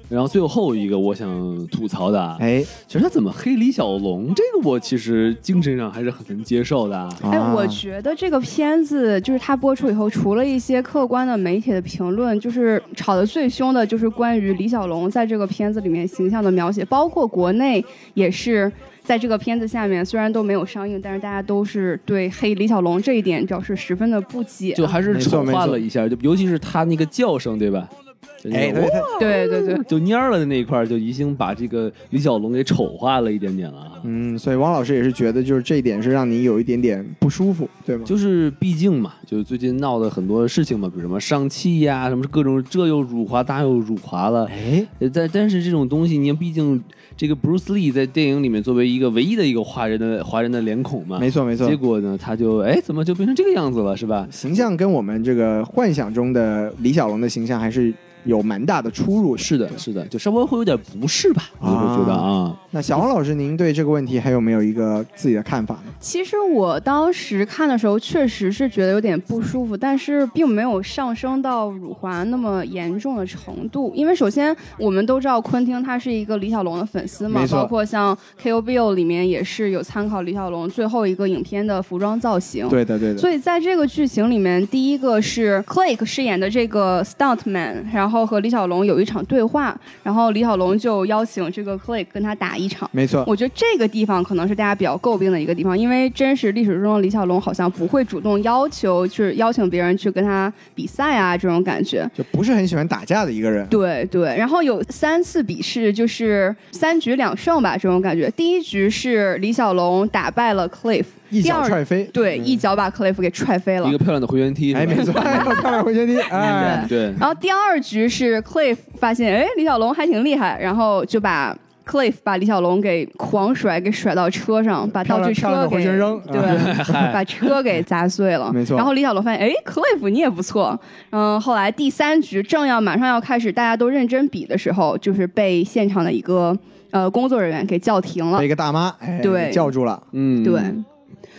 Speaker 2: 然后最后一个我想吐槽的，啊
Speaker 3: 哎，
Speaker 2: 其实他怎么黑李小龙，这个我其实精神上还是很能接受的啊。
Speaker 4: 哎，
Speaker 3: 啊
Speaker 4: 我觉得这个片子就是它播出以后，除了一些客观的媒体的评论，就是吵得最凶的就是关于李小龙在这个片子里面形象的描写，包括国内也是在这个片子下面，虽然都没有上映，但是大家都是对黑李小龙这一点表示十分的不解。
Speaker 2: 就还是
Speaker 3: 没错
Speaker 2: 丑
Speaker 3: 没错
Speaker 2: 化了一下，就尤其是他那个叫声，对吧？就那
Speaker 3: 哎，
Speaker 2: 个
Speaker 3: 对他
Speaker 4: 对对对，
Speaker 2: 就蔫儿了的那一块儿，就已经把这个李小龙给丑化了一点点了啊。
Speaker 3: 嗯，所以汪老师也是觉得，就是这一点是让你有一点点不舒服，对吗？
Speaker 2: 就是毕竟嘛，就是最近闹的很多事情嘛，比如什么上汽呀、什么各种这又辱华，那又辱华了。
Speaker 3: 哎，
Speaker 2: 呃但但是这种东西，你毕竟这个 Bruce Lee 在电影里面作为一个唯一的一个华人的华人的脸孔嘛，
Speaker 3: 没错没错
Speaker 2: 结，果呢，他就哎怎么就变成这个样子了，是吧？
Speaker 3: 形象跟我们这个幻想中的李小龙的形象还是有蛮大的出入的。
Speaker 2: 是的，是的，就稍微会有点不适吧，我会觉得啊，
Speaker 3: 那小王老师，您对这个问题还有没有一个自己的看法呢？
Speaker 4: 其实我当时看的时候，确实是觉得有点不舒服，但是并没有上升到辱华那么严重的程度。因为首先我们都知道昆汀他是一个李小龙的粉丝嘛
Speaker 3: 没，错
Speaker 4: 包括像《K.O. Bill》里面也是有参考李小龙最后一个影片的服装造型。
Speaker 3: 对的，对的。
Speaker 4: 嗯所以在这个剧情里面，第一个是 Click 饰演的这个 Stuntman，然后和李小龙有一场对话，然后李小龙就邀请这个 Click 跟他打一场。
Speaker 3: 没错，
Speaker 4: 我觉得这个地方可能是大家比较诟病的一个地方，因为真实历史中的李小龙好像不会主动要求去邀请别人去跟他比赛啊，这种感觉。
Speaker 3: 就不是很喜欢打架的一个人。
Speaker 4: 对对，然后有三次比试，就是三局两胜吧，这种感觉。第一局是李小龙打败了 Cliff，
Speaker 3: 一脚
Speaker 4: 第二
Speaker 3: 踹飞，
Speaker 4: 对，
Speaker 3: 嗯
Speaker 4: 一脚把 Cliff 给踹飞了
Speaker 2: 一个。漂亮的回旋踢，
Speaker 3: 哎，
Speaker 2: 是吧嗯
Speaker 3: 没错，哎我看了回旋踢， 哎，
Speaker 2: 对，
Speaker 4: 然后第二局是 Cliff 发现，哎，李小龙还挺厉害，然后就把 Cliff 把李小龙给狂甩，给甩到车上，把道具
Speaker 3: 漂亮
Speaker 4: 车
Speaker 3: 的回
Speaker 4: 给
Speaker 3: 旋扔嗯
Speaker 4: 对，把车给砸碎了。
Speaker 3: 没错
Speaker 4: 然后李小龙发现，哎，Cliff 你也不错。嗯，后来第三局正要马上要开始，大家都认真比的时候，就是被现场的一个呃工作人员给叫停了
Speaker 3: 被一。个大妈哎
Speaker 4: 对
Speaker 3: 叫住了。
Speaker 2: 嗯，
Speaker 4: 对，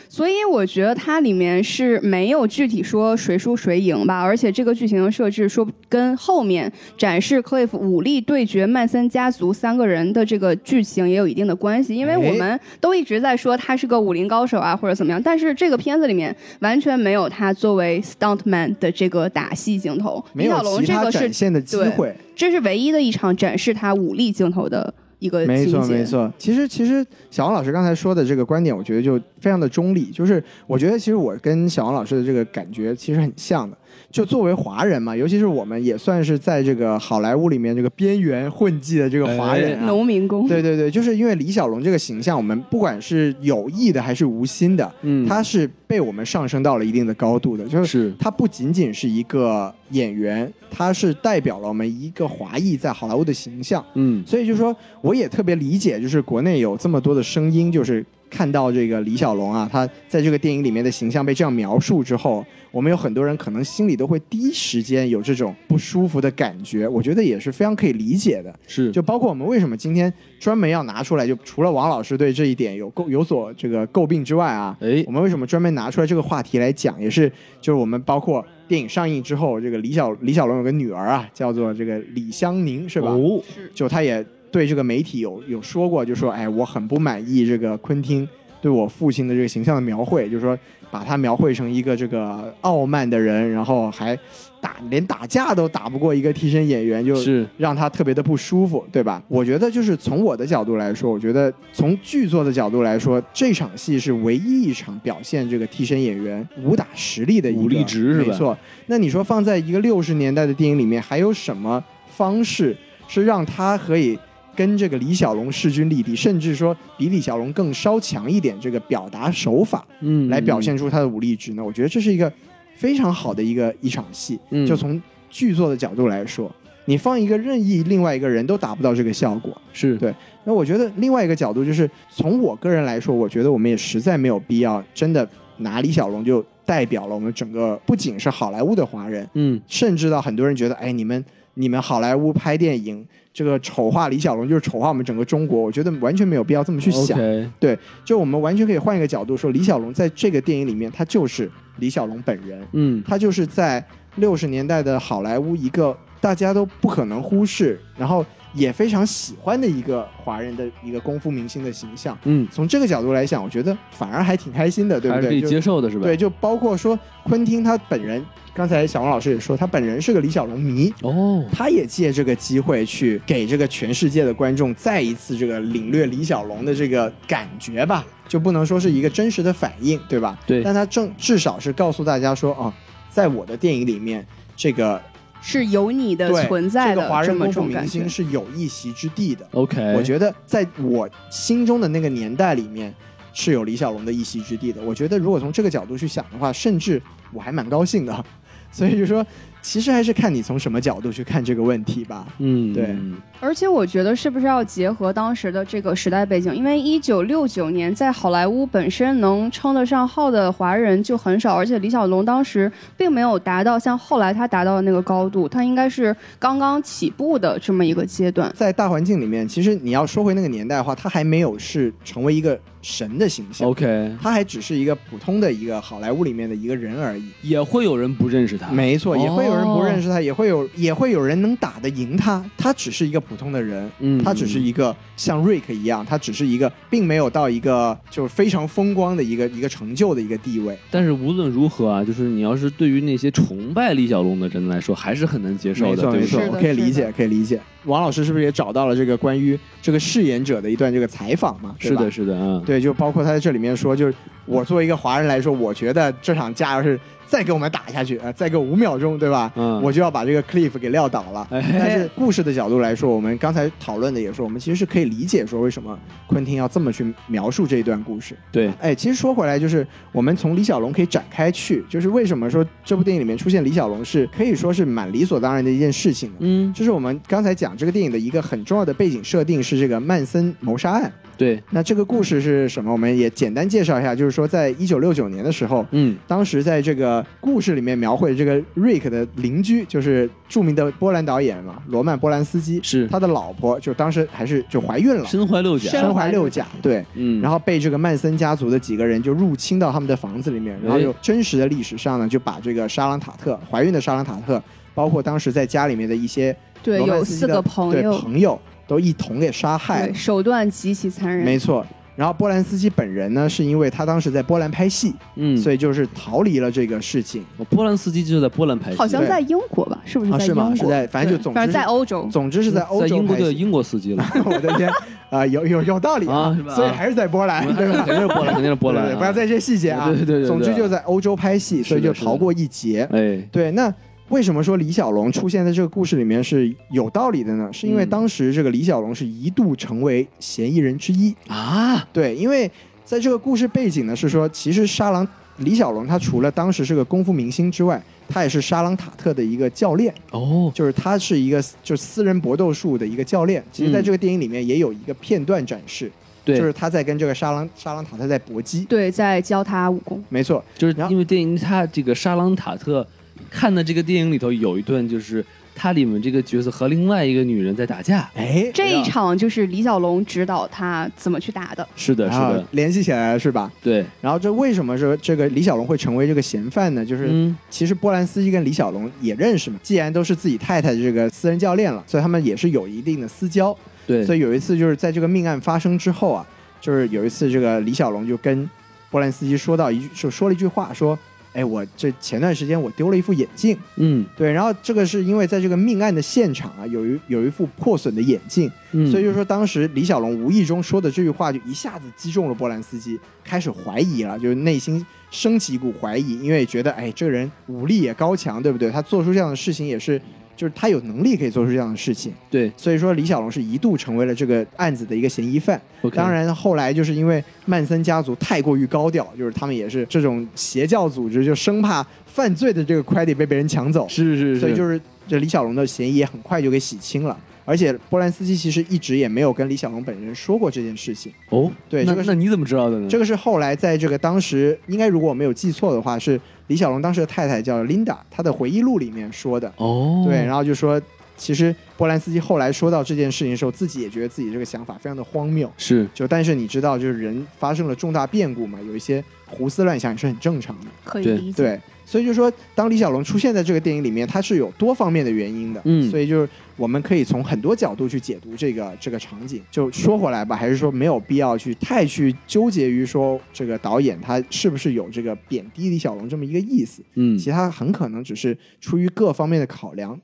Speaker 4: 所以我觉得它里面是没有具体说谁输谁赢吧，而且这个剧情的设置说跟后面展示 Cliff 武力对决曼森家族三个人的这个剧情也有一定的关系，因为
Speaker 3: 哎
Speaker 4: 我们都一直在说他是个武林高手啊或者怎么样，但是这个片子里面完全没有他作为 stuntman 的这个打戏镜头，
Speaker 3: 没
Speaker 4: 李小
Speaker 3: 有
Speaker 4: 龙
Speaker 3: 其
Speaker 4: 这
Speaker 3: 他
Speaker 4: 个是
Speaker 3: 展现的机
Speaker 4: 对
Speaker 3: 会，
Speaker 4: 这是唯一的一场展示他武力镜头的一个
Speaker 3: 没
Speaker 4: 情
Speaker 3: 错
Speaker 4: 节
Speaker 3: 没错。其实其实小王老师刚才说的这个观点，我觉得就非常的中立，就是我觉得其实我跟小王老师的这个感觉其实很像的。就作为华人嘛，尤其是我们也算是在这个好莱坞里面这个边缘混迹的这个华人啊，
Speaker 4: 农民工。
Speaker 3: 对对对，就是因为李小龙这个形象，我们不管是有意的还是无心的，
Speaker 2: 嗯，
Speaker 3: 他是被我们上升到了一定的高度的，就是
Speaker 2: 是
Speaker 3: 他不仅仅是一个演员，他是代表了我们一个华裔在好莱坞的形象。
Speaker 2: 嗯，
Speaker 3: 所以就说，我也特别理解，就是国内有这么多的声音，就是看到这个李小龙啊，他在这个电影里面的形象被这样描述之后，我们有很多人可能心里都会第一时间有这种不舒服的感觉，我觉得也是非常可以理解的。
Speaker 2: 是
Speaker 3: 就包括我们为什么今天专门要拿出来，就除了王老师对这一点有诟有所这个诟病之外啊，
Speaker 2: 哎
Speaker 3: 我，们为什么专门拿出来这个话题来讲，也是就是我们包括电影上映之后，这个李小李小龙有个女儿啊，叫做这个李香凝是吧？
Speaker 2: 哦，
Speaker 3: 就她也对这个媒体有有说过，就说哎，我很不满意这个昆汀对我父亲的这个形象的描绘，就是说把他描绘成一个这个傲慢的人，然后还打连打架都打不过一个替身演员，就是让他特别的不舒服，对吧？我觉得就是从我的角度来说，我觉得从剧作的角度来说，这场戏是唯一一场表现这个替身演员武打实力的一个
Speaker 2: 武力值是吧
Speaker 3: 没错。那你说放在一个六十年代的电影里面，还有什么方式是让他可以跟这个李小龙势均力敌，甚至说比李小龙更稍强一点这个表达手法
Speaker 2: 嗯，
Speaker 3: 来表现出他的武力值呢？我觉得这是一个非常好的一个一场戏。
Speaker 2: 嗯，
Speaker 3: 就从剧作的角度来说，你放一个任意另外一个人都达不到这个效果。
Speaker 2: 是
Speaker 3: 对那我觉得另外一个角度就是，从我个人来说，我觉得我们也实在没有必要真的拿李小龙就代表了我们整个，不仅是好莱坞的华人，
Speaker 2: 嗯，
Speaker 3: 甚至到很多人觉得，哎，你们你们好莱坞拍电影这个丑化李小龙，就是丑化我们整个中国。我觉得完全没有必要这么去想。
Speaker 2: OK，
Speaker 3: 就我们完全可以换一个角度说，李小龙在这个电影里面，他就是李小龙本人。
Speaker 2: 嗯，
Speaker 3: 他就是在六十年代的好莱坞一个大家都不可能忽视，然后也非常喜欢的一个华人的一个功夫明星的形象。
Speaker 2: 嗯，
Speaker 3: 从这个角度来讲，我觉得反而还挺开心的，对不
Speaker 2: 还是可
Speaker 3: 对？
Speaker 2: 以
Speaker 3: 就
Speaker 2: 接受的，是吧？
Speaker 3: 对，，就包括说昆汀他本人，刚才小王老师也说，他本人是个李小龙迷，
Speaker 2: 哦，
Speaker 3: 他也借这个机会去给这个全世界的观众再一次这个领略李小龙的这个感觉吧，就不能说是一个真实的反应，对吧？
Speaker 2: 对
Speaker 3: 但他正至少是告诉大家说，哦，在我的电影里面，这个
Speaker 4: 是有你的
Speaker 3: 对
Speaker 4: 存在
Speaker 3: 这
Speaker 4: 的
Speaker 3: 个华
Speaker 4: 这
Speaker 3: 人
Speaker 4: 么
Speaker 3: 功夫
Speaker 4: 种
Speaker 3: 明
Speaker 4: 感觉
Speaker 3: 星。是有一席之地的。
Speaker 2: ，OK，
Speaker 3: 我觉得在我心中的那个年代里面。是有李小龙的一席之地的。我觉得，如果从这个角度去想的话，甚至我还蛮高兴的。 所以就说，其实还是看你从什么角度去看这个问题吧。
Speaker 2: 嗯，
Speaker 3: 对
Speaker 4: 而且我觉得是不是要结合当时的这个时代背景？因为一九六九年在好莱坞本身能称得上号的华人就很少，而且李小龙当时并没有达到像后来他达到的那个高度，他应该是刚刚起步的这么一个阶段。
Speaker 3: 在大环境里面，其实你要说回那个年代的话，他还没有是成为一个神的形象，
Speaker 2: ，OK，
Speaker 3: 他还只是一个普通的一个好莱坞里面的一个人而已。
Speaker 2: 也会有人不认识他，
Speaker 3: 没错，也会有人不
Speaker 2: 哦
Speaker 3: 认识他，也会有也会有人能打得赢他。他只是一个普通的人，
Speaker 2: 嗯
Speaker 3: 他只是一个像瑞克一样，他只是一个并没有到一个就是非常风光的一个一个成就的一个地位。
Speaker 2: 但是无论如何啊，就是你要是对于那些崇拜李小龙的人来说，还是很难接受
Speaker 3: 没
Speaker 2: 的，
Speaker 3: 错
Speaker 2: 对
Speaker 3: 没
Speaker 2: 不
Speaker 3: 错
Speaker 4: 是
Speaker 2: 对
Speaker 4: 的，
Speaker 3: 我可以理
Speaker 4: 是
Speaker 3: 解，可以理解。王老师是不是也找到了这个关于这个饰演者的一段这个采访嘛？对
Speaker 2: 是
Speaker 3: 吧
Speaker 2: 的，是的，嗯，
Speaker 3: 对，就包括他在这里面说，就是我作为一个华人来说，我觉得这场架要是再给我们打下去，呃，再给我五秒钟，对吧？
Speaker 2: 嗯
Speaker 3: 我就要把这个 Cliff 给撂倒了。
Speaker 2: 哎
Speaker 3: 但是故事的角度来说，我们刚才讨论的也说，我们其实是可以理解说为什么昆汀要这么去描述这一段故事。
Speaker 2: 对，
Speaker 3: 哎，其实说回来，就是我们从李小龙可以展开去，就是为什么说这部电影里面出现李小龙是可以说是蛮理所当然的一件事情的。
Speaker 2: 嗯，
Speaker 3: 就是我们刚才讲这个电影的一个很重要的背景设定是这个曼森谋杀案，
Speaker 2: 对，
Speaker 3: 那这个故事是什么？我们也简单介绍一下，就是说，在一九六九年的时候，
Speaker 2: 嗯，
Speaker 3: 当时在这个故事里面描绘这个瑞克的邻居，就是著名的波兰导演嘛，罗曼·波兰斯基，
Speaker 2: 是
Speaker 3: 他的老婆，就当时还是就怀孕了，
Speaker 2: 身怀六甲，
Speaker 4: 身
Speaker 3: 身怀六甲，对。
Speaker 2: 嗯，
Speaker 3: 然
Speaker 2: 后
Speaker 3: 后被这个曼森家族的几个人就入侵到他们的房子里面，然后就真实的历史上呢，就把这个莎朗塔特怀孕的莎朗塔特，包括当时在家里面的一些
Speaker 4: 对，
Speaker 3: 罗曼
Speaker 4: 有
Speaker 3: 斯基
Speaker 4: 四
Speaker 3: 的
Speaker 4: 个朋
Speaker 3: 对
Speaker 4: 友，
Speaker 3: 朋友都一同给杀害了
Speaker 4: 对，。手段极其残忍。
Speaker 3: 没错。然后波兰斯基本人呢，是因为他当时在波兰拍戏，
Speaker 2: 嗯，
Speaker 3: 所以就是逃离了这个事情
Speaker 2: 波兰斯基就在波兰拍戏，
Speaker 4: 好像
Speaker 3: 对
Speaker 4: 在英国吧？是不是
Speaker 3: 啊，
Speaker 4: 在
Speaker 3: 是
Speaker 4: 英国？
Speaker 3: 吗？是在，反正就
Speaker 4: 对
Speaker 3: 总
Speaker 4: 反
Speaker 3: 之
Speaker 4: 正在欧洲。
Speaker 3: 总之是在欧
Speaker 2: 嗯在
Speaker 3: 洲
Speaker 2: 英国
Speaker 3: 拍
Speaker 2: 的
Speaker 3: 戏。
Speaker 2: 英国司机了，
Speaker 3: 我的天，啊，有有有道理
Speaker 2: 啊是吧
Speaker 3: 所以还是在波兰， 对吧？
Speaker 2: 肯定是波兰，肯定是波兰
Speaker 3: 对对
Speaker 2: 啊，
Speaker 3: 对不要在这些细节啊。
Speaker 2: 对对对对对
Speaker 3: 总之就在欧洲拍戏，所以
Speaker 2: 是
Speaker 3: 就
Speaker 2: 的
Speaker 3: 逃过一劫。
Speaker 2: 哎，
Speaker 3: 对，那为什么说李小龙出现在这个故事里面是有道理的呢？是因为
Speaker 2: 嗯
Speaker 3: 当时这个李小龙是一度成为嫌疑人之一。
Speaker 2: 啊，
Speaker 3: 对，因为在这个故事背景呢，是说其实沙朗李小龙他除了当时是个功夫明星之外，他也是沙朗塔特的一个教练，
Speaker 2: 哦，
Speaker 3: 就是他是一个就是私人搏斗术的一个教练。其实，在这个电影里面也有一个片段展示，
Speaker 2: 嗯对，
Speaker 3: 就是他在跟这个沙朗沙朗塔特在搏击。
Speaker 4: 对，在教他武功。
Speaker 3: 没错，
Speaker 2: 就是
Speaker 3: 然后
Speaker 2: 因为电影，他这个沙朗塔特看的这个电影里头有一段，就是他里面这个角色和另外一个女人在打架。
Speaker 3: 哎，
Speaker 4: 这一场就是李小龙指导他怎么去打的。
Speaker 2: 是的，是
Speaker 3: 然后
Speaker 2: 的，
Speaker 3: 啊联系起来了是吧？
Speaker 2: 对，
Speaker 3: 然后这为什么说这个李小龙会成为这个嫌犯呢？就是
Speaker 2: 嗯，
Speaker 3: 其实波兰斯基跟李小龙也认识嘛，既然都是自己太太的这个私人教练了，所以他们也是有一定的私交。
Speaker 2: 对，
Speaker 3: 所以有一次就是在这个命案发生之后啊，就是有一次这个李小龙就跟波兰斯基说到一句，就说了一句话，说：“哎，我这前段时间我丢了一副眼镜。
Speaker 2: 嗯”
Speaker 3: 对，然后这个是因为在这个命案的现场啊，有一有一副破损的眼镜，
Speaker 2: 嗯，
Speaker 3: 所以就说当时李小龙无意中说的这句话，就一下子击中了波兰斯基，开始怀疑了，就是内心升起一股怀疑，因为觉得哎，这个人武力也高强，对不对？他做出这样的事情也是，就是他有能力可以做出这样的事情。
Speaker 2: 对
Speaker 3: 所以说李小龙是一度成为了这个案子的一个嫌疑犯。
Speaker 2: ，OK，
Speaker 3: 当然后来就是因为曼森家族太过于高调，就是他们也是这种邪教组织，就生怕犯罪的这个 credit 被别人抢走，
Speaker 2: 是是是，
Speaker 3: 所以就是是这李小龙的嫌疑也很快就给洗清了。而且波兰斯基其实一直也没有跟李小龙本人说过这件事情，
Speaker 2: 哦，
Speaker 3: 对
Speaker 2: 那
Speaker 3: 这个是
Speaker 2: 那你嗯怎么知道的呢？
Speaker 3: 这个是后来在这个当时应该如果我没有记错的话，是李小龙当时的太太叫 Linda，她的回忆录里面说的。
Speaker 2: 哦，
Speaker 3: 对，然后就说，其实波兰斯基后来说到这件事情的时候，自己也觉得自己这个想法非常的荒谬。
Speaker 2: 是
Speaker 3: 就但是你知道，就是人发生了重大变故嘛，有一些胡思乱想也是很正常的。
Speaker 4: 可
Speaker 2: 对
Speaker 4: 理解。
Speaker 3: 对，所以就说，当李小龙出现在这个电影里面，它是有多方面的原因的。
Speaker 2: 嗯
Speaker 3: 所以就是我们可以从很多角度去解读这个这个场景。就说回来吧，还是说没有必要去太去纠结于说这个导演他是不是有这个贬低李小龙这么一个意思。
Speaker 2: 嗯
Speaker 3: 其他很可能只是出于各方面的考量，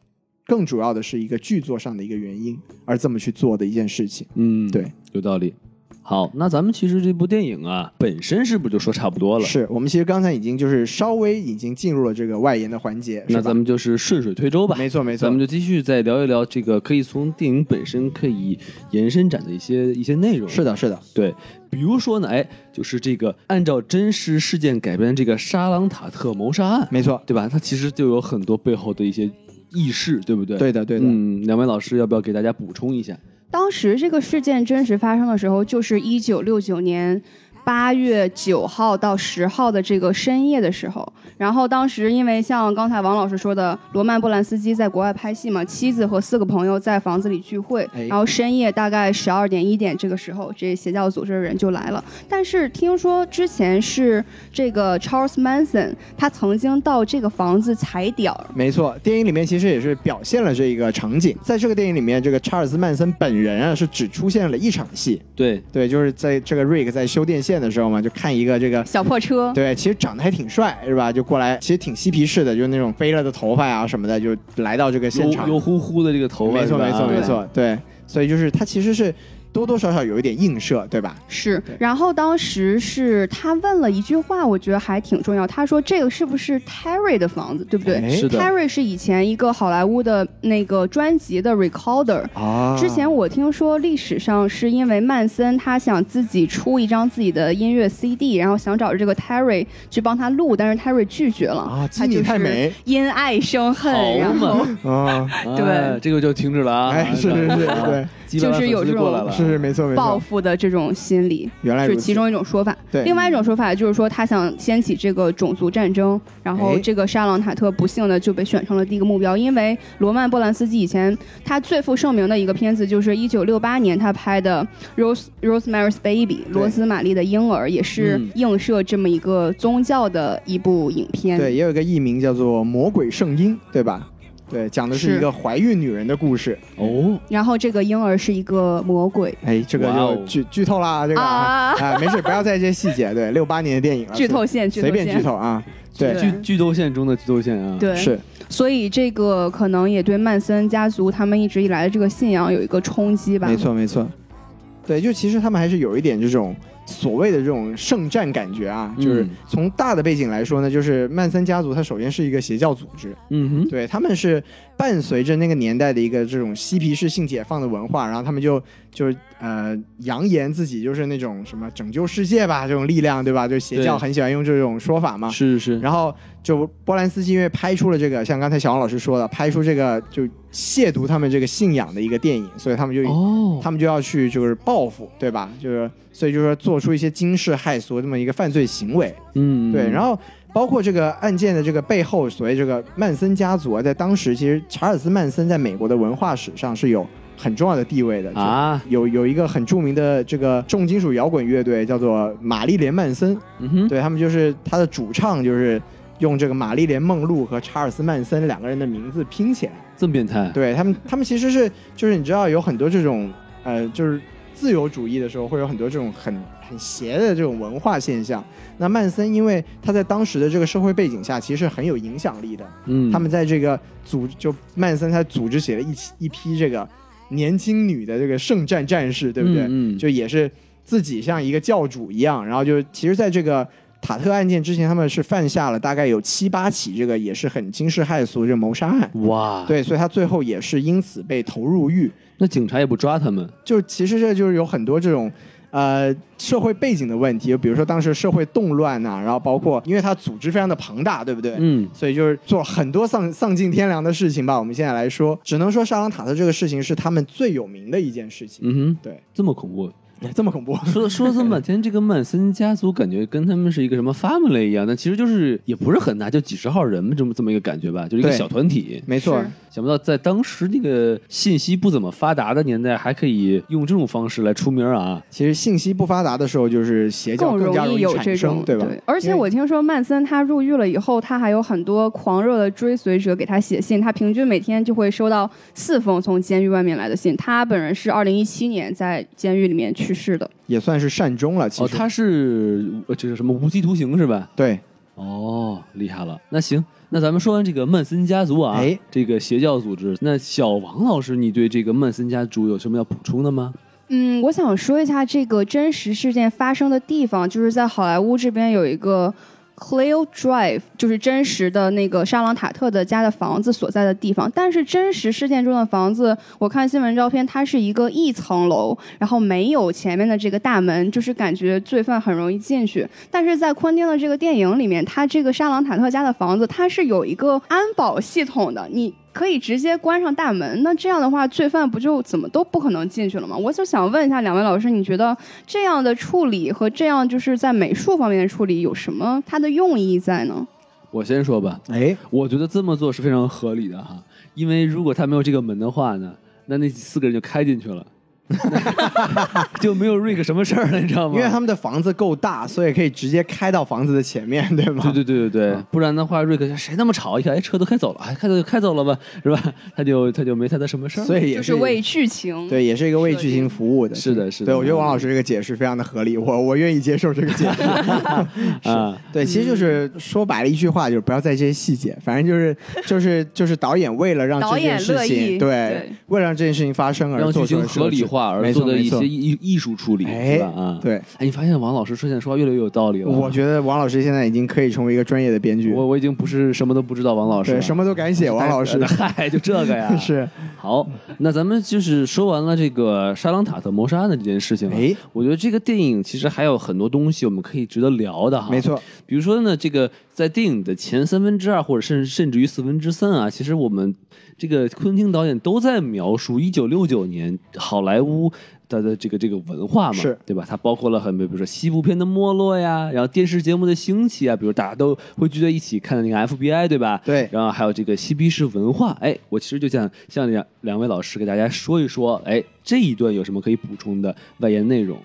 Speaker 3: 更主要的是一个剧作上的一个原因而这么去做的一件事情。
Speaker 2: 嗯，
Speaker 3: 对，
Speaker 2: 有道理。好，那咱们其实这部电影啊，本身是不是就说差不多了？
Speaker 3: 是我们其实刚才已经就是稍微已经进入了这个外延的环节，
Speaker 2: 那
Speaker 3: 是吧
Speaker 2: 咱们就是顺水推舟吧。
Speaker 3: 没错没错
Speaker 2: 咱们，就继续再聊一聊这个，可以从电影本身可以延伸展的一些一些内容。
Speaker 3: 是的是的，
Speaker 2: 对，比如说呢，哎，就是这个按照真实事件改编这个沙朗塔特谋杀案，
Speaker 3: 没错，
Speaker 2: 对吧？它其实就有很多背后的一些意识，对不对？
Speaker 3: 对的对的，
Speaker 2: 嗯，两位老师要不要给大家补充一下？
Speaker 4: 当时这个事件真实发生的时候，就是一九六九年八月九号到十号的这个深夜的时候。然后当时因为像刚才王老师说的，罗曼·波兰斯基在国外拍戏嘛，妻子和四个朋友在房子里聚会
Speaker 3: 哎，
Speaker 4: 然后深夜大概十二点一点这个时候，这邪教组织的人就来了。但是听说之前是这个 Charles Manson，他曾经到这个房子踩点儿，
Speaker 3: 没错，电影里面其实也是表现了这一个场景，在这个电影里面，这个查尔斯曼森本人啊是只出现了一场戏，
Speaker 2: 对，
Speaker 3: 对，就是在这个 Rick 在修电线的时候嘛，就看一个这个
Speaker 4: 小破车。
Speaker 3: 对，其实长得还挺帅，是吧？就过来，其实挺嬉皮士的，就是那种飞了的头发呀、什么的，就来到这个现
Speaker 2: 油
Speaker 3: 场。
Speaker 2: 油乎乎的这个头发
Speaker 3: 没
Speaker 2: 是
Speaker 3: 错，
Speaker 2: 吧，
Speaker 3: 没错，
Speaker 4: 对
Speaker 3: 没错，对。所以就是他其实是多多少少有一点映射，对吧？
Speaker 4: 是
Speaker 3: 对，
Speaker 4: 然后当时是他问了一句话，我觉得还挺重要。他说：“这个是不是 Terry 的房子，对不对
Speaker 3: 哎
Speaker 2: 是的
Speaker 4: t e r r y 是以前一个好莱坞的那个专辑的 recorder。
Speaker 3: 啊
Speaker 4: 之前我听说历史上是因为曼森他想自己出一张自己的音乐 CD，然后想找这个 Terry 去帮他录，但是 Terry 拒绝了。
Speaker 3: 啊，基
Speaker 4: 他就
Speaker 3: 米
Speaker 4: 是
Speaker 3: 太美
Speaker 4: 因爱生恨，
Speaker 2: 好
Speaker 4: 然后
Speaker 2: 嘛，
Speaker 3: 啊，
Speaker 2: 哎这个就停止了啊！
Speaker 3: 哎，是是是，对，
Speaker 2: 基本上
Speaker 4: 就是有
Speaker 2: 粉丝
Speaker 4: 这种
Speaker 2: 过来了，
Speaker 3: 是是没错没
Speaker 4: 报
Speaker 3: 错，
Speaker 4: 复的这种心理。
Speaker 3: 原来
Speaker 4: 是
Speaker 3: 如此
Speaker 4: 其。中一种说法。
Speaker 3: 对
Speaker 4: 另外一种说法就是说他想掀起这个种族战争，然后
Speaker 3: 哎
Speaker 4: 这个沙朗塔特不幸的就被选成了第一个目标，因为罗曼·波兰斯基以前他最负盛名的一个片子就是一九六八年他拍的《Rose Rosemary's Baby》罗斯玛丽的婴儿，也是
Speaker 2: 嗯
Speaker 4: 映射这么一个宗教的一部影片。
Speaker 3: 嗯对，也有一个艺名叫做《魔鬼圣婴》，对吧？对，讲的是
Speaker 4: 是
Speaker 3: 一个怀孕女人的故事。
Speaker 2: 哦，
Speaker 4: 然后这个婴儿是一个魔鬼。
Speaker 3: 哎，这个
Speaker 2: 哇哦
Speaker 3: 就剧剧透啦，这个啊，哎没事，不要在意这些细节。对，六八年的电影了，
Speaker 4: 剧透线，剧透
Speaker 3: 啊随便剧
Speaker 4: 线，
Speaker 3: 透啊，对
Speaker 4: 对
Speaker 2: 剧剧透线中的剧透线啊，，
Speaker 4: 对，
Speaker 3: 是
Speaker 4: 所以这个可能也对曼森家族他们一直以来的这个信仰有一个冲击吧。
Speaker 3: 没错没错，对，就其实他们还是有一点这种所谓的这种圣战感觉啊，
Speaker 2: 嗯
Speaker 3: 就是从大的背景来说呢，就是曼森家族它首先是一个邪教组织，
Speaker 2: 嗯哼，
Speaker 3: 对他们是伴随着那个年代的一个这种嬉皮士性解放的文化，然后他们就就是呃扬言自己就是那种什么拯救世界吧这种力量，对吧？就邪教
Speaker 2: 对
Speaker 3: 很喜欢用这种说法嘛，
Speaker 2: 是是，
Speaker 3: 然后就波兰斯基因为拍出了这个，像刚才小王老师说的，拍出这个就亵渎他们这个信仰的一个电影，所以他们就、
Speaker 2: 哦，
Speaker 3: 他们就要去就是报复，对吧？就是所以就是说做出一些惊世骇俗这么一个犯罪行为，
Speaker 2: 嗯，
Speaker 3: 对。然
Speaker 2: 后
Speaker 3: 后包括这个案件的这个背后，所谓这个曼森家族啊，在当时其实查尔斯曼森在美国的文化史上是有很重要的地位的。
Speaker 2: 啊，
Speaker 3: 有有一个很著名的这个重金属摇滚乐队叫做玛丽莲曼森，
Speaker 2: 嗯哼，
Speaker 3: 对他们就是他的主唱就是用这个玛丽莲梦露和查尔斯曼森两个人的名字拼起来。
Speaker 2: 这么变态，
Speaker 3: 对他们，他们其实是就是你知道有很多这种呃，就是自由主义的时候会有很多这种很很邪的这种文化现象。那曼森因为他在当时的这个社会背景下，其实是很有影响力的。
Speaker 2: 嗯，
Speaker 3: 他们在这个组就曼森他组织起了一起一批这个年轻女的这个圣战战士，对不对？
Speaker 2: 嗯，嗯
Speaker 3: 就也是自己像一个教主一样，然后就其实在这个塔特案件之前，他们是犯下了大概有七八起这个也是很惊世骇俗的这个谋杀案，
Speaker 2: 哇，，
Speaker 3: 对，所以他最后也是因此被投入狱。
Speaker 2: 那警察也不抓他们，
Speaker 3: 就其实这就是有很多这种。呃，社会背景的问题，比如说当时社会动乱呐、然后包括因为他组织非常的庞大，对不对？
Speaker 2: 嗯，
Speaker 3: 所以就是做了很多丧丧尽天良的事情吧。我们现在来说，只能说沙朗塔特这个事情是他们最有名的一件事情。
Speaker 2: 嗯哼，
Speaker 3: 对，
Speaker 2: 这么恐怖，
Speaker 3: 这么恐怖。
Speaker 2: 说说这么半天，这个曼森家族感觉跟他们是一个什么 family 一样，但其实就是也不是很大，就几十号人这么这么一个感觉吧，就是一个
Speaker 3: 对
Speaker 2: 小团体。
Speaker 3: 没错
Speaker 4: 是，
Speaker 2: 想不到在当时那个信息不怎么发达的年代，还可以用这种方式来出名啊！
Speaker 3: 其实信息不发达的时候，就是邪教更加
Speaker 4: 容
Speaker 3: 容易
Speaker 4: 有
Speaker 3: 产
Speaker 4: 这种
Speaker 3: 生，对吧？
Speaker 4: 而且
Speaker 3: 因为
Speaker 4: 我听说曼森他入狱了以后，他还有很多狂热的追随者给他写信，他平均每天就会收到四封从监狱外面来的信。他本人是二零一七年在监狱里面去世的。
Speaker 3: 也算是善终了。其
Speaker 2: 哦，
Speaker 3: 实、
Speaker 2: 他是呃这是什么无期徒刑是吧？
Speaker 3: 对
Speaker 2: 哦，厉害了！那行，那咱们说完这个曼森家族啊，
Speaker 3: 哎
Speaker 2: 这个邪教组织，那小王老师，你对这个曼森家族有什么要补充的吗？
Speaker 4: 嗯，我想说一下这个真实事件发生的地方，就是在好莱坞这边有一个 Clio Drive，就是真实的那个沙朗塔特的家的房子所在的地方。但是真实事件中的房子，我看新闻照片，它是一个一层楼，然后没有前面的这个大门，就是感觉罪犯很容易进去。但是在昆汀的这个电影里面，他这个沙朗塔特家的房子，它是有一个安保系统的，你可以直接关上大门。那这样的话，罪犯不就怎么都不可能进去了吗？我就想问一下两位老师，你觉得这样的处理和这样就是在美术方面的处理有什么它的用意在呢？
Speaker 2: 我先说吧，
Speaker 3: 哎，
Speaker 2: 我觉得这么做是非常合理的哈，因为如果他没有这个门的话呢，那那四个人就开进去了， 就没有瑞克什么事儿了，你知道
Speaker 3: 因
Speaker 2: 吗？
Speaker 3: 为他们的房子够大，所以可以直接开到房子的前面， 对吗？
Speaker 2: 对对对对对，不然的话，瑞克谁那么吵？一看，哎，车都开走了，哎，开走就开走了吧，是吧？他就他就没他的什么事儿。
Speaker 3: 嗯所以也
Speaker 4: 就是是为剧情。
Speaker 3: 对，也是一个为剧情服务的。
Speaker 2: 是的是的
Speaker 3: 对，我觉得王老师这个解释非常的合理，我我愿意接受这个 解释。
Speaker 2: 啊，
Speaker 3: 对，其实就是说白了一句话，就是不要在意这些细节，反正就是 就是就是导演为了让
Speaker 4: 导
Speaker 3: 这件
Speaker 4: 演
Speaker 3: 事
Speaker 4: 乐
Speaker 3: 情对
Speaker 4: 意对，
Speaker 3: 为了让这件事情发生而
Speaker 2: 让剧
Speaker 3: 做出
Speaker 2: 情
Speaker 3: 的
Speaker 2: 合理化而
Speaker 3: 没
Speaker 2: 做
Speaker 3: 错
Speaker 2: 的一些
Speaker 3: 没错
Speaker 2: 艺艺术处理，
Speaker 3: 哎
Speaker 2: 是吧？啊，。
Speaker 3: 对，
Speaker 2: 哎，你发现王老师说现在说话越来越有道理了。
Speaker 3: 我觉得王老师现在已经可以成为一个专业的编剧，
Speaker 2: 我我已经不是啊什么都不知道王老师
Speaker 3: 对，
Speaker 2: 了，
Speaker 3: 什么都敢写，王老师
Speaker 2: 嗨，就这个呀。
Speaker 3: 是
Speaker 2: 好，那咱们就是说完了这个沙朗塔特谋杀案的这件事情、啊。
Speaker 3: 哎，
Speaker 2: 我觉得这个电影其实还有很多东西我们可以值得聊的哈。
Speaker 3: 没错，
Speaker 2: 比如说呢，这个在电影的前三分之二，或者甚甚至于四分之三啊，其实我们这个昆汀导演都在描述一九六九年好莱坞。它的这个这个文化嘛，
Speaker 3: 是
Speaker 2: 对吧？它包括了很比如说西部片的没落呀，然后电视节目的兴起啊，比如大家都会聚在一起看那个 FBI，对吧？
Speaker 3: 对
Speaker 2: 然后还有这个嬉皮士文化，哎，我其实就想向两两位老师给大家说一说，哎，这一段有什么可以补充的外延内 容？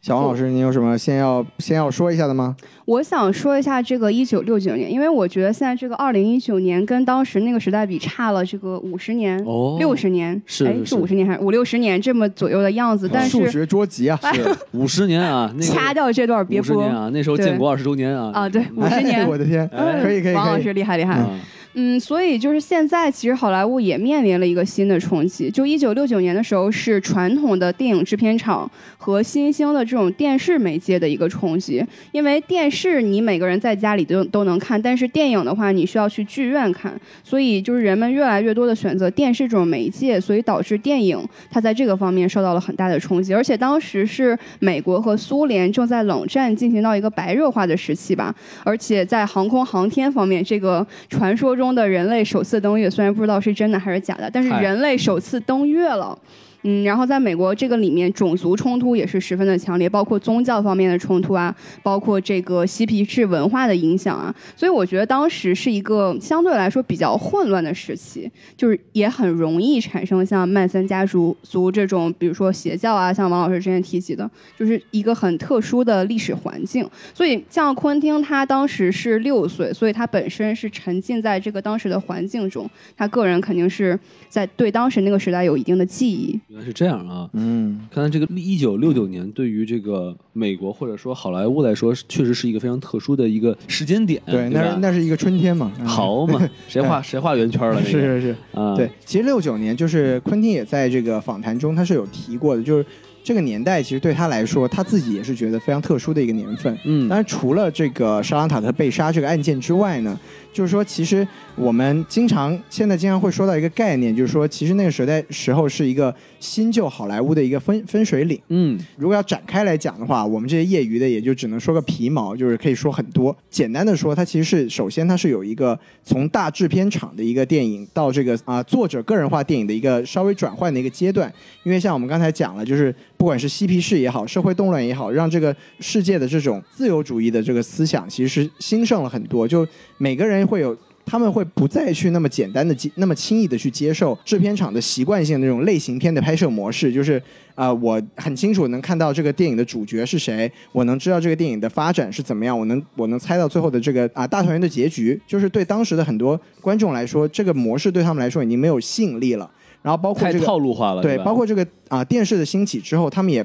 Speaker 3: 小王老
Speaker 4: 哦
Speaker 3: 师，你有什么先要先要说一下的吗？
Speaker 4: 我想说一下这个一九六九年，因为我觉得现在这个二零一九年跟当时那个时代比差了这个五十年、
Speaker 2: 哦
Speaker 4: 六十年，
Speaker 2: 是
Speaker 4: 哎
Speaker 2: 是是
Speaker 4: 五十年还是五六十年这么左右的样子，但
Speaker 3: 哦数
Speaker 4: 是哎
Speaker 3: 学捉急啊，
Speaker 2: 是五十年啊，那个
Speaker 4: 掐掉这段别
Speaker 2: 五十
Speaker 4: 播
Speaker 2: 年啊，那时候建国二十周年啊
Speaker 4: 啊，对，五十
Speaker 3: 哎
Speaker 4: 年
Speaker 3: 我。的天，
Speaker 4: 嗯
Speaker 3: 可以可以
Speaker 4: 王
Speaker 3: 可
Speaker 4: 老
Speaker 3: 以，
Speaker 4: 师厉害厉害。
Speaker 2: 啊
Speaker 4: 嗯，所以就是现在，其实好莱坞也面临了一个新的冲击。就一九六九年的时候，是传统的电影制片厂和新兴的这种电视媒介的一个冲击。因为电视你每个人在家里都都能看，但是电影的话，你需要去剧院看。所以就是人们越来越多的选择电视这种媒介，所以导致电影它在这个方面受到了很大的冲击。而且当时是美国和苏联正在冷战进行到一个白热化的时期吧，而且在航空航天方面，这个传说中的人类首次登月，虽然不知道是真的还是假的，但是
Speaker 2: 嗨
Speaker 4: 人类首次登月了。嗯，然后在美国这个里面，种族冲突也是十分的强烈，包括宗教方面的冲突啊，包括这个嬉皮士文化的影响啊，所以我觉得当时是一个相对来说比较混乱的时期，就是也很容易产生像曼森家族族这种，比如说邪教啊，像王老师之前提及的，就是一个很特殊的历史环境。所以像昆汀，他当时是六岁，所以他本身是沉浸在这个当时的环境中，他个人肯定是在对当时那个时代有一定的记忆。
Speaker 2: 原来是这样啊。
Speaker 3: 嗯，
Speaker 2: 看来这个一九六九年对于这个美国或者说好莱坞来说，是确实是一个非常特殊的一个时间点。
Speaker 3: 对，
Speaker 2: 嗯对
Speaker 3: 那
Speaker 2: 吧，
Speaker 3: 是那是一个春天嘛，嗯
Speaker 2: 好 嘛，谁画谁画圆圈了？那个
Speaker 3: 是是是，
Speaker 2: 啊，
Speaker 3: 对，，其实六九年就是昆汀也在这个访谈中，他是有提过的，就是这个年代其实对他来说，他自己也是觉得非常特殊的一个年份。
Speaker 2: 嗯
Speaker 3: 当然，除了这个沙朗塔特被杀这个案件之外呢，就是说，其实我们经常现在经常会说到一个概念，就是说，其实那个时代时候是一个新旧好莱坞的一个分分水岭。
Speaker 2: 嗯，
Speaker 3: 如果要展开来讲的话，我们这些业余的也就只能说个皮毛，就是可以说很多。简单的说，它其实是首先它是有一个从大制片厂的一个电影到这个啊、作者个人化电影的一个稍微转换的一个阶段，因为像我们刚才讲了，就是不管是嬉皮士也好，社会动乱也好，让这个世界的这种自由主义的这个思想其实是兴盛了很多。就每个人会有，他们会不再去那么简单的、那么轻易的去接受制片厂的习惯性的那种类型片的拍摄模式，就是啊、呃我很清楚能看到这个电影的主角是谁，我能知道这个电影的发展是怎么样，我能我能猜到最后的这个啊、大团圆的结局。就是对当时的很多观众来说，这个模式对他们来说已经没有吸引力了。然后包括
Speaker 2: 太
Speaker 3: 这个
Speaker 2: 套路化了，
Speaker 3: 对，
Speaker 2: 吧
Speaker 3: 包括这个啊、电视的兴起之后，他们也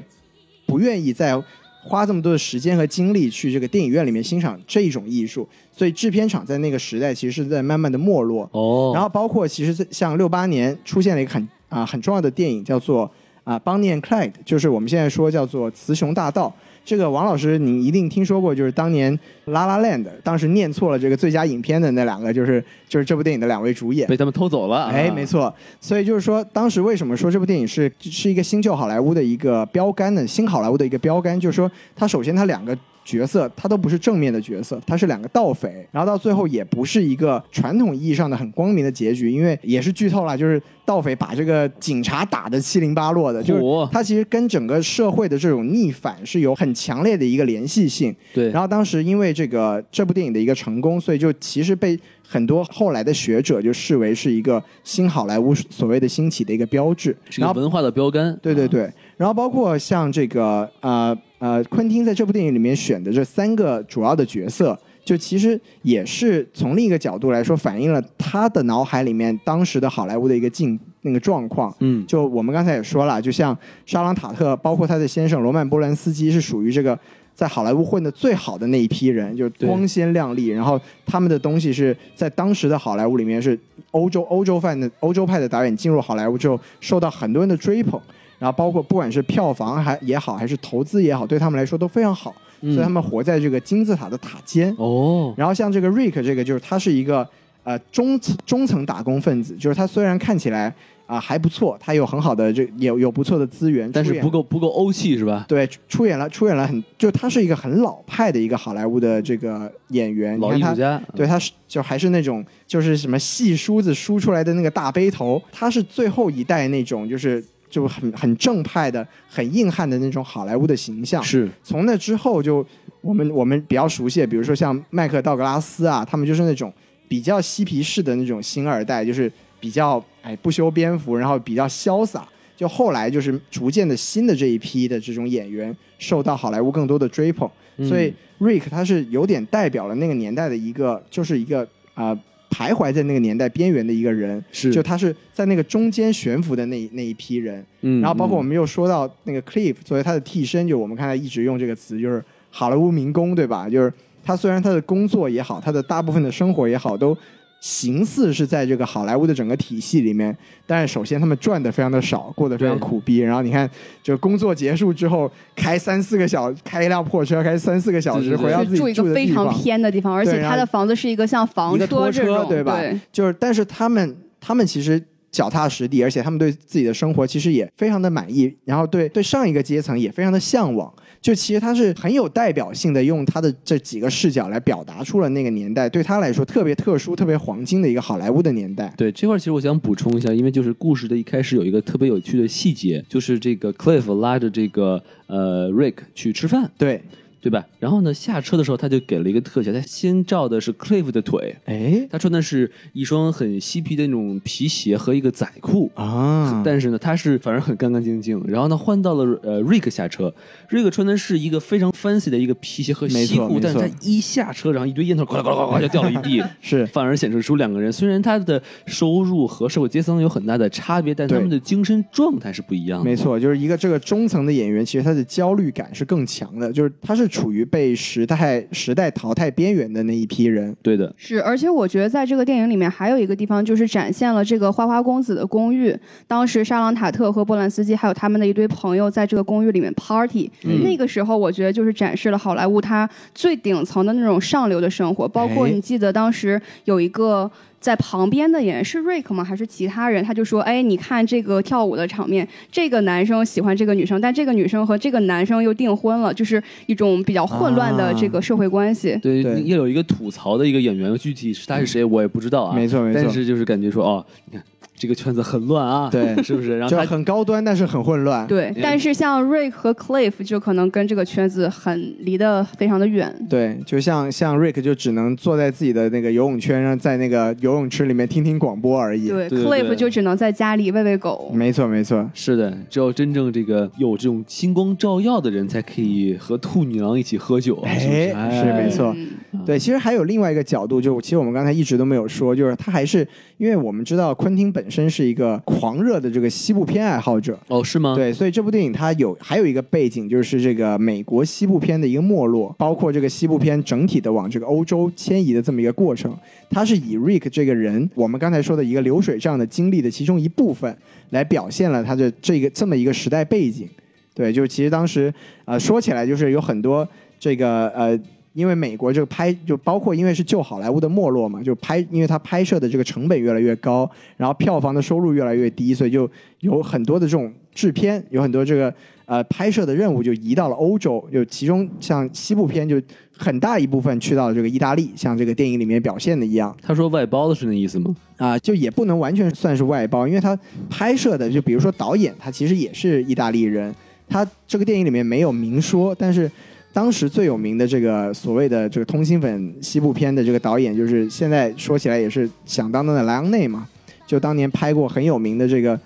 Speaker 3: 不愿意再花这么多的时间和精力去这个电影院里面欣赏这一种艺术，所以制片厂在那个时代其实是在慢慢的没落。
Speaker 2: 哦，
Speaker 3: 然后包括其实在像六八年出现了一个很啊、很重要的电影叫做啊、Bonnie and Clyde，就是我们现在说叫做雌雄大盗。这个王老师你一定听说过，就是当年《La La Land》当时念错了这个最佳影片的那两个，就是就是这部电影的两位主演。
Speaker 2: 被他们偷走了，啊
Speaker 3: 哎，没，错。所以就是说，当时为什么说这部电影是是一个新旧好莱坞的一个标杆呢？新好莱坞的一个标杆，就是说，它首先它两个角色，它都不是正面的角色，它是两个盗匪，然后到最后也不是一个传统意义上的很光明的结局，因为也是剧透了，就是盗匪把这个警察打得七零八落的，就是
Speaker 2: 火
Speaker 3: 它其实跟整个社会的这种逆反是有很强烈的一个联系性。
Speaker 2: 对，
Speaker 3: 然
Speaker 2: 后
Speaker 3: 后当时因为这个这部电影的一个成功，所以就其实被很多后来的学者就视为是一个新好莱坞所谓的兴起的一个标志。
Speaker 2: 是一
Speaker 3: 然
Speaker 2: 个
Speaker 3: 后
Speaker 2: 文化的标杆，
Speaker 3: 对对
Speaker 2: 啊，
Speaker 3: 对，然后包括像这个呃呃，昆汀在这部电影里面选的这三个主要的角色，就其实也是从另一个角度来说，反映了他的脑海里面当时的好莱坞的一个境那个状况。
Speaker 2: 嗯，
Speaker 3: 就我们刚才也说了，就像沙朗塔特，包括他的先生罗曼波兰斯基，是属于这个在好莱坞混的最好的那一批人，就是
Speaker 2: 对
Speaker 3: 光鲜亮丽。然后他们的东西是在当时的好莱坞里面是欧洲欧洲范的欧洲派的导演进入好莱坞之后，受到很多人的追捧。然后包括不管是票房还也好，还是投资也好，对他们来说都非常好，所以
Speaker 2: 嗯
Speaker 3: 他们活在这个金字塔的塔尖。
Speaker 2: 哦，
Speaker 3: 然后像这个 Rick 这个，就是他是一个呃中层中层打工分子，就是他虽然看起来啊、还不错，他有很好的这有有不错的资源，
Speaker 2: 但
Speaker 3: 出
Speaker 2: 是
Speaker 3: 演
Speaker 2: 不够不够欧气是吧？
Speaker 3: 对出演了出演了很，就他是一个很老派的一个好莱坞的这个演员，
Speaker 2: 老
Speaker 3: 你
Speaker 2: 艺术
Speaker 3: 看他。
Speaker 2: 家，
Speaker 3: 对，他是就还是那种就是什么细梳子梳出来的那个大背头，他是最后一代那种就是就很很正派的、很硬汉的那种好莱坞的形象。
Speaker 2: 是
Speaker 3: 从那之后就，我们我们比较熟悉，比如说像麦克道格拉斯啊，他们就是那种比较嬉皮士的那种新二代，就是比较哎不修边幅，然后比较潇洒。就后来就是逐渐的新的这一批的这种演员受到好莱坞更多的追捧，
Speaker 2: 嗯
Speaker 3: 所以 Rick 他是有点代表了那个年代的一个，就是一个啊、呃徘徊在那个年代边缘的一个人，
Speaker 2: 是
Speaker 3: 就他是在那个中间悬浮的那一那一批人。
Speaker 2: 嗯，
Speaker 3: 然后包括我
Speaker 2: 嗯
Speaker 3: 们又说到那个 Cliff 作为他的替身，就我们刚才一直用这个词，就是好莱坞民工，对吧？就是他虽然他的工作也好，他的大部分的生活也好，都形似是在这个好莱坞的整个体系里面，但是首先他们赚的非常的少，过得非常
Speaker 2: 对
Speaker 3: 苦逼。然后你看，就工作结束之后，开三四个小，开一辆破车，开三四个小时
Speaker 2: 对对对
Speaker 3: 回到
Speaker 4: 就
Speaker 3: 自
Speaker 4: 住
Speaker 3: 己
Speaker 4: 一个
Speaker 3: 住的
Speaker 4: 非
Speaker 3: 地
Speaker 4: 常
Speaker 3: 方，
Speaker 4: 偏的地方，而
Speaker 3: 对
Speaker 4: 且
Speaker 3: 然后
Speaker 4: 他的房子是一个像房
Speaker 3: 一个拖
Speaker 4: 这种，
Speaker 3: 对
Speaker 2: 哦
Speaker 3: 吧？就是，但是他们他们其实脚踏实地，而且他们对自己的生活其实也非常的满意，然后对对上一个阶层也非常的向往。就其实他是很有代表性的，用他的这几个视角来表达出了那个年代对他来说特别特殊、特别黄金的一个好莱坞的年代。
Speaker 2: 对这块，其实我想补充一下，因为就是故事的一开始有一个特别有趣的细节，就是这个 Cliff 拉着这个呃 Rick 去吃饭，
Speaker 3: 对，
Speaker 2: 对吧？然后呢，下车的时候他就给了一个特写，他先照的是 Cliff 的腿，
Speaker 3: 哎
Speaker 2: 他穿的是一双很嬉皮的那种皮鞋和一个仔裤。
Speaker 3: 啊，
Speaker 2: 但是呢，他是反而很干干净净。然后呢，换到了呃瑞克下车，瑞克穿的是一个非常 fancy 的一个皮鞋和
Speaker 3: 没
Speaker 2: 西
Speaker 3: 错
Speaker 2: 裤，
Speaker 3: 没
Speaker 2: 但是
Speaker 3: 错
Speaker 2: 他一下车，然后一堆烟头呱啦呱啦呱啦呱啦就掉了一 地，
Speaker 3: 是
Speaker 2: 反而显示出两个人虽然他的收入和社会阶层有很大的差别，但他
Speaker 3: 对
Speaker 2: 们的精神状态是不一样的。
Speaker 3: 没错，就是一个这个中层的演员，其实他的焦虑感是更强的，就是他是处于被时代时代淘汰边缘的那一批人。
Speaker 2: 对的，
Speaker 4: 是，而且我觉得在这个电影里面还有一个地方，就是展现了这个花花公子的公寓。当时沙朗塔特和波兰斯基还有他们的一堆朋友在这个公寓里面 party，、那个时候我觉得就是展示了好莱坞它最顶层的那种上流的生活。包括
Speaker 3: 哎
Speaker 4: 你记得当时有一个。在旁边的演员是瑞克吗？还是其他人？他就说：“哎，你看这个跳舞的场面，这个男生喜欢这个女生，但这个女生和这个男生又订婚了，就是一种比较混乱的这个社会关系。
Speaker 2: 对，
Speaker 3: 对嗯
Speaker 2: 也有一个吐槽的一个演员，具体是他是谁我也不知道啊。
Speaker 3: 没错没错
Speaker 2: 但是就是感觉说哦，你看这个圈子很乱啊，
Speaker 3: 对
Speaker 2: 是不是？然后
Speaker 3: 就
Speaker 2: 他
Speaker 3: 很高端，但是很混乱。
Speaker 4: 对
Speaker 2: 嗯，
Speaker 4: 但是像 Rick 和 Cliff 就可能跟这个圈子很离得非常的远。
Speaker 3: 对，就像像 Rick 就只能坐在自己的那个游泳圈上，在那个游泳池里面听听广播而已。
Speaker 4: 对
Speaker 2: 对对
Speaker 4: c l i
Speaker 2: 对
Speaker 4: f f 就只能在家里喂喂狗。
Speaker 3: 没错没错，
Speaker 2: 是的，只有真正这个有这种星光照耀的人，才可以和兔女郎一起喝酒。啊
Speaker 3: 哎
Speaker 2: 是不是
Speaker 3: 是没错
Speaker 4: 嗯
Speaker 3: 对，其实还有另外一个角度，就其实我们刚才一直都没有说，就是他还是因为我们知道昆汀本身是一个狂热的这个西部片爱好者，
Speaker 2: 哦，是吗？，
Speaker 3: 对，所以这部电影它有还有一个背景，就是这个美国西部片的一个没落，包括这个西部片整体的往这个欧洲迁移的这么一个过程。它是以 Rick 这个人，我们刚才说的一个流水账的经历的其中一部分，来表现了他的这个这么一个时代背景。对，就其实当时呃说起来就是有很多这个呃。因为美国这个拍就包括因为是旧好莱坞的没落嘛，就拍因为它拍摄的这个成本越来越高，然后票房的收入越来越低，所以就有很多的这种制片，有很多这个呃拍摄的任务就移到了欧洲，就其中像西部片就很大一部分去到了这个意大利，像这个电影里面表现的一样
Speaker 2: 他说外包的是那意思吗？
Speaker 3: 啊、就也不能完全算是外包，因为他拍摄的就比如说导演他其实也是意大利人，他这个电影里面没有明说，但是。当时最有名的这个所谓的这个通心粉西部片的这个导演，就是现在说起来也是响当当的莱昂内嘛，就当年拍过很有名的这个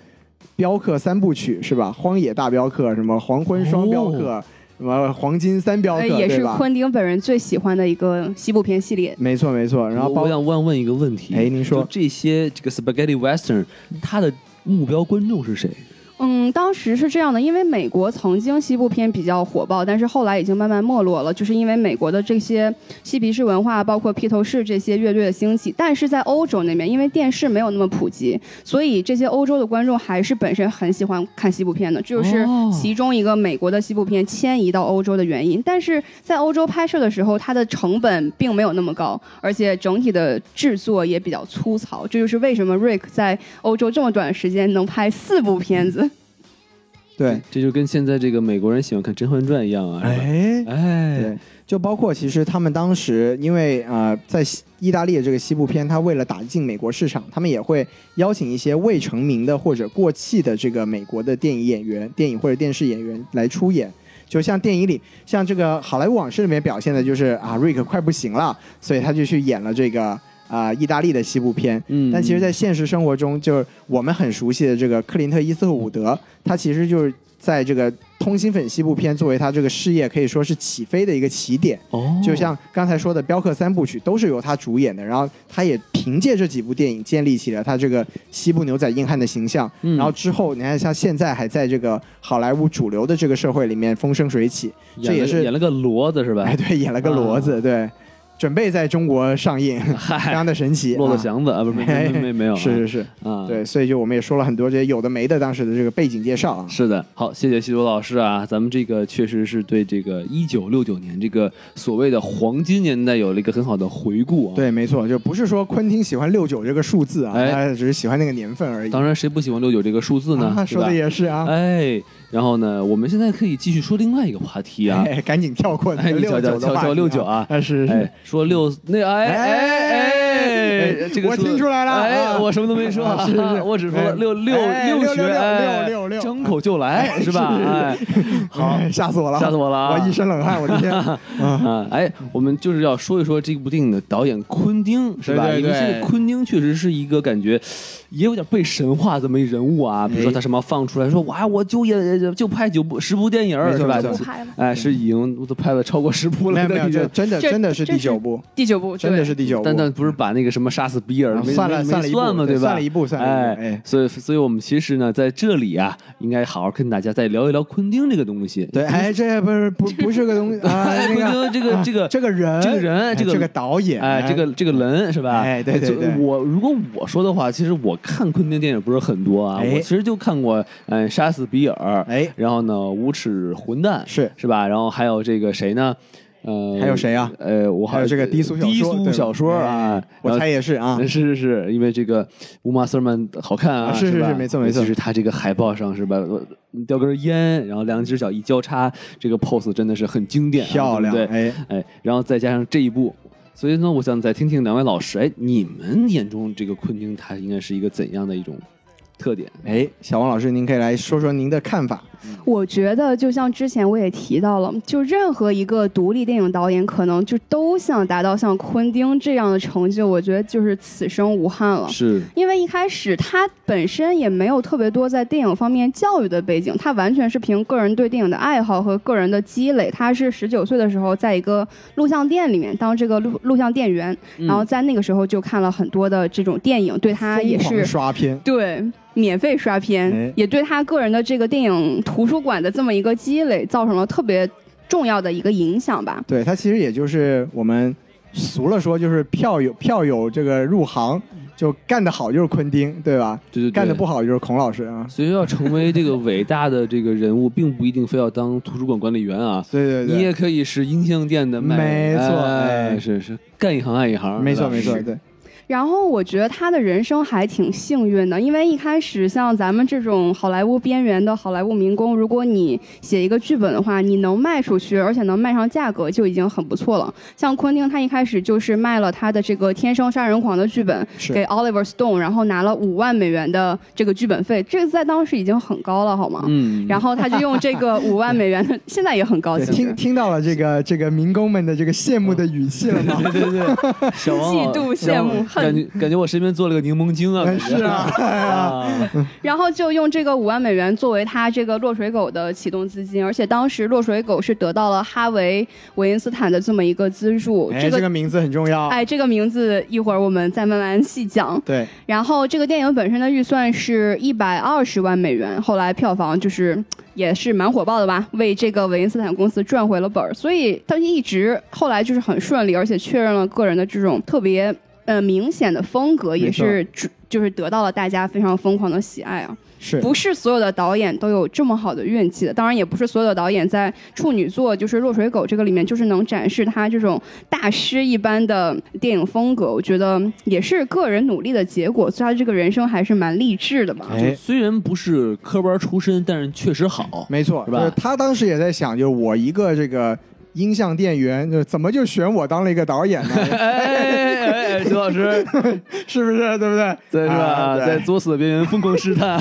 Speaker 3: 镖客三部曲是吧？荒野大镖客，什么黄昏双镖客，什么黄金三镖客，
Speaker 4: 呃哦也
Speaker 3: 对
Speaker 4: 是
Speaker 3: 吧？
Speaker 4: 昆汀本人最喜欢的一个西部片系列。
Speaker 3: 没错没错，
Speaker 4: 哦
Speaker 3: 然后
Speaker 2: 我
Speaker 3: 包
Speaker 2: 我想问问一个问题，
Speaker 3: 哎您说
Speaker 2: 就这些这个 spaghetti western，它的目标观众是谁？
Speaker 4: 嗯，当时是这样的，因为美国曾经西部片比较火爆，但是后来已经慢慢没落了，就是因为美国的这些嬉皮士文化，包括披头士这些乐队的兴起。但是在欧洲那边，因为电视没有那么普及，所以这些欧洲的观众还是本身很喜欢看西部片的，这就是
Speaker 2: 哦
Speaker 4: 其中一个美国的西部片迁移到欧洲的原因。但是在欧洲拍摄的时候，它的成本并没有那么高，而且整体的制作也比较粗糙，这就是为什么 Rick 在欧洲这么短时间能拍四部片子。嗯
Speaker 3: 对，
Speaker 2: 这就跟现在这个美国人喜欢看《甄嬛传》一样啊，是吧？
Speaker 3: 哎
Speaker 2: 哎，
Speaker 3: 对，就包括其实他们当时因为呃，在西意大利的这个西部片，他为了打进美国市场，他们也会邀请一些未成名的或者过气的这个美国的电影演员、电影或者电视演员来出演。就像电影里，像这个《好莱坞往事》里面表现的就是啊，瑞克快不行了，所以他就去演了这个啊、意大利的西部片。
Speaker 2: 嗯
Speaker 3: 但其实，在现实生活中，就是我们很熟悉的这个克林特·伊斯特伍德，他其实就是在这个通心粉西部片作为他这个事业可以说是起飞的一个起点。
Speaker 2: 哦，
Speaker 3: 就像刚才说的《镖客三部曲》都是由他主演的，然后他也凭借这几部电影建立起了他这个西部牛仔硬汉的形象。
Speaker 2: 嗯
Speaker 3: 然后之后，你看像现在还在这个好莱坞主流的这个社会里面风生水起，这
Speaker 2: 演
Speaker 3: 也
Speaker 2: 了
Speaker 3: 是
Speaker 2: 演了个骡子是吧
Speaker 3: 哎，？对，演
Speaker 2: 嗯
Speaker 3: 了个骡子，对，准备在中国 上映，非常的神奇。
Speaker 2: 骆驼
Speaker 3: 啊
Speaker 2: 祥子啊，不是没没没没没有啊，
Speaker 3: 是是是，
Speaker 2: 啊，
Speaker 3: 对，所以就我们也说了很多这些有的没的当时的这个背景介绍啊。
Speaker 2: 是的，好，谢谢西多老师啊，咱们这个确实是对这个一九六九年这个所谓的黄金年代有了一个很好的回顾啊。，
Speaker 3: 对，没错，就不是说昆汀喜欢六九这个数字啊，
Speaker 2: 哎
Speaker 3: 他只是喜欢那个年份而已。
Speaker 2: 当然谁不喜欢六九这个数字呢？
Speaker 3: 啊
Speaker 2: 是吧
Speaker 3: 说的也是啊，
Speaker 2: 哎，然后呢，我们现在可以继续说另外一个话题啊。
Speaker 3: 哎，赶紧跳过
Speaker 2: 哎你
Speaker 3: 六
Speaker 2: 瞧瞧
Speaker 3: 九的
Speaker 2: 瞧
Speaker 3: 话
Speaker 2: 瞧
Speaker 3: 题
Speaker 2: 六九啊
Speaker 3: 啊是是
Speaker 2: 哎，说六那哎哎哎，这个
Speaker 3: 我
Speaker 2: 说
Speaker 3: 听出来了
Speaker 2: 哎，
Speaker 3: 啊
Speaker 2: 我什么都没说，
Speaker 3: 是是
Speaker 2: 我只说了
Speaker 3: 哎
Speaker 2: 六六
Speaker 3: 哎六
Speaker 2: 学，
Speaker 3: 六六
Speaker 2: 哎
Speaker 3: 六六
Speaker 2: 张口就来是吧？哎，好
Speaker 3: 哎吓死我了，
Speaker 2: 吓死我了啊
Speaker 3: 我一身冷汗，我 的天，啊，
Speaker 2: 啊，哎，我们就是要说一说这部电影的导演昆汀，是吧？
Speaker 3: 对对
Speaker 2: 因为
Speaker 3: 对
Speaker 2: 现在昆汀确实是一个感觉也有点被神话这么一人物啊，比如
Speaker 3: 哎
Speaker 2: 说他什么放出来说哇，我就也就拍九部十部电影儿，
Speaker 3: 没
Speaker 2: 是
Speaker 3: 错
Speaker 2: 吧
Speaker 3: 没？错
Speaker 4: 拍了
Speaker 2: 哎，是已经都拍了超过十部
Speaker 3: 嗯没
Speaker 2: 了，
Speaker 3: 有没有，
Speaker 2: 已经
Speaker 3: 这真的
Speaker 4: 这
Speaker 3: 真的是
Speaker 4: 这
Speaker 3: 第
Speaker 4: 是
Speaker 3: 九部，
Speaker 4: 第九部，
Speaker 3: 真的
Speaker 4: 对
Speaker 3: 是第九部，
Speaker 2: 但但不是把那个什么杀死比尔
Speaker 3: 啊
Speaker 2: 没
Speaker 3: 算了
Speaker 2: 没
Speaker 3: 算了
Speaker 2: 没
Speaker 3: 一步
Speaker 2: 算嘛，
Speaker 3: 对
Speaker 2: 对吧？
Speaker 3: 算了一步算了一步
Speaker 2: 哎
Speaker 3: 哎，
Speaker 2: 所以所以我们其实呢，在这里啊，应该好好跟大家再聊一聊昆汀这个东西。
Speaker 3: 对，哎，这不是不不是个东西 啊，
Speaker 2: 哎，
Speaker 3: 那
Speaker 2: 昆
Speaker 3: 个啊
Speaker 2: 汀这个这个
Speaker 3: 这个人，
Speaker 2: 这个人
Speaker 3: 哎
Speaker 2: 这
Speaker 3: 这
Speaker 2: 个
Speaker 3: 导演，
Speaker 2: 哎，这个这个人是吧？
Speaker 3: 哎对对
Speaker 2: 就
Speaker 3: 对
Speaker 2: 我如果我说的话，其实我看昆汀电影不是很多啊，
Speaker 3: 哎
Speaker 2: 我其实就看过嗯《杀死比尔》，
Speaker 3: 哎
Speaker 2: 然后呢，无耻混蛋
Speaker 3: 是
Speaker 2: 是吧？然后还有这个谁呢？呃，
Speaker 3: 还有谁啊
Speaker 2: 呃，我好
Speaker 3: 还有这个低俗小说，
Speaker 2: 低
Speaker 3: 对吧
Speaker 2: 俗小说
Speaker 3: 哎
Speaker 2: 啊，然
Speaker 3: 我
Speaker 2: 后
Speaker 3: 猜也是啊，
Speaker 2: 是是是，因为这个乌玛·瑟曼好看啊，
Speaker 3: 啊是是
Speaker 2: 吧
Speaker 3: 是没错没错
Speaker 2: 尤其是他这个海报上是吧，呃叼根烟，然后两只脚一交叉，这个 pose 真的是很经典啊、
Speaker 3: 漂亮，
Speaker 2: 对不对？
Speaker 3: 哎，
Speaker 2: 哎，然后再加上这一部，所以呢，我想再听听两位老师，哎，你们眼中这个昆汀他应该是一个怎样的一种特点。
Speaker 3: 哎，小王老师，您可以来说说您的看法。
Speaker 4: 我觉得就像之前我也提到了，就任何一个独立电影导演，可能就都想达到像昆汀这样的成就，我觉得就是此生无憾
Speaker 3: 啊
Speaker 4: 了。
Speaker 2: 是，
Speaker 4: 因为一开始他本身也没有特别多在电影方面教育的背景，他完全是凭个人对电影的爱好和个人的积累。他是十九岁的时候，在一个录像店里面当这个录录像店员，
Speaker 3: 嗯
Speaker 2: 嗯
Speaker 4: 然后在那个时候就看了很多的这种电影，对他也
Speaker 3: 疯狂
Speaker 4: 是
Speaker 3: 刷片，
Speaker 4: 对，免费刷片，
Speaker 3: 哎
Speaker 4: 也对他个人的这个电影图书馆的这么一个积累造成了特别重要的一个影响吧。
Speaker 3: 对他其实也就是我们俗了说，就是票友票友这个入行就干得好就是昆汀，对吧？
Speaker 2: 对对对，
Speaker 3: 干得不好就是孔老师啊。
Speaker 2: 所以要成为这个伟大的这个人物，并不一定非要当图书馆管理员啊，
Speaker 3: 对对
Speaker 2: 你
Speaker 3: 对，
Speaker 2: 也可以是音像店的卖人
Speaker 3: 没错
Speaker 2: 哎，
Speaker 3: 哎
Speaker 2: 是是，干一行爱一行，
Speaker 3: 没
Speaker 2: 对
Speaker 3: 错
Speaker 2: 吧
Speaker 3: 没错，
Speaker 2: 是
Speaker 3: 对，
Speaker 4: 然后我觉得他的人生还挺幸运的，因为一开始像咱们这种好莱坞边缘的好莱坞民工，如果你写一个剧本的话，你能卖出去，而且能卖上价格就已经很不错了。像昆汀，他一开始就是卖了他的这个《天生杀人狂》的剧本，
Speaker 3: 是
Speaker 4: 给 Oliver Stone，然后拿了五万美元的这个剧本费，这个在当时已经很高了，好吗？
Speaker 2: 嗯，
Speaker 4: 然后他就用这个五万美元的，现在也很高，
Speaker 3: 对
Speaker 4: 其实
Speaker 3: 听听到了这个这个民工们的这个羡慕的语气了吗？
Speaker 2: 对对 对，小王
Speaker 4: 嫉
Speaker 2: 老
Speaker 4: 妒、啊羡慕、
Speaker 2: 感
Speaker 4: 恨，
Speaker 2: 觉感觉我身边做了个柠檬精啊，感觉
Speaker 3: 是啊，
Speaker 2: 啊，
Speaker 4: 然后就用这个五万美元作为他这个落水狗的启动资金，而且当时落水狗是得到了哈维·韦因斯坦的这么一个资助，
Speaker 3: 哎，
Speaker 4: 这
Speaker 3: 这
Speaker 4: 个
Speaker 3: 个名字很重要。
Speaker 4: 哎，这个名字一会儿我们再慢慢细讲。
Speaker 3: 对，
Speaker 4: 然后这个电影本身的预算是一百二十万美元，后来票房就是嘖也是蛮火爆的吧，为这个韦因斯坦公司赚回了本儿，所以他一直后来就是很顺利，而且确认了个人的这种特别呃明显的风格，也是主就是得到了大家非常疯狂的喜爱啊。
Speaker 3: 是
Speaker 4: 不是所有的导演都有这么好的运气的，当然也不是所有的导演在处女座就是《落水狗》这个里面就是能展示他这种大师一般的电影风格，我觉得也是个人努力的结果，所以他这个人生还是蛮励志的吧。
Speaker 3: 哎，
Speaker 2: 虽然不是科班出身，但是确实好，
Speaker 3: 没错，
Speaker 2: 是吧
Speaker 3: 就是他当时也在想，就是我一个这个音像店员，就怎么就选我当了一个导演呢？
Speaker 2: 哎哎哎哎哎，徐老师，
Speaker 3: 是不是？对不 对？
Speaker 2: 在是吧，
Speaker 3: 啊对
Speaker 2: 在作死的边缘疯狂试探，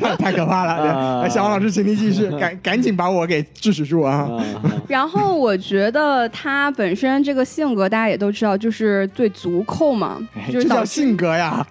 Speaker 3: 太太可怕了！
Speaker 2: 啊
Speaker 3: 来小王老师，请您 继续，赶赶紧把我给制止住啊！
Speaker 2: 啊
Speaker 4: 然后我觉得他本身这个性格大家也都知道，就是最足控嘛
Speaker 3: 哎，
Speaker 4: 就
Speaker 3: 这
Speaker 4: 是导
Speaker 3: 叫
Speaker 4: 致
Speaker 3: 性嗯格呀！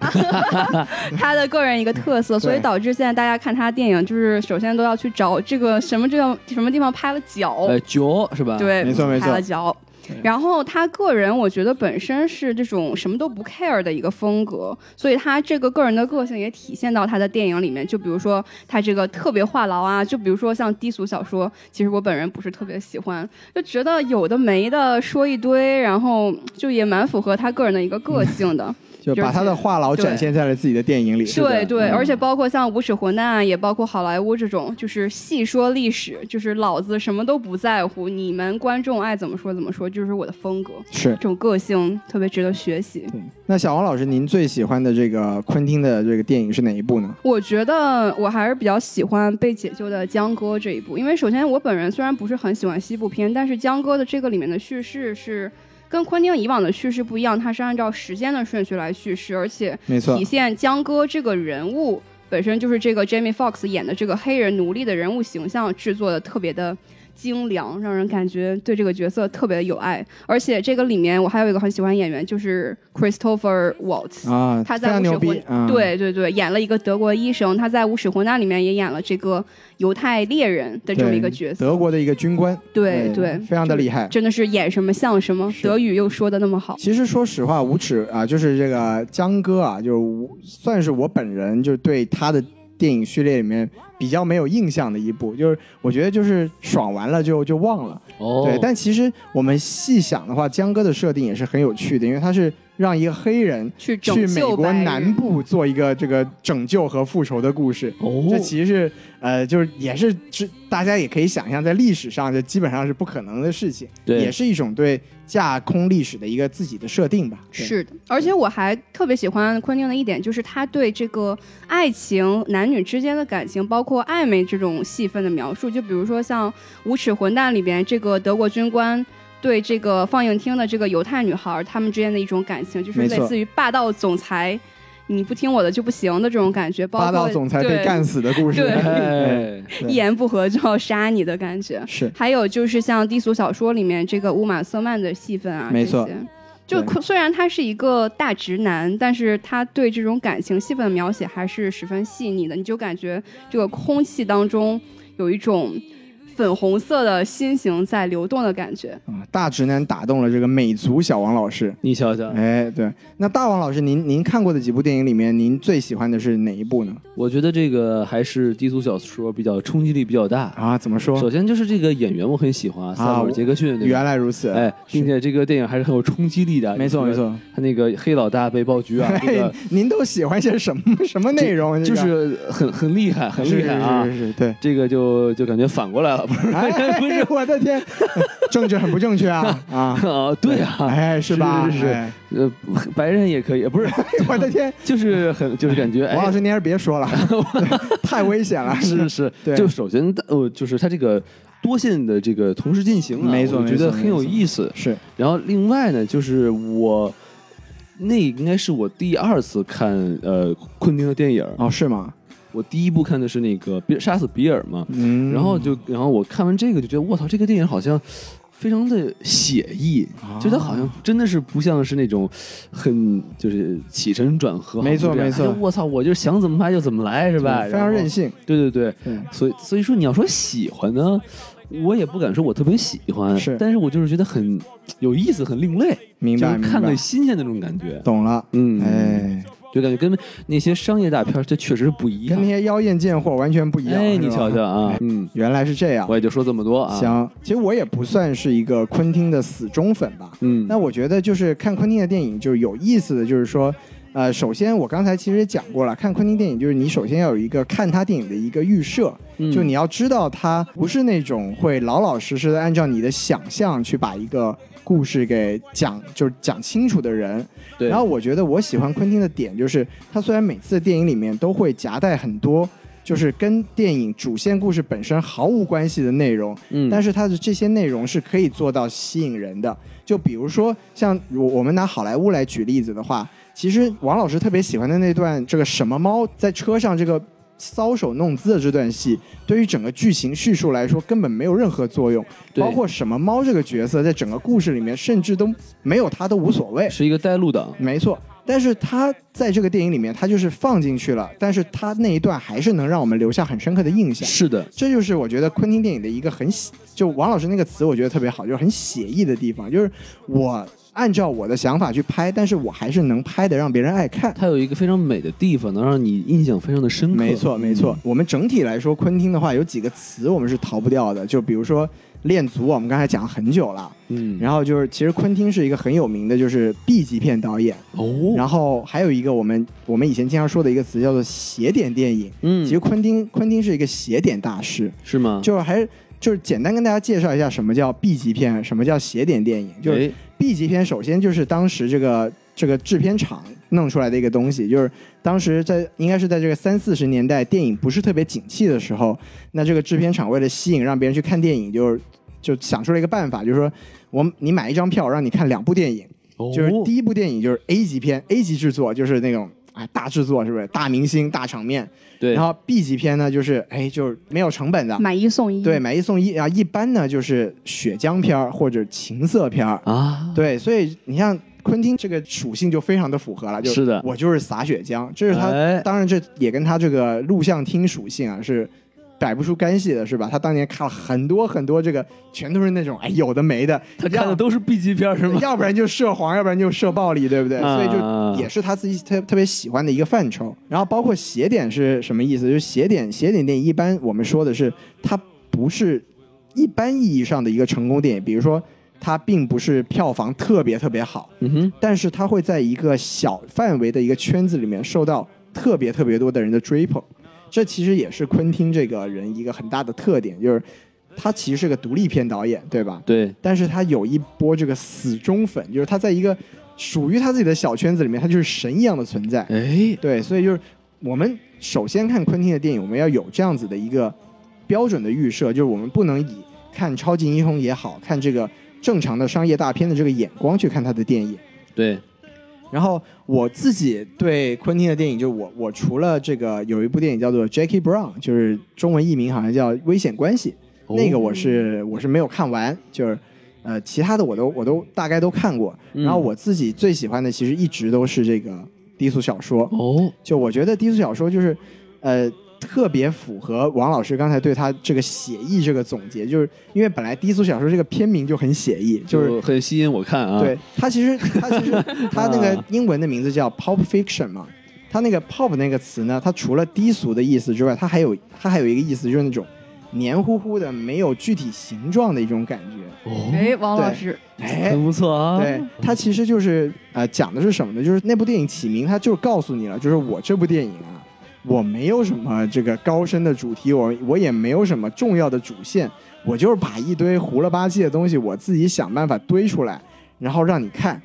Speaker 4: 他的个人一个特色，所以导致现在大家看他电影，就是首先都要去找这个什么这样什么地方拍了脚，
Speaker 2: 哎，九是吧？，
Speaker 4: 对，
Speaker 3: 没错没错
Speaker 4: 拍了脚。然后他个人，我觉得本身是这种什么都不 care 的一个风格，所以他这个个人的个性也体现到他的电影里面。就比如说他这个特别话痨啊，就比如说像低俗小说，其实我本人不是特别喜欢，就觉得有的没的说一堆，然后就也蛮符合他个人的一个个性的。
Speaker 3: 就把他的话痨展现在了自己的电影里。
Speaker 4: 对对，
Speaker 2: 嗯
Speaker 4: 而且包括像《无耻混蛋》啊，也包括好莱坞这种，就是细说历史，就是老子什么都不在乎，你们观众爱怎么说怎么说，就是我的风格，
Speaker 3: 是
Speaker 4: 这。种个性特别值得学习。
Speaker 3: 对，那小王老师，您最喜欢的这个昆汀的这个电影是哪一部呢？
Speaker 4: 我觉得我还是比较喜欢《被解救的江歌》这一部，因为首先我本人虽然不是很喜欢西部片，但是江歌的这个里面的叙事是。跟昆汀以往的叙事不一样，它是按照时间的顺序来叙事，而且
Speaker 3: 没错
Speaker 4: 体，现江歌这个人物本身就是这个 Jamie Foxx 演的这个黑人奴隶的人物形象制作的特别的精良，让人感觉对这个角色特别的有爱。而且这个里面我还有一个很喜欢演员，就是 Christopher Waltz。
Speaker 3: 啊，
Speaker 4: 他
Speaker 3: 非
Speaker 4: 在
Speaker 3: 常
Speaker 4: 无耻
Speaker 3: 牛逼
Speaker 4: 混，
Speaker 3: 啊！，
Speaker 4: 对对对，演了一个德国医生，他在《无耻混蛋》里面也演了这个犹太猎人的这么一个角色，
Speaker 3: 德国的一个军官，哎
Speaker 4: 对对
Speaker 3: 非常的厉害。
Speaker 4: 真的是演什么像什么，
Speaker 3: 是
Speaker 4: 德语又说的那么好，
Speaker 3: 其实说实话，无耻啊，就是这个江哥啊，就是我算是我本人就是对他的电影序列里面比较没有印象的一部，就是我觉得就是爽完了就就忘了。
Speaker 2: 哦，
Speaker 3: 对，但其实我们细想的话，江哥的设定也是很有趣的，因为他是让一个黑人
Speaker 4: 去拯
Speaker 3: 去美
Speaker 4: 救
Speaker 3: 国
Speaker 4: 白人
Speaker 3: 南部做一个这个拯救和复仇的故事。
Speaker 2: 哦，
Speaker 3: 这其实是呃，就是也是这大家也可以想象，在历史上这基本上是不可能的事情，
Speaker 2: 对
Speaker 3: 也是一种对架空历史的一个自己的设定吧。对，
Speaker 4: 是的，而且我还特别喜欢昆汀的一点，就是他对这个爱情、男女之间的感情，包括暧昧这种戏份的描述。就比如说像《无耻混蛋》里边，这个德国军官对这个放映厅的这个犹太女孩，他们之间的一种感情，就是
Speaker 3: 没
Speaker 4: 类
Speaker 3: 错
Speaker 4: 似于霸道总裁你不听我的就不行的这种感觉，包括
Speaker 3: 霸道总裁被
Speaker 4: 对
Speaker 3: 干死的故事，
Speaker 4: 对
Speaker 2: 哎，
Speaker 3: 对
Speaker 4: 一言不合就要杀你的感觉。
Speaker 3: 是
Speaker 4: 还有就是像低俗小说里面这个乌玛瑟曼的戏份啊，
Speaker 3: 没错
Speaker 4: 这些。就
Speaker 3: 对
Speaker 4: 虽然他是一个大直男，但是他对这种感情戏份的描写还是十分细腻的，你就感觉这个空气当中有一种粉红色的心形在流动的感觉。
Speaker 3: 啊，大直男打动了这个美族小王老师。
Speaker 2: 你瞧瞧，
Speaker 3: 哎，对，那大王老师，您您看过的几部电影里面，您最喜欢的是哪一部呢？
Speaker 2: 我觉得这个还是低俗小说比较冲击力比较大。
Speaker 3: 啊，怎么说？
Speaker 2: 首先就是这个演员我很喜欢啊，萨
Speaker 3: 啊
Speaker 2: 姆
Speaker 3: 我
Speaker 2: 尔杰克逊，对吧
Speaker 3: 原来如此，
Speaker 2: 哎，并且这个电影还是很有冲击力的。
Speaker 3: 没错没， 错。
Speaker 2: 他那个黑老大被爆菊啊，这
Speaker 3: 嘿
Speaker 2: 个，
Speaker 3: 您都喜欢些什么什么内容？
Speaker 2: 就
Speaker 3: 这个
Speaker 2: 是很很厉害，很厉害啊
Speaker 3: 是。是是是，对。
Speaker 2: 这个就就感觉反过来了，不是？
Speaker 3: 哎，
Speaker 2: 不是
Speaker 3: 我的天，政治很不正 确啊啊！
Speaker 2: 啊，对啊，
Speaker 3: 哎，是吧？
Speaker 2: 是是是
Speaker 3: 哎
Speaker 2: 呃，白人也可以，不是，
Speaker 3: 我的天，
Speaker 2: 就是很就是感觉，
Speaker 3: 王 老
Speaker 2: 哎，
Speaker 3: 师，您还是别说 了，太危险了。
Speaker 2: 是是，
Speaker 3: 对
Speaker 2: 就首先呃，就是他这个多线的这个同时进行啊，
Speaker 3: 没错
Speaker 2: 我觉
Speaker 3: 没
Speaker 2: 得
Speaker 3: 错
Speaker 2: 很有
Speaker 3: 没错
Speaker 2: 意思。
Speaker 3: 是
Speaker 2: 然后另外呢，就是我那应该是我第二次看呃昆汀的电影儿，
Speaker 3: 哦，是吗？
Speaker 2: 我第一部看的是那个比杀死比尔嘛，
Speaker 3: 嗯，
Speaker 2: 然后就然后我看完这个就觉得我操，这个电影好像。非常的写意，
Speaker 3: 啊
Speaker 2: 就它好像真的是不像是那种很就是起承转合，
Speaker 3: 没错
Speaker 2: 好像就这样哎
Speaker 3: 没错
Speaker 2: 我操，我就想怎么拍就怎么来，是吧？
Speaker 3: 非常任
Speaker 2: 性。
Speaker 3: 性。
Speaker 2: 对对对，
Speaker 3: 对
Speaker 2: 所以所以说你要说喜欢呢，我也不敢说我特别喜欢，
Speaker 3: 是
Speaker 2: 但是我就是觉得很有意思，很另类，
Speaker 3: 明
Speaker 2: 就
Speaker 3: 白
Speaker 2: 是
Speaker 3: 明
Speaker 2: 看
Speaker 3: 白
Speaker 2: 的，新鲜的那种感觉，
Speaker 3: 懂了。
Speaker 2: 嗯，，
Speaker 3: 哎，
Speaker 2: 就感觉跟那些商业大片儿这确实不一
Speaker 3: 跟
Speaker 2: 样
Speaker 3: 那，些妖艳贱货完全不一样。
Speaker 2: 哎，
Speaker 3: 是吧
Speaker 2: 你瞧瞧，啊，嗯，
Speaker 3: 原来是这样
Speaker 2: 我。也就说这么多啊，，
Speaker 3: 行，其实我也不算是一个昆汀的死忠粉吧。
Speaker 2: 嗯，
Speaker 3: 那我觉得就是看昆汀的电影，就是有意思的，就是说，呃，首先我刚才其实也讲过了，看昆汀电影就是你首先要有一个看他电影的一个预设，
Speaker 2: 嗯
Speaker 3: 就你要知道他不是那种会老老实实的按照你的想象去把一个故事给讲，就是讲清楚的人。
Speaker 2: 对，
Speaker 3: 然后我觉得我喜欢昆汀的点就是，他虽然每次的电影里面都会夹带很多。就是跟电影主线故事本身毫无关系的内容，
Speaker 2: 嗯，
Speaker 3: 但
Speaker 2: 是
Speaker 3: 是它的这些内容是可以做到吸引人的。就比如说，像我我们拿好莱坞来举例子的话，其实王老师特别喜欢的那段这个什么猫在车上这个搔首弄姿的这段戏，对于整个剧情叙述来说根本没有任何作用。
Speaker 2: 对
Speaker 3: 包括什么猫这个角色在整个故事里面，甚至都没有他都无所谓。
Speaker 2: 是一个带路党，
Speaker 3: 没错，但是他在这个电影里面，他就是放进去了，但是他那一段还是能让我们留下很深刻的印象。
Speaker 2: 是的，
Speaker 3: 这就是我觉得昆汀电影的一个很写，就王老师那个词，我觉得特别好，就是很写意的地方，就是我按照我的想法去拍，但是我还是能拍的让别人爱看。
Speaker 2: 它有一个非常美的地方，能让你印象非常的深刻，
Speaker 3: 没错，没错
Speaker 2: 嗯，。
Speaker 3: 我们整体来说，昆汀的话有几个词我们是逃不掉的，就比如说恋足，我们刚才讲了很久了。
Speaker 2: 嗯，
Speaker 3: 然后就是，其实昆汀是一个很有名的，就是 B 级片导演。
Speaker 2: 哦，
Speaker 3: 然后还有一个我们我们以前经常说的一个词叫做邪典电影。
Speaker 2: 嗯
Speaker 3: 其实昆汀昆汀是一个邪典大师。
Speaker 2: 是吗？
Speaker 3: 就是还是就是简单跟大家介绍一下什么叫 B 级片，什么叫邪典电影。就是
Speaker 2: 哎
Speaker 3: B 级片，首先就是当时这个这个制片厂弄出来的一个东西，就是当时在应该是在这个三四十年代电影不是特别景气的时候，那这个制片厂为了吸引让别人去看电影，就是就想出了一个办法，就是说我你买一张票，让你看两部电影。
Speaker 2: 哦
Speaker 3: 就是第一部电影就是 A 级片，A 级制作就是那种哎大制作，是不是大明星大场面？
Speaker 2: 对，
Speaker 3: 然后 B 级片呢，就是哎就是没有成本的，
Speaker 4: 买一送一，
Speaker 3: 啊对，买一送一啊，一般呢就是血浆片儿或者情色片儿，
Speaker 2: 啊，
Speaker 3: 对，所以你像昆汀这个属性就非常的符合了，就是
Speaker 2: 的
Speaker 3: 我就是撒血浆，这是他，
Speaker 2: 哎
Speaker 3: 当然这也跟他这个录像厅属性啊是。摆不出干系的是吧？他当年看了很多很多，这个全都是那种哎有的没的，
Speaker 2: 他看的都是 B 级片儿是吗？
Speaker 3: 要不然就涉黄，要不然就涉暴力，对不对？
Speaker 2: 啊
Speaker 3: 所以就也是他自己特特别喜欢的一个范畴。然后包括邪典是什么意思？就是邪典，邪典电影一般我们说的是它不是一般意义上的一个成功电影，比如说它并不是票房特别特别好，
Speaker 2: 嗯哼，
Speaker 3: 但是它会在一个小范围的一个圈子里面受到特别特别多的人的追捧。这其实也是昆汀这个人一个很大的特点，就是他其实是个独立片导演，对吧？
Speaker 2: 对，
Speaker 3: 但是他有一波这个死忠粉，就是他在一个属于他自己的小圈子里面，他就是神一样的存在。
Speaker 2: 哎，
Speaker 3: 对，所以就是我们首先看昆汀的电影，我们要有这样子的一个标准的预设，就是我们不能以看超级英雄也好看这个正常的商业大片的这个眼光去看他的电影。
Speaker 2: 对，
Speaker 3: 然后我自己对昆汀的电影，就我我除了这个有一部电影叫做《Jackie Brown》，就是中文译名好像叫《危险关系》，
Speaker 2: 哦
Speaker 3: 那个我是我是没有看完，就是呃其他的我都我都大概都看过。
Speaker 2: 嗯
Speaker 3: 然后我自己最喜欢的其实一直都是这个低俗小说，
Speaker 2: 哦，
Speaker 3: 就我觉得低俗小说就是，呃，特别符合王老师刚才对他这个写意这个总结，就是因为本来低俗小说这个片名就很写意，就是。
Speaker 2: 就很吸引我看啊。
Speaker 3: 对，它其实它其 实它那个
Speaker 2: 啊
Speaker 3: 英文的名字叫 pop fiction 嘛，它那个 pop 那个词呢，它除了低俗的意思之外，它还有它还有一个意思就是那种黏糊糊的、没有具体形状的一种感觉。
Speaker 2: 哦，
Speaker 4: 哎，王老师，
Speaker 3: 哎，
Speaker 2: 很不错啊。
Speaker 3: 对，它其实就是呃讲的是什么呢？就是那部电影起名，它就是告诉你了，就是我这部电影啊，我没有什么这个高深的主题，我我也没有什么重要的主线，我就是把一堆胡了吧唧的东西，我自己想办法堆出来，然后让你看。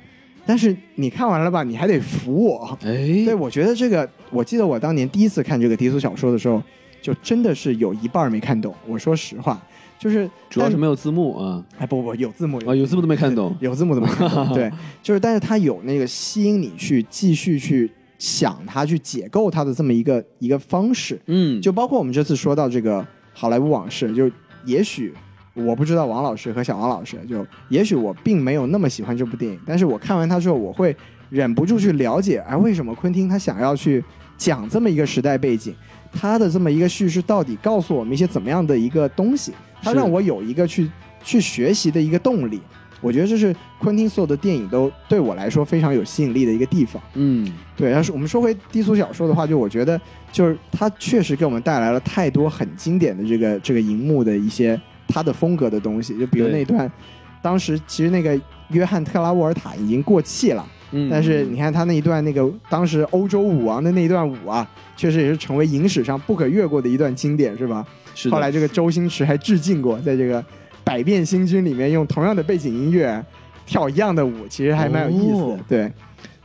Speaker 3: 但是你看完了吧，你还得服我。对，
Speaker 2: 哎，
Speaker 3: 我觉得这个，我记得我当年第一次看这个低俗小说的时候，就真的是有一半儿没看懂。我说实话，就是
Speaker 2: 主要
Speaker 3: 但
Speaker 2: 是没有字幕啊，
Speaker 3: 哎不不有字幕
Speaker 2: 啊，有字幕都没看懂。
Speaker 3: 有字幕怎么看 懂？对，就是，但是它有那个吸引你去继续去想它、去解构它的这么一个一个方式。
Speaker 2: 嗯，
Speaker 3: 就包括我们这次说到这个好莱坞往事，就也许我不知道王老师和小王老师，就也许我并没有那么喜欢这部电影，但是我看完它之后，我会忍不住去了解，哎，为什么昆汀他想要去讲这么一个时代背景，他的这么一个叙事到底告诉我们一些怎么样的一个东西，他
Speaker 2: 是
Speaker 3: 让我有一个去去学习的一个动力。我觉得这是昆汀所有的电影都对我来说非常有吸引力的一个地方。
Speaker 2: 嗯，
Speaker 3: 对，要是我们说回低俗小说的话，就我觉得就是它确实给我们带来了太多很经典的这个这个荧幕的一些它的风格的东西，就比如
Speaker 2: 对
Speaker 3: 那段，当时其实那个约翰特拉沃尔塔已经过气了，
Speaker 2: 嗯，
Speaker 3: 但是你看他那一段那个当时欧洲舞王的那一段舞啊，确实也是成为影史上不可越过的一段经典，是吧？
Speaker 2: 是的
Speaker 3: 后来这个周星驰还致敬过，在这个《百变星君》里面用同样的背景音乐跳一样的舞，其实还蛮有意思的。
Speaker 2: 哦
Speaker 3: 对，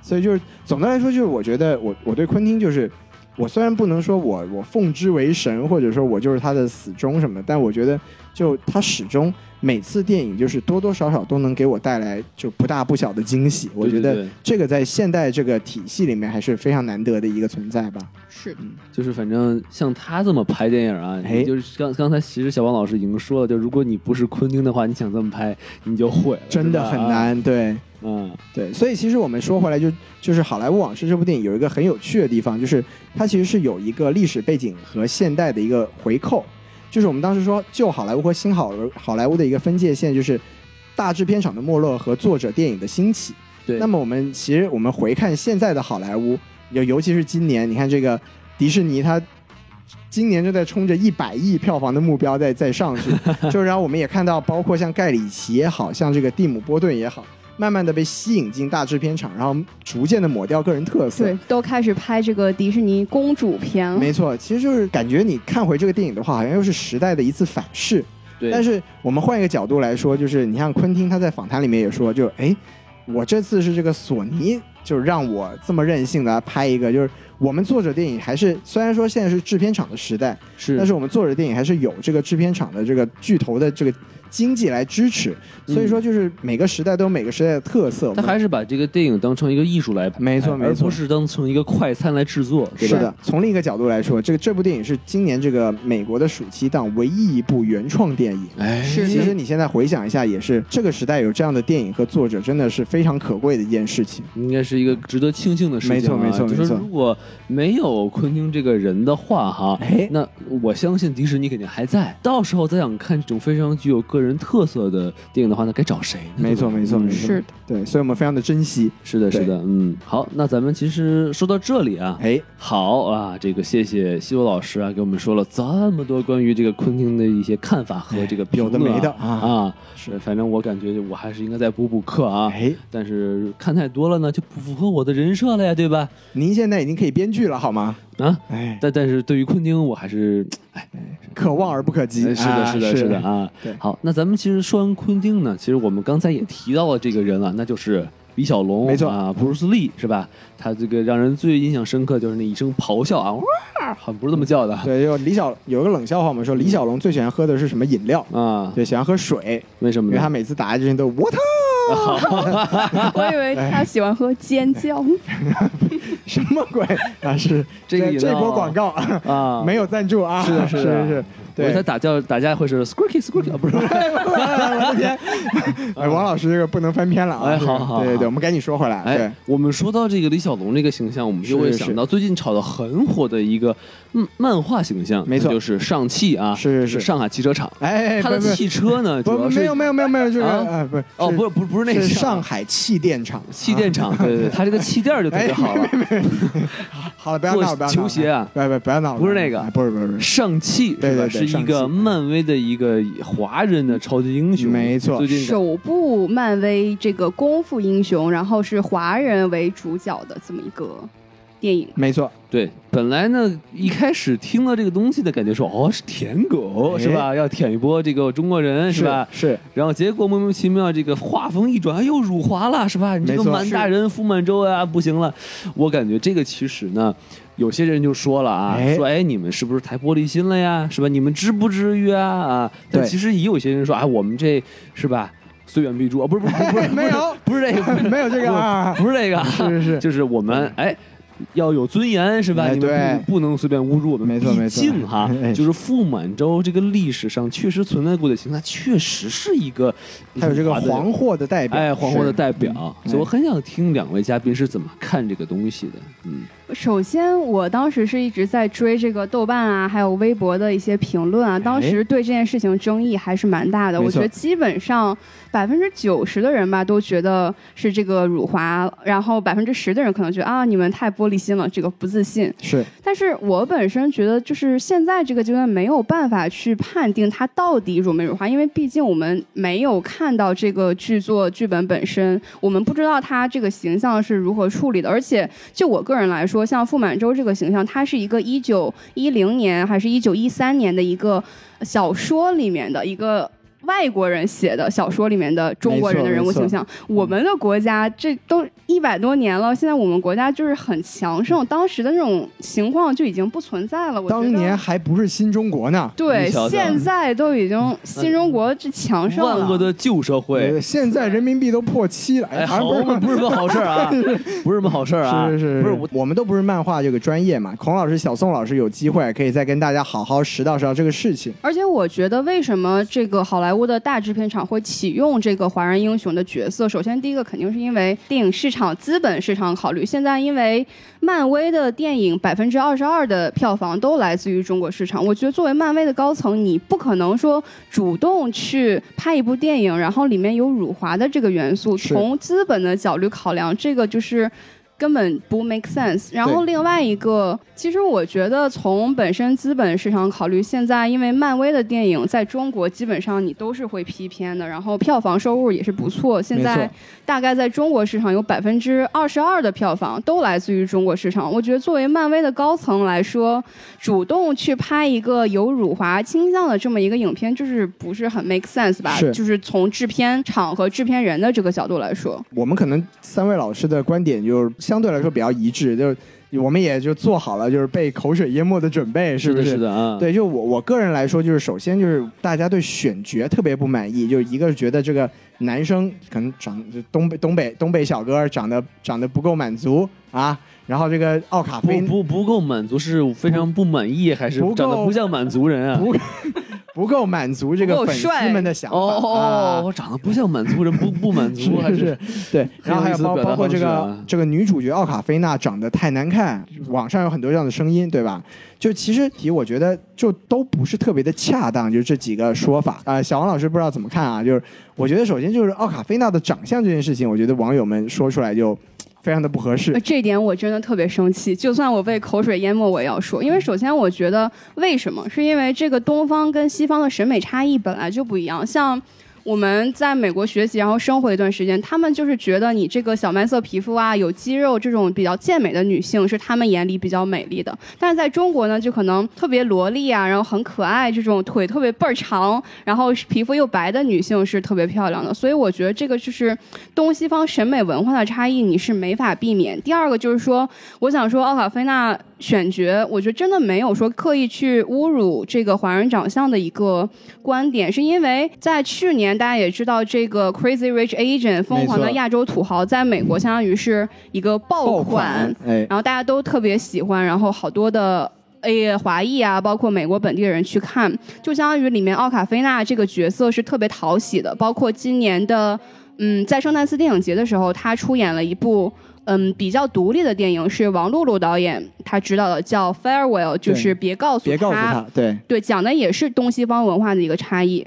Speaker 3: 所以就是总的来说，就是我觉得我我对昆汀就是，我虽然不能说我我奉之为神，或者说我就是他的死忠什么的，但我觉得就他始终每次电影就是多多少少都能给我带来就不大不小的惊喜。我觉
Speaker 2: 对
Speaker 3: 得
Speaker 2: 对
Speaker 3: 这个在现代这个体系里面还是非常难得的一个存在吧。
Speaker 4: 是
Speaker 2: 就是反正像他这么拍电影啊，
Speaker 3: 哎
Speaker 2: 也就是刚刚才其实小王老师已经说了，就如果你不是昆汀的话，你想这么拍，你就毁了，
Speaker 3: 真的
Speaker 2: 是吧啊
Speaker 3: 很。难，对。
Speaker 2: 嗯，
Speaker 3: 对，所以其实我们说回来就，就是《好莱坞往事》这部电影有一个很有趣的地方，就是它其实是有一个历史背景和现代的一个回扣。就是我们当时说旧好莱坞和新好莱坞好莱坞的一个分界线，就是大制片厂的没落和作者电影的兴起。
Speaker 2: 对。
Speaker 3: 那么我们其实我们回看现在的好莱坞，尤尤其是今年，你看这个迪士尼它。今年就在冲着一百亿票房的目标在在上去，就是然后我们也看到，包括像盖里奇也好像这个蒂姆波顿也好，慢慢的被吸引进大制片厂，然后逐渐的抹掉个人特色。
Speaker 4: 对，都开始拍这个迪士尼公主片了。
Speaker 3: 没错，其实就是感觉你看回这个电影的话，好像又是时代的一次反噬。
Speaker 2: 对，
Speaker 3: 但是我们换一个角度来说，就是你像昆汀他在访谈里面也说，就哎，我这次是这个索尼，就是让我这么任性的拍一个，就是我们作者电影还是虽然说现在是制片厂的时代，
Speaker 2: 是，
Speaker 3: 但是我们作者电影还是有这个制片厂的这个巨头的这个经济来支持，所以说就是每个时代都有每个时代的特色。我
Speaker 2: 他嗯
Speaker 3: 们
Speaker 2: 还是把这个电影当成一个艺术来拍，
Speaker 3: 没错
Speaker 2: 哎
Speaker 3: 没
Speaker 2: 而
Speaker 3: 错
Speaker 2: 不是当成一个快餐来制作，对
Speaker 3: 是
Speaker 2: 吧？
Speaker 3: 的，从另一个角度来说，这个这部电影是今年这个美国的暑期档唯一一部原创电影。
Speaker 2: 哎，
Speaker 4: 是
Speaker 3: 其实你现在回想一下，也是这个时代有这样的电影和作者，真的是非常可贵的一件事情。
Speaker 2: 应该是一个值得庆幸的事情、啊。
Speaker 3: 没错没错
Speaker 2: 就
Speaker 3: 没
Speaker 2: 是
Speaker 3: 错
Speaker 2: 如果没有昆汀这个人的话，哈，
Speaker 3: 哎
Speaker 2: 那我相信迪士尼肯定还在。到时候再想看这种非常具有个人特色的电影的话，那该找谁呢？
Speaker 3: 没错，没错，没错，
Speaker 4: 是的
Speaker 3: 对，所以我们非常的珍惜。
Speaker 2: 嗯是的，
Speaker 3: 对
Speaker 2: 是的，嗯，好，那咱们其实说到这里啊，
Speaker 3: 哎，
Speaker 2: 好啊，这个谢谢西罗老师啊，给我们说了这么多关于这个昆汀的一些看法和这个评
Speaker 3: 哎有的
Speaker 2: 论啊
Speaker 3: 没的啊，
Speaker 2: 啊，
Speaker 3: 是
Speaker 2: 反正我感觉我还是应该再补补课啊，
Speaker 3: 哎，
Speaker 2: 但是看太多了呢，就不符合我的人设了呀，对吧？
Speaker 3: 您现在已经可以编剧了，好吗？
Speaker 2: 啊，
Speaker 3: 哎，
Speaker 2: 但但是对于昆汀，我还是
Speaker 3: 可望而不可及。
Speaker 2: 哎是的，
Speaker 3: 啊
Speaker 2: 是的，是的
Speaker 3: 的，
Speaker 2: 啊
Speaker 3: 对。
Speaker 2: 好，那咱们其实说完昆汀呢，其实我们刚才也提到了这个人了，那就是李小龙，
Speaker 3: 没错
Speaker 2: 啊，布鲁斯利是吧？他这个让人最印象深刻就是那一声咆哮啊，哇，好像不是这么叫的
Speaker 3: 对，就李小有一个冷笑话，我们
Speaker 2: 嗯
Speaker 3: 说李小龙最喜欢喝的是什么饮料？
Speaker 2: 啊，
Speaker 3: 对，喜欢喝水，
Speaker 2: 为什么
Speaker 3: 因为他
Speaker 2: 呢？
Speaker 3: 每次打之前都 water
Speaker 4: 我以
Speaker 3: 哎
Speaker 4: 为他喜欢喝尖叫，
Speaker 3: 什么鬼啊？是
Speaker 2: 这个饮料
Speaker 3: 这波广告
Speaker 2: 啊，
Speaker 3: 没有赞助啊，
Speaker 2: 是的
Speaker 3: 是
Speaker 2: 是的
Speaker 3: 是，
Speaker 2: 我
Speaker 3: 对
Speaker 2: 他。打架打架会是 squirky squirky，啊不是
Speaker 3: 我的天，哎，王老师这个不能翻篇了啊！
Speaker 2: 哎
Speaker 3: 这个
Speaker 2: 好好
Speaker 3: 对对
Speaker 2: 好
Speaker 3: 对，我们赶紧说回来。对
Speaker 2: 哎，，我们说到这个李小龙这个形象，我们就会
Speaker 3: 是是
Speaker 2: 想到最近炒得很火的一个嗯漫画形象，
Speaker 3: 没错
Speaker 2: 那就是上汽啊，
Speaker 3: 是
Speaker 2: 就是上海汽车厂。
Speaker 3: 哎，
Speaker 2: 它的
Speaker 3: 不是
Speaker 2: 汽车呢，主
Speaker 3: 不
Speaker 2: 要
Speaker 3: 不
Speaker 2: 是
Speaker 3: 没有没有没有没有，就是
Speaker 2: 啊
Speaker 3: 啊不是
Speaker 2: 哦，不是不是不是那个
Speaker 3: 是上海啊哎气垫厂
Speaker 2: 气垫厂，对对对，它这个气垫儿就特别好了。
Speaker 3: 啊好了，不要闹，
Speaker 2: 做
Speaker 3: 不要闹
Speaker 2: 球鞋啊
Speaker 3: 不要不要不要闹了，
Speaker 2: 不是那个
Speaker 3: 哎不是不是不是，
Speaker 2: 上汽
Speaker 3: 对
Speaker 2: 是吧？
Speaker 3: 对对
Speaker 2: 是一
Speaker 3: 上汽
Speaker 2: 个漫威的一个华人的超级英雄，
Speaker 3: 没错
Speaker 2: 最近
Speaker 4: 首部漫威这个功夫英雄，然后是华人为主角的这么一个电影。
Speaker 3: 没错，
Speaker 2: 对，本来呢一开始听到这个东西的感觉说，哦，是舔狗
Speaker 3: 哎
Speaker 2: 是吧？要舔一波这个中国人是吧？
Speaker 3: 是
Speaker 2: 然后结果莫名其妙，这个画风一转，哎呦，辱华了是吧？你这
Speaker 3: 没
Speaker 2: 个
Speaker 3: 错
Speaker 2: 满大人傅满洲啊，不行了。我感觉这个其实呢，有些人就说了啊，
Speaker 3: 哎
Speaker 2: 说哎，你们是不是太玻璃心了呀？是吧？你们至不至于啊啊！但
Speaker 3: 对
Speaker 2: 其实也有些人说，哎，我们这是吧？虽远必诛啊，不是不是不是，
Speaker 3: 没有
Speaker 2: 不是这个，
Speaker 3: 没有这个啊，
Speaker 2: 不是这个啊，
Speaker 3: 是是是，
Speaker 2: 就是我们哎。要有尊严是吧？
Speaker 3: 哎
Speaker 2: 你们
Speaker 3: 对
Speaker 2: 不不能随便侮辱我们。
Speaker 3: 没错没
Speaker 2: 毕
Speaker 3: 错
Speaker 2: 竟哈
Speaker 3: 哎，
Speaker 2: 就是傅满洲这个历史上确实存在过的形象，确实是一个
Speaker 3: 还有这个
Speaker 2: 辱华的
Speaker 3: 黄祸的代表，哎
Speaker 2: 哎黄祸的
Speaker 3: 是
Speaker 2: 代表，所以我很想听两位嘉宾是怎么看这个东西的。嗯，
Speaker 4: 首先，我当时是一直在追这个豆瓣啊，还有微博的一些评论啊，当时对这件事情争议还是蛮大的。
Speaker 3: 哎没错
Speaker 4: 我觉得基本上百分之九十的人吧，都觉得是这个辱华，然后百分之十的人可能觉得啊，你们太玻璃心了，这个不自信。
Speaker 3: 是
Speaker 4: 但是我本身觉得，就是现在这个阶段没有办法去判定它到底辱没辱华，因为毕竟我们没有看到这个剧作剧本本身，我们不知道他这个形象是如何处理的。而且就我个人来说，像傅满洲这个形象，他是一个一九一零年还是一九一三年的一个小说里面的一个。外国人写的小说里面的中国人的人物形象，我们的国家这都一百多年了，现在我们国家就是很强盛，当时的那种情况就已经不存在了。我觉得
Speaker 3: 嗯当年还不是新中国呢，
Speaker 4: 对
Speaker 2: 你瞧瞧，
Speaker 4: 现在都已
Speaker 3: 嗯
Speaker 4: 经新中国这强盛
Speaker 2: 万恶
Speaker 4: 了。
Speaker 2: 的旧社
Speaker 3: 呃
Speaker 2: 会，
Speaker 3: 现在人民币都破七了，
Speaker 2: 哎，
Speaker 3: 好
Speaker 2: 好，
Speaker 3: 像不
Speaker 2: 不是
Speaker 3: 是
Speaker 2: 什 么好事儿啊，不是什么好事儿啊，
Speaker 3: 是是是，
Speaker 2: 不是我。
Speaker 3: 我们都不是漫画这个专业嘛。孔老师、小宋老师有机会可以再跟大家好好拾到拾到这个事情。
Speaker 4: 而且我觉得，为什么这个好莱坞的大制片厂会启用这个华人英雄的角色？首先，第一个肯定是因为电影市场、资本市场考虑。现在因为漫威的电影百分之二十二的票房都来自于中国市场，我觉得作为漫威的高层，你不可能说主动去拍一部电影，然后里面有辱华的这个元素，
Speaker 3: 是
Speaker 4: 从资本的角度考量，这个就是。根本不 make sense。然后另外一个，其实我觉得从本身资本市场考虑，现在因为漫威的电影在中国基本上你都是会批片的，然后票房收入也是不错。现
Speaker 3: 没
Speaker 4: 在
Speaker 3: 错
Speaker 4: 大概在中国市场有百分之二十二的票房都来自于中国市场。我觉得作为漫威的高层来说，主动去拍一个有辱华倾向的这么一个影片，就是不是很 make sense 吧？
Speaker 3: 是
Speaker 4: 就是从制片厂和制片人的这个角度来说，
Speaker 3: 我们可能三位老师的观点就是相对来说比较一致，就是我们也就做好了就是被口水淹没的准备，
Speaker 2: 是
Speaker 3: 不
Speaker 2: 的，是的啊，
Speaker 3: 对，就我我个人来说，就是首先就是大家对选角特别不满意，就是一个是觉得这个男生可能长就东北东北东北小哥长得长得不够满足啊，然后这个奥卡
Speaker 2: 不
Speaker 3: 菲
Speaker 2: 不不够满足，是非常不满意，还是
Speaker 3: 不够
Speaker 2: 长得不像满族人啊？
Speaker 3: 不不够满足这
Speaker 4: 不
Speaker 3: 个
Speaker 4: 够
Speaker 3: 粉丝
Speaker 4: 帅
Speaker 3: 们的想法
Speaker 2: 哦哦
Speaker 3: 啊
Speaker 2: 哦，我长得不像满族人，不不满足，还
Speaker 3: 是是，对，然后还有包
Speaker 2: 很有意思的表达
Speaker 3: 包括这
Speaker 2: 方式
Speaker 3: 个
Speaker 2: 啊
Speaker 3: 这个女主角奥卡菲娜长得太难看，网上有很多这样的声音，对吧？就其实题我觉得就都不是特别的恰当，就是这几个说法啊、呃小王老师不知道怎么看啊？就是我觉得首先就是奥卡菲娜的长相这件事情，我觉得网友们说出来就非常的不合适
Speaker 4: 呃。这点我真的特别生气。就算我被口水淹没，我也要说，因为首先我觉得为什么，是因为这个东方跟西方的审美差异本来就不一样，像。我们在美国学习，然后生活一段时间，他们就是觉得你这个小麦色皮肤啊，有肌肉这种比较健美的女性是他们眼里比较美丽的。但是在中国呢，就可能特别萝莉啊，然后很可爱，这种腿特别倍儿长，然后皮肤又白的女性是特别漂亮的。所以我觉得这个就是东西方审美文化的差异，你是没法避免。第二个就是说，我想说奥卡菲娜选角，我觉得真的没有说刻意去侮辱这个华人长相的一个观点，是因为在去年大家也知道，这个 Crazy Rich Asian 疯狂的亚洲土豪在美国相当于是一个
Speaker 3: 爆
Speaker 4: 爆款，
Speaker 3: 哎，
Speaker 4: 然后大家都特别喜欢，然后好多的。A 华裔啊，包括美国本地的人去看，就相当于里面奥卡菲娜这个角色是特别讨喜的。包括今年的，嗯，在圣诞斯电影节的时候，她出演了一部嗯比较独立的电影，是王璐璐导演她执导的，叫《Farewell》，就
Speaker 3: 对
Speaker 4: 是别告诉
Speaker 3: 别告诉他，对，
Speaker 4: 对，讲的也是东西方文化的一个差异。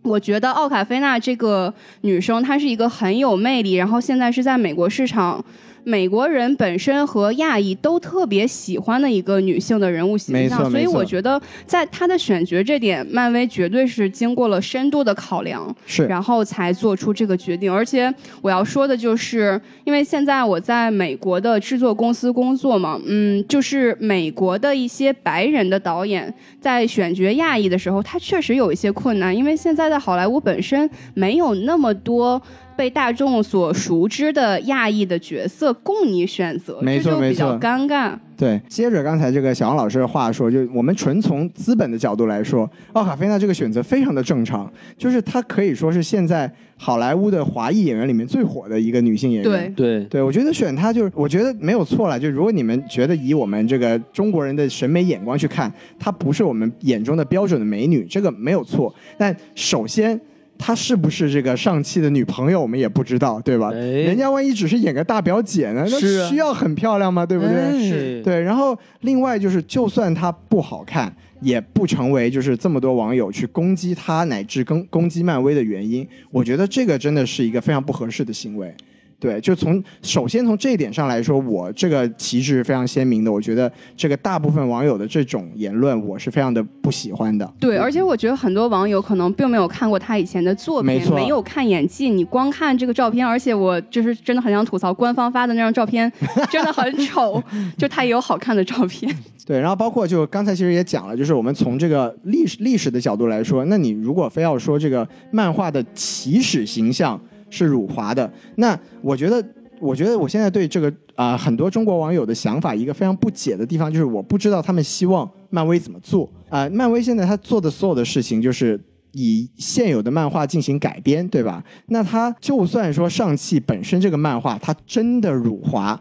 Speaker 4: 我觉得奥卡菲娜这个女生，她是一个很有魅力，然后现在是在美国市场，美国人本身和亚裔都特别喜欢的一个女性的人物形
Speaker 3: 没错
Speaker 4: 象，所以
Speaker 3: 没错
Speaker 4: 我觉得在她的选角这点，漫威绝对是经过了深度的考量。
Speaker 3: 是
Speaker 4: 然后才做出这个决定。而且我要说的就是，因为现在我在美国的制作公司工作嘛，嗯，就是美国的一些白人的导演在选角亚裔的时候，他确实有一些困难，因为现在的好莱坞本身没有那么多。被大众所熟知的亚裔的角色供你选择，
Speaker 3: 没错
Speaker 4: 这就
Speaker 3: 没
Speaker 4: 比较
Speaker 3: 错
Speaker 4: 尴尬。
Speaker 3: 对。接着刚才这个小杨老师的话说，就我们纯从资本的角度来说，奥卡菲娜这个选择非常的正常，就是她可以说是现在好莱坞的华裔演员里面最火的一个女性演员。
Speaker 4: 对，
Speaker 2: 对，
Speaker 3: 对，我觉得选他就是，我觉得没有错了。就如果你们觉得以我们这个中国人的审美眼光去看，她不是我们眼中的标准的美女，这个没有错。但首先，她是不是这个上汽的女朋友，我们也不知道，对吧？
Speaker 2: 哎
Speaker 3: 人家万一只是演个大表姐呢，那
Speaker 2: 是啊
Speaker 3: 需要很漂亮吗？对不对？
Speaker 2: 哎是
Speaker 3: 对。然后另外就是，就算她不好看，也不成为就是这么多网友去攻击她，乃至攻攻击漫威的原因。我觉得这个真的是一个非常不合适的行为。对，就从首先从这一点上来说，我这个旗帜是非常鲜明的。我觉得这个大部分网友的这种言论，我是非常的不喜欢的。
Speaker 4: 对，而且我觉得很多网友可能并没有看过他以前的作品，
Speaker 3: 没错
Speaker 4: 有看演技，你光看这个照片，而且我就是真的很想吐槽官方发的那张照片，真的很丑，就他也有好看的照片。
Speaker 3: 对，然后包括就刚才其实也讲了，就是我们从这个历史历史的角度来说，那你如果非要说这个漫画的起始形象是辱华的，那我觉得，我觉得我现在对这个啊、很多中国网友的想法一个非常不解的地方，就是我不知道他们希望漫威怎么做啊、漫威现在他做的所有的事情就是。以现有的漫画进行改编，对吧？那他就算说上汽本身这个漫画，它真的辱华，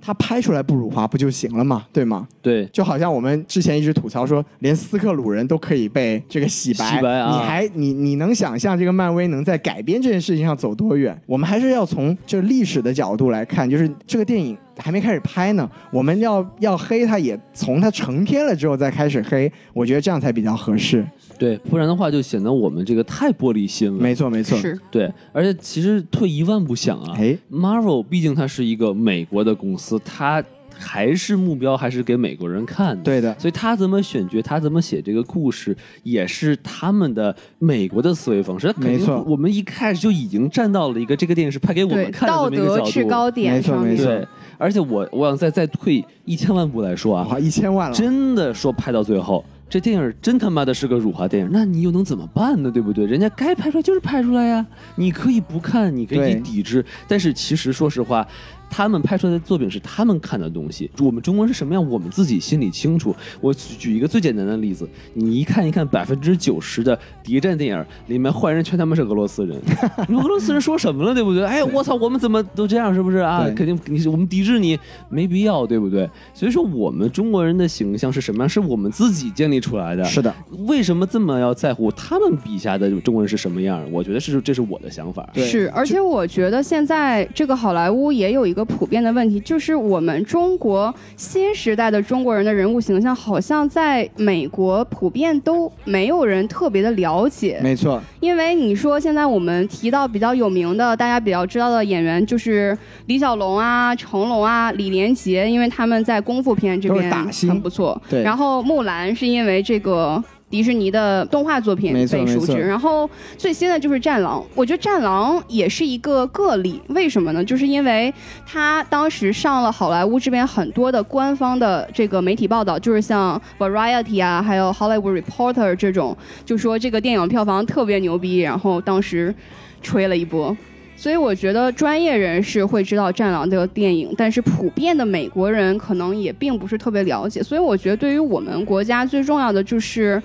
Speaker 3: 它拍出来不辱华不就行了嘛，对吗？
Speaker 2: 对，
Speaker 3: 就好像我们之前一直吐槽说，连斯克鲁人都可以被这个洗白，
Speaker 2: 洗白啊
Speaker 3: 你还你你能想象这个漫威能在改编这件事情上走多远？我们还是要从这历史的角度来看，就是这个电影还没开始拍呢，我们要要黑它也从它成片了之后再开始黑，我觉得这样才比较合适。
Speaker 2: 对，不然的话就显得我们这个太玻璃心了。
Speaker 3: 没错没错，
Speaker 4: 是，
Speaker 2: 对，而且其实退一万步想啊
Speaker 3: 哎，
Speaker 2: ，Marvel 毕竟它是一个美国的公司，它还是目标还是给美国人看的。
Speaker 3: 对的，
Speaker 2: 所以他怎么选角，他怎么写这个故事，也是他们的美国的思维方式。他肯定
Speaker 3: 没错
Speaker 2: 我们一开始就已经站到了一个这个电影是拍给我
Speaker 4: 对
Speaker 2: 们，看的
Speaker 4: 道
Speaker 2: 这么一个
Speaker 4: 德
Speaker 2: 角
Speaker 4: 制
Speaker 2: 度。
Speaker 4: 高点
Speaker 3: 没错
Speaker 4: 上面
Speaker 3: 没错
Speaker 2: 对，而且我我想再再退一千万步来说啊，
Speaker 3: 哇，一千万了，
Speaker 2: 真的说拍到最后，这电影真他妈的是个辱华电影，那你又能怎么办呢？对不对？人家该拍出来就是拍出来呀，你可以不看，你可以
Speaker 3: 对
Speaker 2: 抵制，但是其实说实话。他们拍出来的作品是他们看的东西，我们中国人是什么样，我们自己心里清楚。我举举一个最简单的例子，你一看一看百分之九十的谍战电影里面，坏人全他妈是俄罗斯人，你俄罗斯人说什么了，对不对？哎，我操，我们怎么都这样，是不是啊？
Speaker 3: 对
Speaker 2: 肯定你我们抵制你没必要，对不对？所以说我们中国人的形象是什么样，是我们自己建立出来的。
Speaker 3: 是的，
Speaker 2: 为什么这么要在乎他们笔下的中国人是什么样？我觉得是这是我的想法。
Speaker 3: 对
Speaker 4: 是，而且我觉得现在这个好莱坞也有一个普遍的问题，就是我们中国新时代的中国人的人物形象，好像在美国普遍都没有人特别的了解。
Speaker 3: 没错，
Speaker 4: 因为你说现在我们提到比较有名的、大家比较知道的演员，就是李小龙啊、成龙啊、李连杰，因为他们在功夫片这
Speaker 3: 都是
Speaker 4: 边
Speaker 3: 大星
Speaker 4: 很不错。
Speaker 3: 对
Speaker 4: 然后木兰是因为这个。迪士尼的动画作品
Speaker 3: 没错
Speaker 4: 被
Speaker 3: 没
Speaker 4: 熟
Speaker 3: 错
Speaker 4: 知，然后最新的就是《战狼》，我觉得《战狼》也是一个个例，为什么呢？就是因为他当时上了好莱坞这边很多的官方的这个媒体报道，就是像 Variety 啊，还有 Hollywood Reporter 这种，就说这个电影票房特别牛逼，然后当时吹了一波。所以我觉得专业人士会知道《战狼》这个电影，但是普遍的美国人可能也并不是特别了解。所以我觉得，对于我们国家最重要的就是，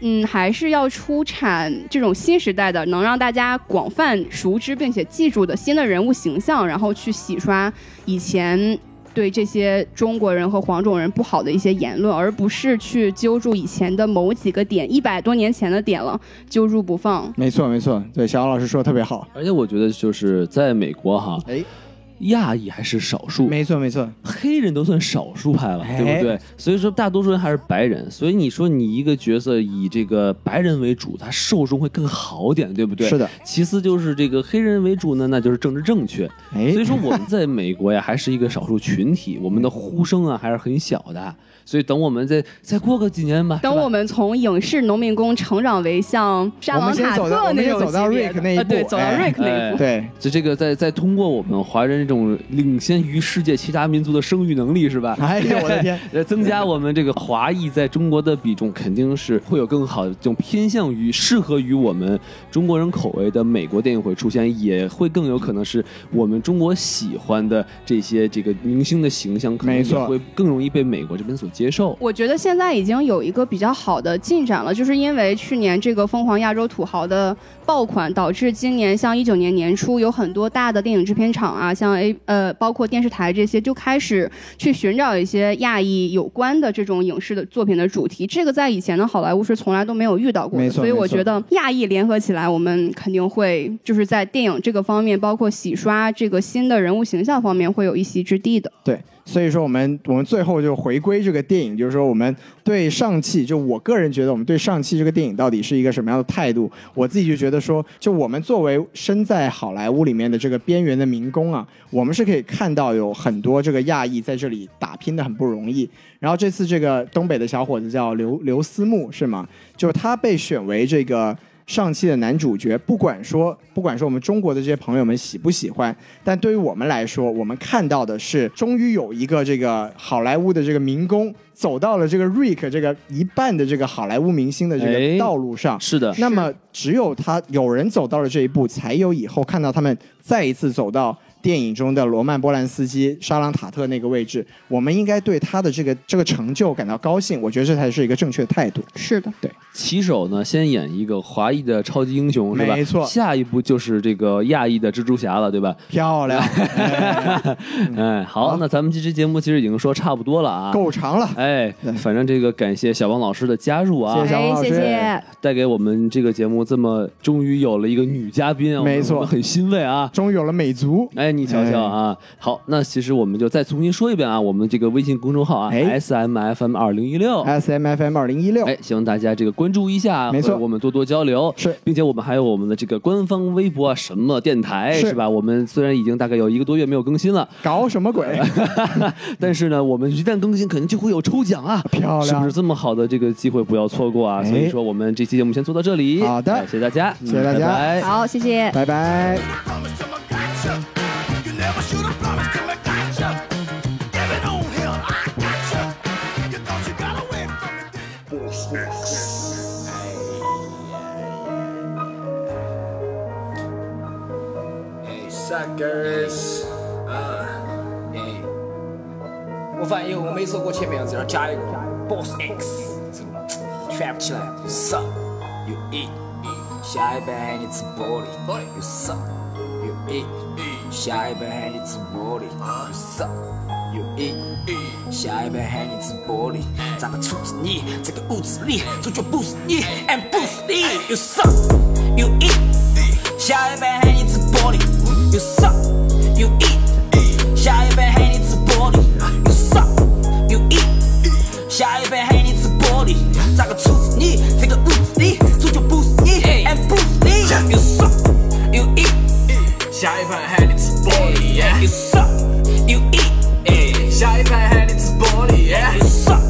Speaker 4: 嗯，还是要出产这种新时代的、能让大家广泛熟知并且记住的新的人物形象，然后去洗刷以前。对这些中国人和黄种人不好的一些言论，而不是去揪住以前的某几个点，一百多年前的点了，揪住不放。
Speaker 3: 没错，没错，对，小姚老师说的特别好。
Speaker 2: 而且我觉得就是在美国哈，
Speaker 3: 哎，
Speaker 2: 亚裔还是少数，
Speaker 3: 没错，没错，
Speaker 2: 黑人都算少数派了，
Speaker 3: 哎
Speaker 2: 对不对？所以说大多数人还是白人，所以你说你一个角色以这个白人为主，他受众会更好点，对不对？
Speaker 3: 是。的，
Speaker 2: 其次就是这个黑人为主呢，那就是政治正确。
Speaker 3: 哎
Speaker 2: 所以，说我们在美国呀，还是一个少数群体，我们的呼声啊还是很小的。所以等我们再再过个几年吧，
Speaker 4: 等
Speaker 2: 是吧
Speaker 4: 我们从影视农民工成长为像沙
Speaker 3: 我
Speaker 4: 朗
Speaker 3: 们先
Speaker 4: 塔
Speaker 3: 走到
Speaker 4: 克
Speaker 3: 我们
Speaker 4: 那
Speaker 3: 先
Speaker 4: 种
Speaker 3: 走到
Speaker 4: 级别
Speaker 3: Rick
Speaker 4: 的
Speaker 3: 那一
Speaker 4: 啊对，
Speaker 3: 步
Speaker 4: 走到
Speaker 3: 哎
Speaker 4: Rick 那一
Speaker 2: 哎
Speaker 4: 步。
Speaker 3: 对，
Speaker 2: 就这个再再通过我们华人这种领先于世界其他民族的生育能力，是吧？
Speaker 3: 哎呀，我的天，
Speaker 2: 呃，增加我们这个华裔在中国的比重，肯定是会有更好的这种偏向于适合于我们中国人口味的美国电影会出现，也会更有可能是我们中国喜欢的这些这个明星的形象，可能
Speaker 3: 没错
Speaker 2: 也会更容易被美国这边所接受。
Speaker 4: 我觉得现在已经有一个比较好的进展了，就是因为去年这个《疯狂亚洲土豪》的爆款，导致今年像一九年年初有很多大的电影制片厂啊，像 A 呃，包括电视台这些，就开始去寻找一些亚裔有关的这种影视的作品的主题。这个在以前的好莱坞是从来都没有遇到过
Speaker 3: 没
Speaker 4: 的，
Speaker 3: 错
Speaker 4: 所以我
Speaker 3: 没错
Speaker 4: 觉得亚裔联合起来，我们肯定会就是在电影这个方面，包括洗刷这个新的人物形象方面，会有一席之地的。
Speaker 3: 对，所以说我们我们最后就回归这个电影，就是说我们对上汽，就我个人觉得我们对上汽这个电影到底是一个什么样的态度？我自己就觉得说，就我们作为身在好莱坞里面的这个边缘的民工啊，我们是可以看到有很多这个亚裔在这里打拼的很不容易。然后这次这个东北的小伙子叫刘刘思慕是吗？就是他被选为这个。上期的男主角，不管说不管说我们中国的这些朋友们喜不喜欢，但对于我们来说，我们看到的是，终于有一个这个好莱坞的这个民工走到了这个 Rick 这个一半的这个好莱坞明星的这
Speaker 2: 哎
Speaker 3: 个道路上。
Speaker 2: 是的，
Speaker 3: 那么，只有他有人走到了这一步，才有以后看到他们再一次走到电影中的罗曼·波兰斯基、沙朗·塔特那个位置。我们应该对他的这个这个成就感到高兴，我觉得这才是一个正确的态度。
Speaker 4: 是的，
Speaker 2: 骑手呢，先演一个华裔的超级英雄，是吧？
Speaker 3: 没错
Speaker 2: 下一步就是这个亚裔的蜘蛛侠了，对吧？
Speaker 3: 漂亮，哎
Speaker 2: 哎，好，
Speaker 3: 好
Speaker 2: 那咱们这期节目其实已经说差不多了啊。
Speaker 3: 够长了。
Speaker 2: 哎，反正这个感谢小王老师的加入啊，
Speaker 3: 谢小王
Speaker 4: 哎，
Speaker 3: 老
Speaker 4: 谢
Speaker 3: 师
Speaker 4: 谢。
Speaker 2: 带给我们这个节目这么终于有了一个女嘉宾啊，
Speaker 3: 没错
Speaker 2: 我们很欣慰啊。
Speaker 3: 终于有了美 足，
Speaker 2: 哎，你瞧瞧啊，好，那其实我们就再重新说一遍啊，我们这个微信公众号啊
Speaker 3: 哎
Speaker 2: ，S M F M 二零一六，
Speaker 3: S M F M 二零一六
Speaker 2: 哎，希望大家这个关注一下，啊
Speaker 3: 没错
Speaker 2: 和我们多多交流。
Speaker 3: 是
Speaker 2: 并且我们还有我们的这个官方微博啊，什么电台
Speaker 3: 是
Speaker 2: 是吧？我们虽然已经大概有一个多月没有更新了，
Speaker 3: 搞什么 鬼？
Speaker 2: 但是呢，我们一旦更新，肯定就会有抽奖啊！
Speaker 3: 漂亮
Speaker 2: 是不是这么好的这个机会不要错过啊？
Speaker 3: 哎
Speaker 2: 所以说，我们这期节目先做到这里。
Speaker 3: 好的
Speaker 2: 哎谢谢大家，
Speaker 3: 谢谢大家
Speaker 2: 嗯拜拜
Speaker 4: 好，谢谢。
Speaker 3: 拜拜。
Speaker 5: I promise to my gotcha. You never should have promised to my gotcha. Give it on here, I gotcha. You thought you got away from me, did you?
Speaker 6: Hey, suckers！啊，哎，我发现以后我每首歌前面要这样加一个 Boss X，这种全部起来，suck you eat，下一班你吃玻璃，you suck you eat，下一班喊你吃玻璃，you suck you eat，下一班喊你吃玻璃，长得粗是你，这个屋子里主角不是你，and 不是你，you suck you eat。下一班喊你吃玻璃，You suck, you eat。下一班喊你吃玻璃，You suck, you eat。下一班喊你吃玻璃，咋个处置你？这个屋子里主角不是你，and 不是你。You suck, you eat。下一班喊你吃玻璃，You suck, you eat。下哎一班喊你吃玻璃，You suck,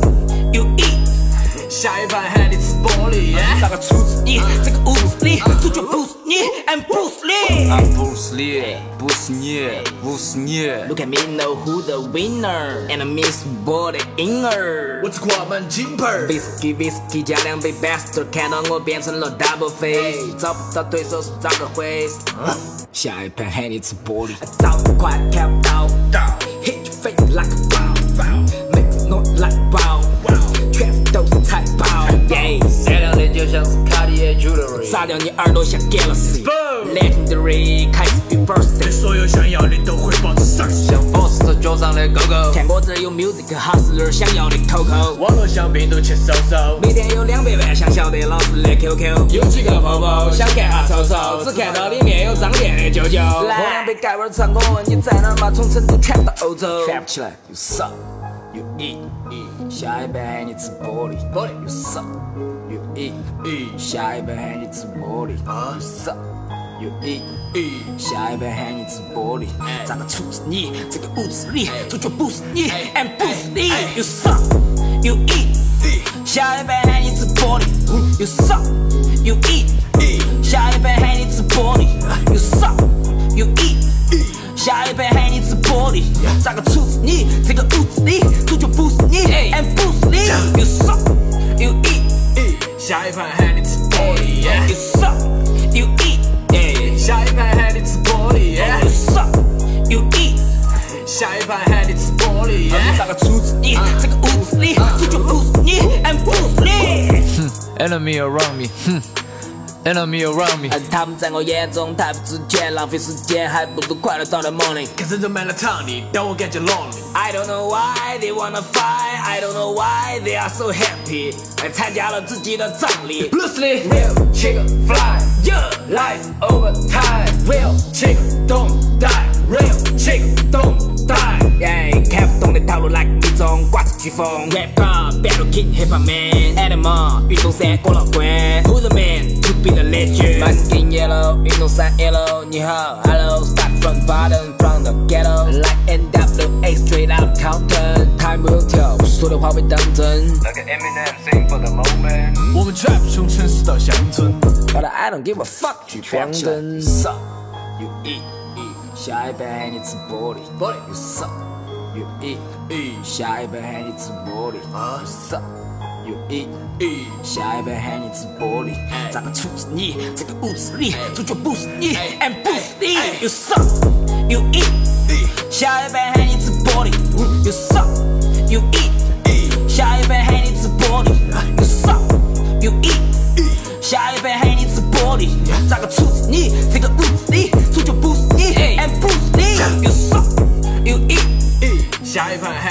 Speaker 6: you eat。下一班喊你啊吃玻璃。咋个处置你？这个屋子里，主角不是你，俺不是你。哎
Speaker 7: I'm Bruce Lee，不是你，不是你。
Speaker 6: Look at me know who the winner and Miss Ball 的婴儿。
Speaker 5: What's Guaman Jimper?
Speaker 6: Whisky Whisky 加两杯 Bastard，看到我变成了 Double Face，找不到对手是咋个回事？下一盘喊你吃玻璃，早快看不到，Hit your face like a bomb，每次我来爆，全是都是菜包。Yeah
Speaker 7: 闪亮的就像是卡地亚 jewelry。
Speaker 6: 砸掉你耳朵像 Galaxy。Legendary 开始 University，
Speaker 5: 所有想要的都会保持 search。
Speaker 7: 像 Fox 脚上的勾勾。
Speaker 6: 看我这有 Music Hustler 想要的 Coco。
Speaker 5: 网络上病毒去搜搜，
Speaker 6: 每天有两百万，想晓得老子的 QQ。有几个泡泡想看下臭臭，只看到里面有脏辫的舅舅。来两杯盖碗唱歌，你在哪嘛？从成都传到欧洲，传不起来。You suck, you eat, eat。下一杯喊你吃玻璃，玻璃。You suck, you eat, eat。下一杯喊你吃玻璃，You suck, you eat, eat。下一杯喊你吃玻璃，咋个处置你？这个屋子里主角不是你，and 不是你。You suck, you eat。下一杯喊你吃玻璃，You suck, you eat。下一杯喊你吃玻璃，You suck, you eat。下一杯喊你吃玻璃，咋个处置你？这个屋子里主角不是你，and 不是你。You suck, you eat。下一盘喊你吃玻璃，You suck, you eat。下一盘喊你吃玻璃，You suck, you eat。下一盘喊你吃玻璃，你咋个处置你？
Speaker 7: Uh.
Speaker 6: 这个屋子里主角不是你，and 不是你。
Speaker 7: Hmm. Enemy around me，哼，Enemy around me。
Speaker 6: 他们在我眼中太不值钱，浪费时间，还不如快乐早点 morning。
Speaker 5: 开始充满了场地，但我感觉 lonely。
Speaker 6: I don't know why they wanna fight, I don't know why they are so happy。还参加了自己的葬礼。Loosely, will chick fly, yeah, life over time. Will chick don't die, real chick don't die。哎，看不懂的套路 like 迷踪，刮起飓风。Rap God, battle king, hip hop man, animal，运动衫过了关。Who the man to be the legend? My skin yellow，运动衫 yellow。你好，Hello, start from bottom, from the ghetto, like N W A straight out of Compton. Time will tell，说的话被当真。
Speaker 5: 我们 trap 从城市到乡村，
Speaker 6: But I don't give a fuck，去放灯。You suck, you eat, eat。下一杯喊你吃玻璃，玻璃。You suck, you eat, eat。下一杯喊你吃玻璃，You suck, you eat, eat。下一杯喊你吃玻璃，咋个处置你？这个屋子里主角不是你，and 不是你。You suck, you eat, eat。下一杯喊你吃玻璃，You suck, you eat, eat。下一杯喊你吃玻璃，You suck, you eat, eat。下一杯喊你吃玻璃，咋个处置你？这个屋子里主角不是你，and 不是你。You suck, you eat。下一盘喊